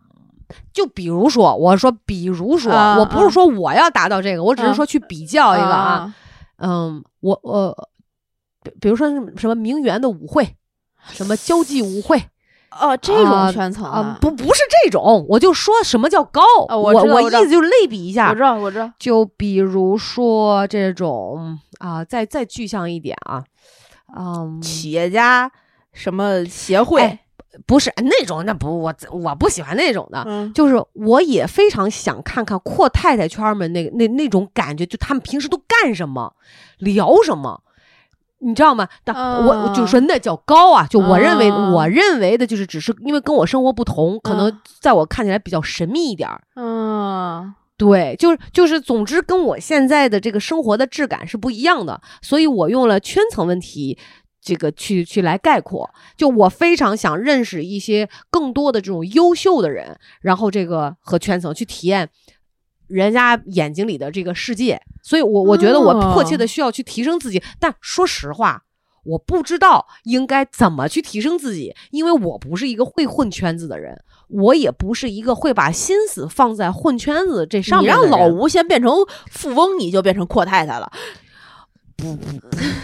[SPEAKER 2] 就比如说，我说，比如说，
[SPEAKER 1] 啊
[SPEAKER 2] 我不是说我要达到这个，我只是说去比较一个啊。
[SPEAKER 1] 啊，
[SPEAKER 2] 嗯，我呃，比比如说什么什么名媛的舞会，什么交际舞会
[SPEAKER 1] 哦，这
[SPEAKER 2] 啊
[SPEAKER 1] 种圈层
[SPEAKER 2] 啊
[SPEAKER 1] 啊，，
[SPEAKER 2] 不不是这种，我就说什么叫高，
[SPEAKER 1] 啊
[SPEAKER 2] 我
[SPEAKER 1] 我知道我
[SPEAKER 2] 意
[SPEAKER 1] 知道
[SPEAKER 2] 思就是类比一
[SPEAKER 1] 我
[SPEAKER 2] 下
[SPEAKER 1] 知，道，我知道，
[SPEAKER 2] 就比如说这种啊、再再具象一点啊，嗯，
[SPEAKER 1] 企业家什么协会
[SPEAKER 2] 哎，不是那种，那不我我不喜欢那种的。
[SPEAKER 1] 嗯
[SPEAKER 2] 就是我也非常想看看阔太太圈儿们那那那种感觉，就他们平时都干什么，聊什么，你知道吗？但我、我就
[SPEAKER 1] 啊
[SPEAKER 2] 说那叫高啊，就我认为、
[SPEAKER 1] 啊
[SPEAKER 2] 我认为的就是只是因为跟我生活不同，可能
[SPEAKER 1] 啊
[SPEAKER 2] 在我看起来比较神秘一点儿。
[SPEAKER 1] 嗯，
[SPEAKER 2] 对，就是就是，总之跟我现在的这个生活的质感是不一样的，所以我用了圈层问题。这个去去来概括，就我非常想认识一些更多的这种优秀的人，然后这个和圈层去体验人家眼睛里的这个世界，所以我我觉得我迫切的需要去提升自己，但说实话，我不知道应该怎么去提升自己，因为我不是一个会混圈子的人，我也不是一个会把心思放在混圈子这上
[SPEAKER 1] 你
[SPEAKER 2] 面的
[SPEAKER 1] 让
[SPEAKER 2] 人。
[SPEAKER 1] 老吴先变成富翁，你就变成阔太太了。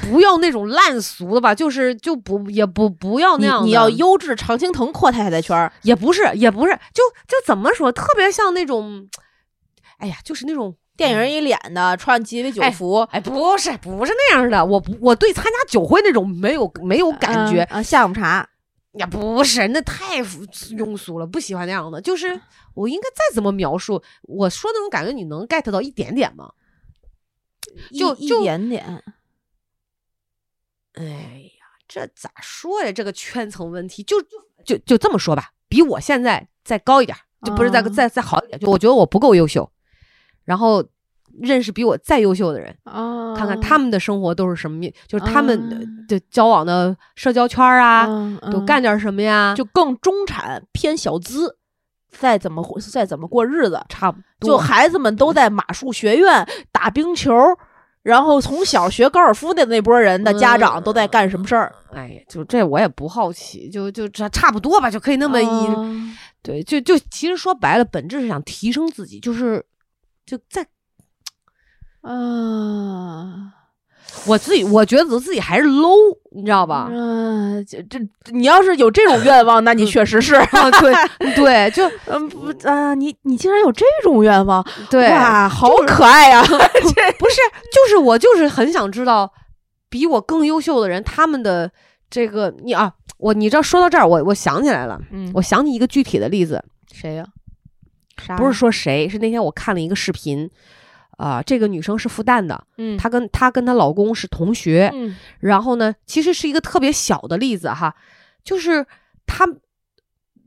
[SPEAKER 2] 不要那种烂俗的吧，就是就不也不不要那
[SPEAKER 1] 你
[SPEAKER 2] 样
[SPEAKER 1] 你
[SPEAKER 2] 的
[SPEAKER 1] 要优质常青藤阔太太的圈儿，
[SPEAKER 2] 也不是也不是，就就怎么说，特别像那种，哎呀，就是那种。
[SPEAKER 1] 电影里演的穿鸡尾酒服，
[SPEAKER 2] 哎，不是，不是那样的，我不，我对参加酒会那种没有没有感觉，
[SPEAKER 1] 嗯啊，下午茶
[SPEAKER 2] 也不是，那太浮庸俗了，不喜欢那样的。
[SPEAKER 1] 啊
[SPEAKER 2] 就是我应该再怎么描述，我说那种感觉，你能 get 到一点点吗？就
[SPEAKER 1] 一
[SPEAKER 2] 就
[SPEAKER 1] 一点点，
[SPEAKER 2] 哎呀，这咋说呀？这个圈层问题，就就就就这么说吧，比我现在再高一点儿，就不是再、
[SPEAKER 1] 啊
[SPEAKER 2] 再再好一点，就我觉得我不够优秀，然后认识比我再优秀的人，
[SPEAKER 1] 啊
[SPEAKER 2] 看看他们的生活都是什么面，就是他们
[SPEAKER 1] 啊
[SPEAKER 2] 呃的交往的社交圈儿啊，
[SPEAKER 1] 嗯
[SPEAKER 2] 都
[SPEAKER 1] 嗯
[SPEAKER 2] 干点什么呀？
[SPEAKER 1] 就更中产偏小资，再怎么活再怎么过日子，
[SPEAKER 2] 差不多，
[SPEAKER 1] 就孩子们都在马术学院打冰球，然后从小学高尔夫的那波人的家长都在干什么事儿？
[SPEAKER 2] 哎呀，就这我也不好奇，就就差差不多吧，就可以那么一、
[SPEAKER 1] 啊
[SPEAKER 2] 对，就就其实说白了，本质是想提升自己，就是就在
[SPEAKER 1] 啊，
[SPEAKER 2] 我自己，我觉得我自己还是 low，你知道吧？
[SPEAKER 1] 嗯，这这你要是有这种愿望，那你确实 是，
[SPEAKER 2] 啊，对对， 就
[SPEAKER 1] 嗯不啊，你你竟然有这种愿望，
[SPEAKER 2] 对，
[SPEAKER 1] 哇，好可爱啊 呀！
[SPEAKER 2] 不是，就是我就是很想知道比我更优秀的人他们的这个你啊，我你知道说到这儿，我我想起来了，
[SPEAKER 1] 嗯啊
[SPEAKER 2] 我想起一个具体的例子，
[SPEAKER 1] 谁呀？
[SPEAKER 2] 不是说谁，是那天我看了一个视频，啊、这个女生是复旦的，
[SPEAKER 1] 嗯
[SPEAKER 2] 她跟她跟她老公是同学，
[SPEAKER 1] 嗯
[SPEAKER 2] 然后呢，其实是一个特别小的例子哈，就是她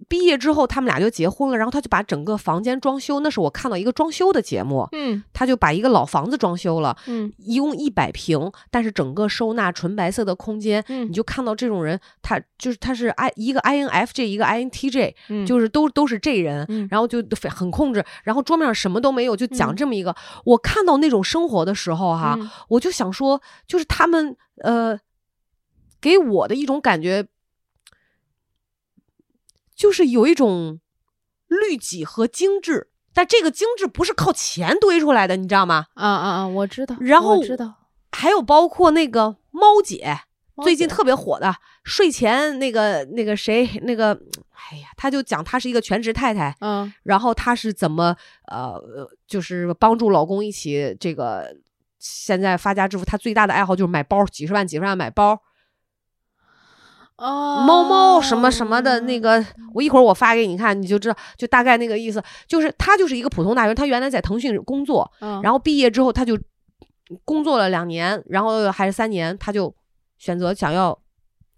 [SPEAKER 2] 毕业之后，他们俩就结婚了，然后她就把整个房间装修，那是我看到一个装修的节目，
[SPEAKER 1] 嗯
[SPEAKER 2] 她就把一个老房子装修了，
[SPEAKER 1] 嗯
[SPEAKER 2] 一共一百平，但是整个收纳纯白色的空间。你
[SPEAKER 1] 嗯
[SPEAKER 2] 就看到这种人，他就是他是 I 一个 INFJ 一个 INTJ，、
[SPEAKER 1] 嗯
[SPEAKER 2] 就是都都是这人，
[SPEAKER 1] 嗯
[SPEAKER 2] 然后就非很控制，然后桌面上什么都没有，就讲
[SPEAKER 1] 嗯
[SPEAKER 2] 这么一个。我看到那种生活的时候哈、
[SPEAKER 1] 嗯
[SPEAKER 2] 我就想说，就是他们呃，给我的一种感觉，就是有一种律己和精致，但这个精致不是靠钱堆出来的，你知道吗？
[SPEAKER 1] 啊啊啊！我知道，
[SPEAKER 2] 然
[SPEAKER 1] 我
[SPEAKER 2] 后
[SPEAKER 1] 知道，
[SPEAKER 2] 还有包括那个猫姐，
[SPEAKER 1] 猫
[SPEAKER 2] 最近
[SPEAKER 1] 姐
[SPEAKER 2] 特别火的睡前那个那个谁那个，哎呀，她就讲她是一个全职太太，
[SPEAKER 1] 嗯
[SPEAKER 2] 然后她是怎么呃，呃就是帮助老公一起这个现在发家致富。她最大的爱好就是买包，几十万几十万买包，
[SPEAKER 1] 哦
[SPEAKER 2] 猫猫什么什么的那个，我一会儿我发给你看，你就知道，就大概那个意思。就是她就是一个普通大学生，她原来在腾讯工作，
[SPEAKER 1] 嗯，
[SPEAKER 2] 然后毕业之后，他就工作了两年，然后还是三年，他就选择想要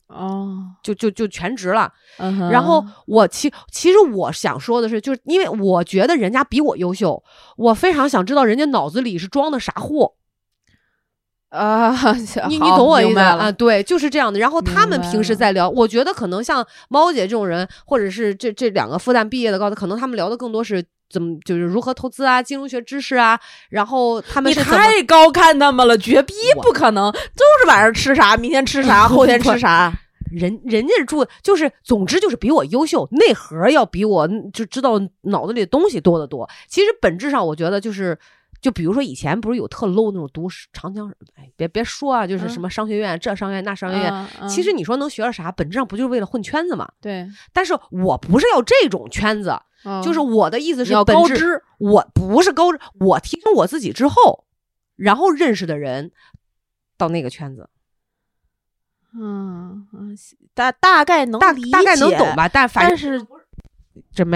[SPEAKER 1] 哦，
[SPEAKER 2] 就就就全职了。
[SPEAKER 1] 嗯哼
[SPEAKER 2] 然后我其其实我想说的是，就是因为我觉得人家比我优秀，我非常想知道人家脑子里是装的啥货。
[SPEAKER 1] 啊，
[SPEAKER 2] 你你
[SPEAKER 1] 好
[SPEAKER 2] 懂我意
[SPEAKER 1] 明
[SPEAKER 2] 思
[SPEAKER 1] 白
[SPEAKER 2] 啊？
[SPEAKER 1] 了？
[SPEAKER 2] 对，就是这样的。然后他们
[SPEAKER 1] 明白
[SPEAKER 2] 平时
[SPEAKER 1] 了
[SPEAKER 2] 在聊，我觉得可能像猫姐这种人，或者是这这两个复旦毕业的高材，可能他们聊的更多是。怎么就是如何投资啊，金融学知识啊，然后他们
[SPEAKER 1] 你
[SPEAKER 2] 是怎么
[SPEAKER 1] 太高看他们了，绝逼
[SPEAKER 2] 我嗯
[SPEAKER 1] 不可能，就是晚上吃啥，明天吃 啥，后天吃啥。
[SPEAKER 2] 人人家住就是，总之就是比我优秀，内核要比我就知道脑子里的东西多得多。其实本质上，我觉得就是，就比如说以前不是有特 low 那种读长江，哎，别别说啊，就是
[SPEAKER 1] 嗯
[SPEAKER 2] 什么商学院、这商学院那商学院。
[SPEAKER 1] 嗯嗯
[SPEAKER 2] 其实你说能学了啥，本质上不就是为了混圈子嘛？
[SPEAKER 1] 对，
[SPEAKER 2] 但是我不是要这种圈子，就是我的意思
[SPEAKER 1] 嗯你
[SPEAKER 2] 是
[SPEAKER 1] 要
[SPEAKER 2] 本
[SPEAKER 1] 高
[SPEAKER 2] 质
[SPEAKER 1] 知，
[SPEAKER 2] 我不是高知，我提升我自己之后，然后认识的人到那个圈子，
[SPEAKER 1] 嗯嗯，大大概能
[SPEAKER 2] 大
[SPEAKER 1] 理
[SPEAKER 2] 大概能
[SPEAKER 1] 解
[SPEAKER 2] 懂？吧？但反正
[SPEAKER 1] 但是
[SPEAKER 2] 这没。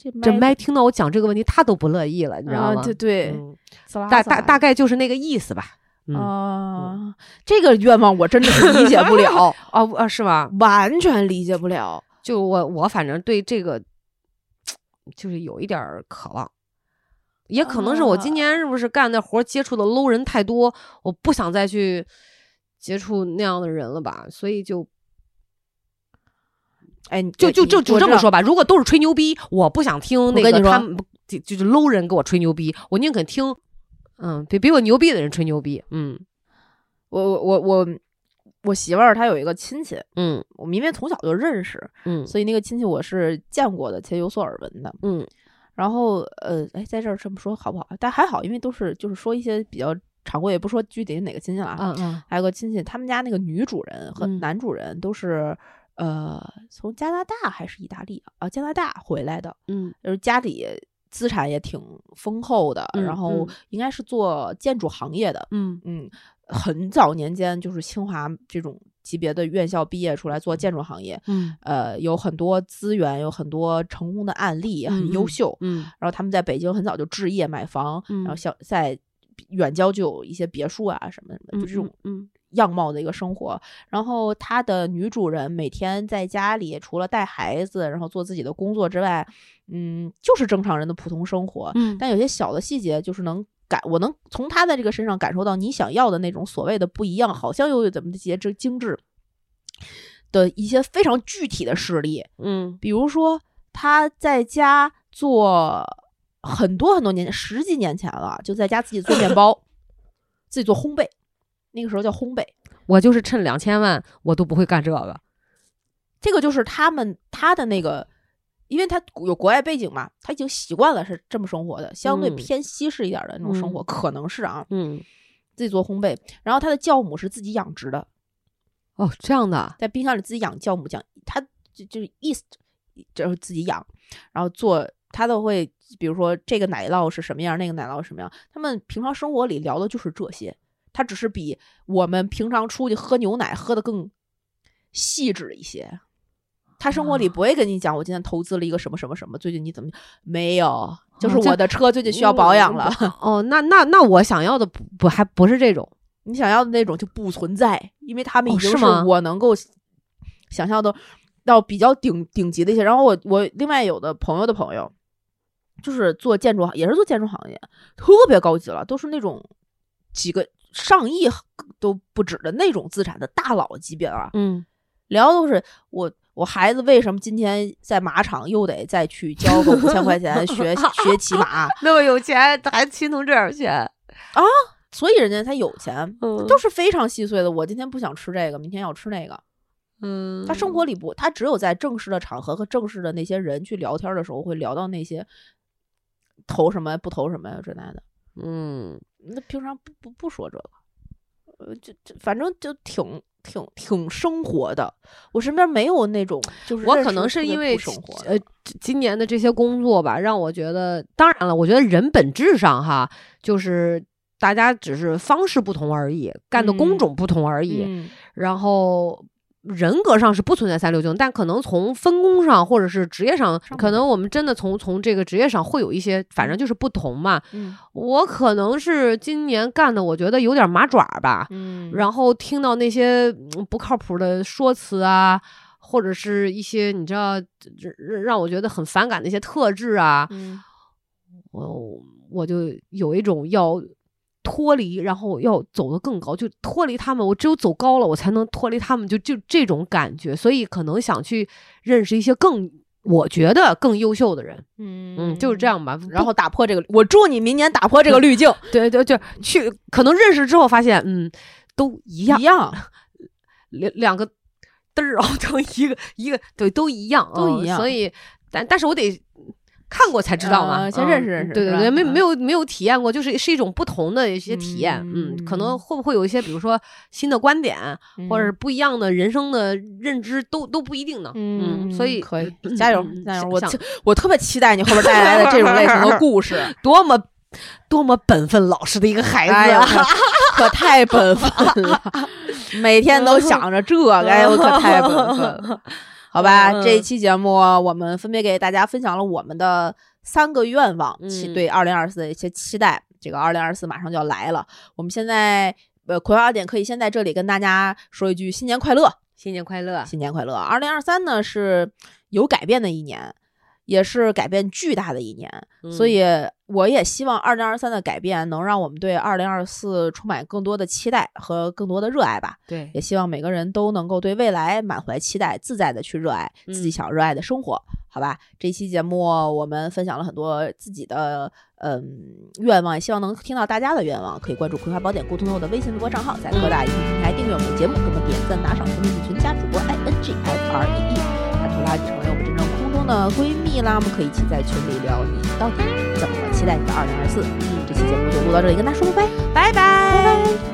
[SPEAKER 1] 这
[SPEAKER 2] 这
[SPEAKER 1] 麦
[SPEAKER 2] 麦听到我讲这个问题，他都不乐意了，你知道
[SPEAKER 1] 啊
[SPEAKER 2] 吗？
[SPEAKER 1] 对对，
[SPEAKER 2] 嗯
[SPEAKER 1] 滋啦
[SPEAKER 2] 大
[SPEAKER 1] 滋
[SPEAKER 2] 大
[SPEAKER 1] 啦
[SPEAKER 2] 大概就是那个意思吧。嗯哦
[SPEAKER 1] 啊，这个愿望我真的是理解不 了，
[SPEAKER 2] 哦、啊是吧？
[SPEAKER 1] 完全理解不了。
[SPEAKER 2] 就我我反正对这个就是有一点儿渴望，也可能是我今
[SPEAKER 1] 啊
[SPEAKER 2] 年是不是干的活儿接触的 low 人太多，我不想再去接触那样的人了吧，所以就
[SPEAKER 1] 哎，你
[SPEAKER 2] 就
[SPEAKER 1] 我
[SPEAKER 2] 就
[SPEAKER 1] 你
[SPEAKER 2] 就就
[SPEAKER 1] 我
[SPEAKER 2] 这
[SPEAKER 1] 知
[SPEAKER 2] 么
[SPEAKER 1] 道
[SPEAKER 2] 说吧。如果都是吹牛逼，我不想听那
[SPEAKER 1] 跟
[SPEAKER 2] 个
[SPEAKER 1] 你说
[SPEAKER 2] 他们不就就是 low 人给我吹牛逼，我宁肯听嗯比比我牛逼的人吹牛逼，嗯
[SPEAKER 1] 我我我我我媳妇儿她有一个亲戚，
[SPEAKER 2] 嗯
[SPEAKER 1] 我们因为从小就认识，
[SPEAKER 2] 嗯
[SPEAKER 1] 所以那个亲戚我是见过的且有所耳闻的。
[SPEAKER 2] 嗯
[SPEAKER 1] 然后呃，哎，在这儿这么说好不好？但还好，因为都是就是说一些比较常规，也不说具体是哪个亲戚了啊，
[SPEAKER 2] 嗯嗯，
[SPEAKER 1] 还有个亲戚，他们家那个女主人和
[SPEAKER 2] 嗯
[SPEAKER 1] 男主人都是、呃从加拿大还是意大利啊加拿大回来的，
[SPEAKER 2] 嗯
[SPEAKER 1] 就是家里资产也挺丰厚的，
[SPEAKER 2] 嗯
[SPEAKER 1] 然后
[SPEAKER 2] 嗯
[SPEAKER 1] 应该是做建筑行业的，
[SPEAKER 2] 嗯
[SPEAKER 1] 嗯，很早年间就是清华这种级别的院校毕业出来做建筑行业，
[SPEAKER 2] 嗯
[SPEAKER 1] 呃，有很多资源，有很多成功的案例，也很优秀。
[SPEAKER 2] 嗯
[SPEAKER 1] 然后他们在北京很早就置业买房，
[SPEAKER 2] 嗯
[SPEAKER 1] 然后像在远郊就有一些别墅啊什么什么的，就这种
[SPEAKER 2] 嗯
[SPEAKER 1] 样貌的一个生活。然后她的女主人每天在家里除了带孩子，然后做自己的工作之外，嗯，就是正常人的普通生活。
[SPEAKER 2] 嗯，
[SPEAKER 1] 但有些小的细节就是能感，我能从她的这个身上感受到你想要的那种所谓的不一样，好像又有怎么的节制精致的一些非常具体的事例。
[SPEAKER 2] 嗯
[SPEAKER 1] 比如说她在家做很多很多年前，十几年前了，就在家自己做面包， 自己做烘焙。那个时候叫烘焙，
[SPEAKER 2] 我就是趁两千万，我都不会干这个。
[SPEAKER 1] 这个就是他们他的那个，因为他有国外背景嘛，他已经习惯了是这么生活的，相对
[SPEAKER 2] 嗯
[SPEAKER 1] 偏西式一点的那种生活，
[SPEAKER 2] 嗯
[SPEAKER 1] 可能是啊，
[SPEAKER 2] 嗯，
[SPEAKER 1] 自己做烘焙。然后他的酵母是自己养殖的，
[SPEAKER 2] 哦，这样的，
[SPEAKER 1] 在冰箱里自己养酵母酱，他就就是 yeast，就是自己养，然后做他都会，比如说这个奶酪是什么样，那个奶酪是什么样，他们平常生活里聊的就是这些，他只是比我们平常出去喝牛奶喝的更细致一些。他生活里
[SPEAKER 2] 啊
[SPEAKER 1] 不会跟你讲，我今天投资了一个什么什么什么，最近你怎么没有？就
[SPEAKER 2] 啊
[SPEAKER 1] 是
[SPEAKER 2] 这
[SPEAKER 1] 我的车最近需要保养了，
[SPEAKER 2] 哦，那那那我想要的不不还不是 这种。
[SPEAKER 1] 你想要的那种就不存在，因为他们已
[SPEAKER 2] 哦
[SPEAKER 1] 经
[SPEAKER 2] 是
[SPEAKER 1] 是
[SPEAKER 2] 吗
[SPEAKER 1] 我能够想象到到比较顶顶级的一些。然后我我另外有的朋友的朋友，就是做建筑也是做建筑行业，特别高级了，都是那种几个上亿都不止的那种资产的大佬级别了。
[SPEAKER 2] 嗯，
[SPEAKER 1] 聊都是我我孩子为什么今天在马场又得再去交个五千块 钱学学骑马，
[SPEAKER 2] 那么有钱还心疼这点钱。
[SPEAKER 1] 所以人家才有钱。
[SPEAKER 2] 嗯
[SPEAKER 1] 都是非常细碎的。我今天不想吃这个，明天要吃那个。
[SPEAKER 2] 嗯，
[SPEAKER 1] 他生活里不，他只有在正式的场合和正式的那些人去聊天的时候，会聊到那些投什么不投什么呀这那的。
[SPEAKER 2] 嗯，
[SPEAKER 1] 那平常不不不说这个，呃，就就反正就挺挺挺生活的。我身边没有那种就是
[SPEAKER 2] 我
[SPEAKER 1] 认
[SPEAKER 2] 可
[SPEAKER 1] 识
[SPEAKER 2] 能
[SPEAKER 1] 特
[SPEAKER 2] 是
[SPEAKER 1] 别
[SPEAKER 2] 因
[SPEAKER 1] 不
[SPEAKER 2] 为
[SPEAKER 1] 生活的
[SPEAKER 2] 呃，今年的这些工作吧，让我觉得，当然了，我觉得人本质上哈，就是大家只是方式不同而已，干的
[SPEAKER 1] 嗯
[SPEAKER 2] 工种不同而已，
[SPEAKER 1] 嗯
[SPEAKER 2] 然后。人格上是不存在三六九，但可能从分工上或者是职业上
[SPEAKER 1] 上，
[SPEAKER 2] 可能我们真的从从这个职业上会有一些，反正就是不同嘛。
[SPEAKER 1] 嗯
[SPEAKER 2] 我可能是今年干的，我觉得有点麻爪吧，
[SPEAKER 1] 嗯，
[SPEAKER 2] 然后听到那些嗯不靠谱的说辞啊，或者是一些你知道这这让我觉得很反感的一些特质啊，
[SPEAKER 1] 嗯
[SPEAKER 2] 我我就有一种要脱离，然后要走得更高，就脱离他们。我只有走高了，我才能脱离他们，就就这种感觉。所以可能想去认识一些更我觉得更优秀的人，
[SPEAKER 1] 嗯
[SPEAKER 2] 嗯，就是这。样吧。
[SPEAKER 1] 然后打破这个，我祝你明年打破这个滤镜，
[SPEAKER 2] 对对对，去可能认识之后发现，嗯，都一 样
[SPEAKER 1] 一。样，
[SPEAKER 2] 两两个嘚儿熬成一个一个，对，都一样啊，
[SPEAKER 1] 都一样
[SPEAKER 2] 所以，但但是我得看过才知道嘛，
[SPEAKER 1] 呃先
[SPEAKER 2] 嗯
[SPEAKER 1] 认识认识
[SPEAKER 2] 对
[SPEAKER 1] 是
[SPEAKER 2] 对
[SPEAKER 1] 吧
[SPEAKER 2] 对，没
[SPEAKER 1] 嗯
[SPEAKER 2] 没有没有体验过，就是是一种不同的一些体验，嗯，可能
[SPEAKER 1] 嗯
[SPEAKER 2] 会不会有一些，比如说新的观点，或者是不一样的人生的认知都，都不一定呢，嗯，所以
[SPEAKER 1] 可以加油
[SPEAKER 2] 嗯
[SPEAKER 1] 加油！
[SPEAKER 2] 想
[SPEAKER 1] 我
[SPEAKER 2] 想
[SPEAKER 1] 特我特别期待你后边带来的这种类 型的故事。
[SPEAKER 2] 多么多么本分老实的一个孩子
[SPEAKER 1] 哎呀，
[SPEAKER 2] 啊，
[SPEAKER 1] 我可可 太本分 了，每天都想着这个，哎，我可太本分了。好吧，
[SPEAKER 2] 嗯
[SPEAKER 1] 这一期节目我们分别给大家分享了我们的三个愿望，
[SPEAKER 2] 嗯
[SPEAKER 1] 期对二零二四的一些期待。这个二零二四马上就要来了，我们现在呃，葵花宝典可以先在这里跟大家说一句新年快乐。
[SPEAKER 2] 新年快乐，
[SPEAKER 1] 新年快乐！二零二三呢是有改变的一年，也是改变巨大的一年，所
[SPEAKER 2] 嗯
[SPEAKER 1] 以我也希望二零二三的改变能让我们对二零二四充满更多的期待和更多的热爱吧。
[SPEAKER 2] 对
[SPEAKER 1] 也希望每个人都能够对未来满怀期待，自在的去热爱自己
[SPEAKER 2] 嗯
[SPEAKER 1] 想热爱的生活，好吧？这期节目我们分享了很多自己的嗯愿望，也希望能听到大家的愿望。可以关注《葵花宝典》沟通的我的微信微博账号，在各大音频平台订阅我们的节目，给我们点赞、打赏、评论、进群、加主播 i n g f r e e，把头拉你成为我们真正空中的闺蜜啦！我们可以一起在群里聊你到底怎么。嗯期待你的二零二四。这期节目就录到这里，跟大家说拜拜，拜
[SPEAKER 2] 拜拜。
[SPEAKER 1] 拜。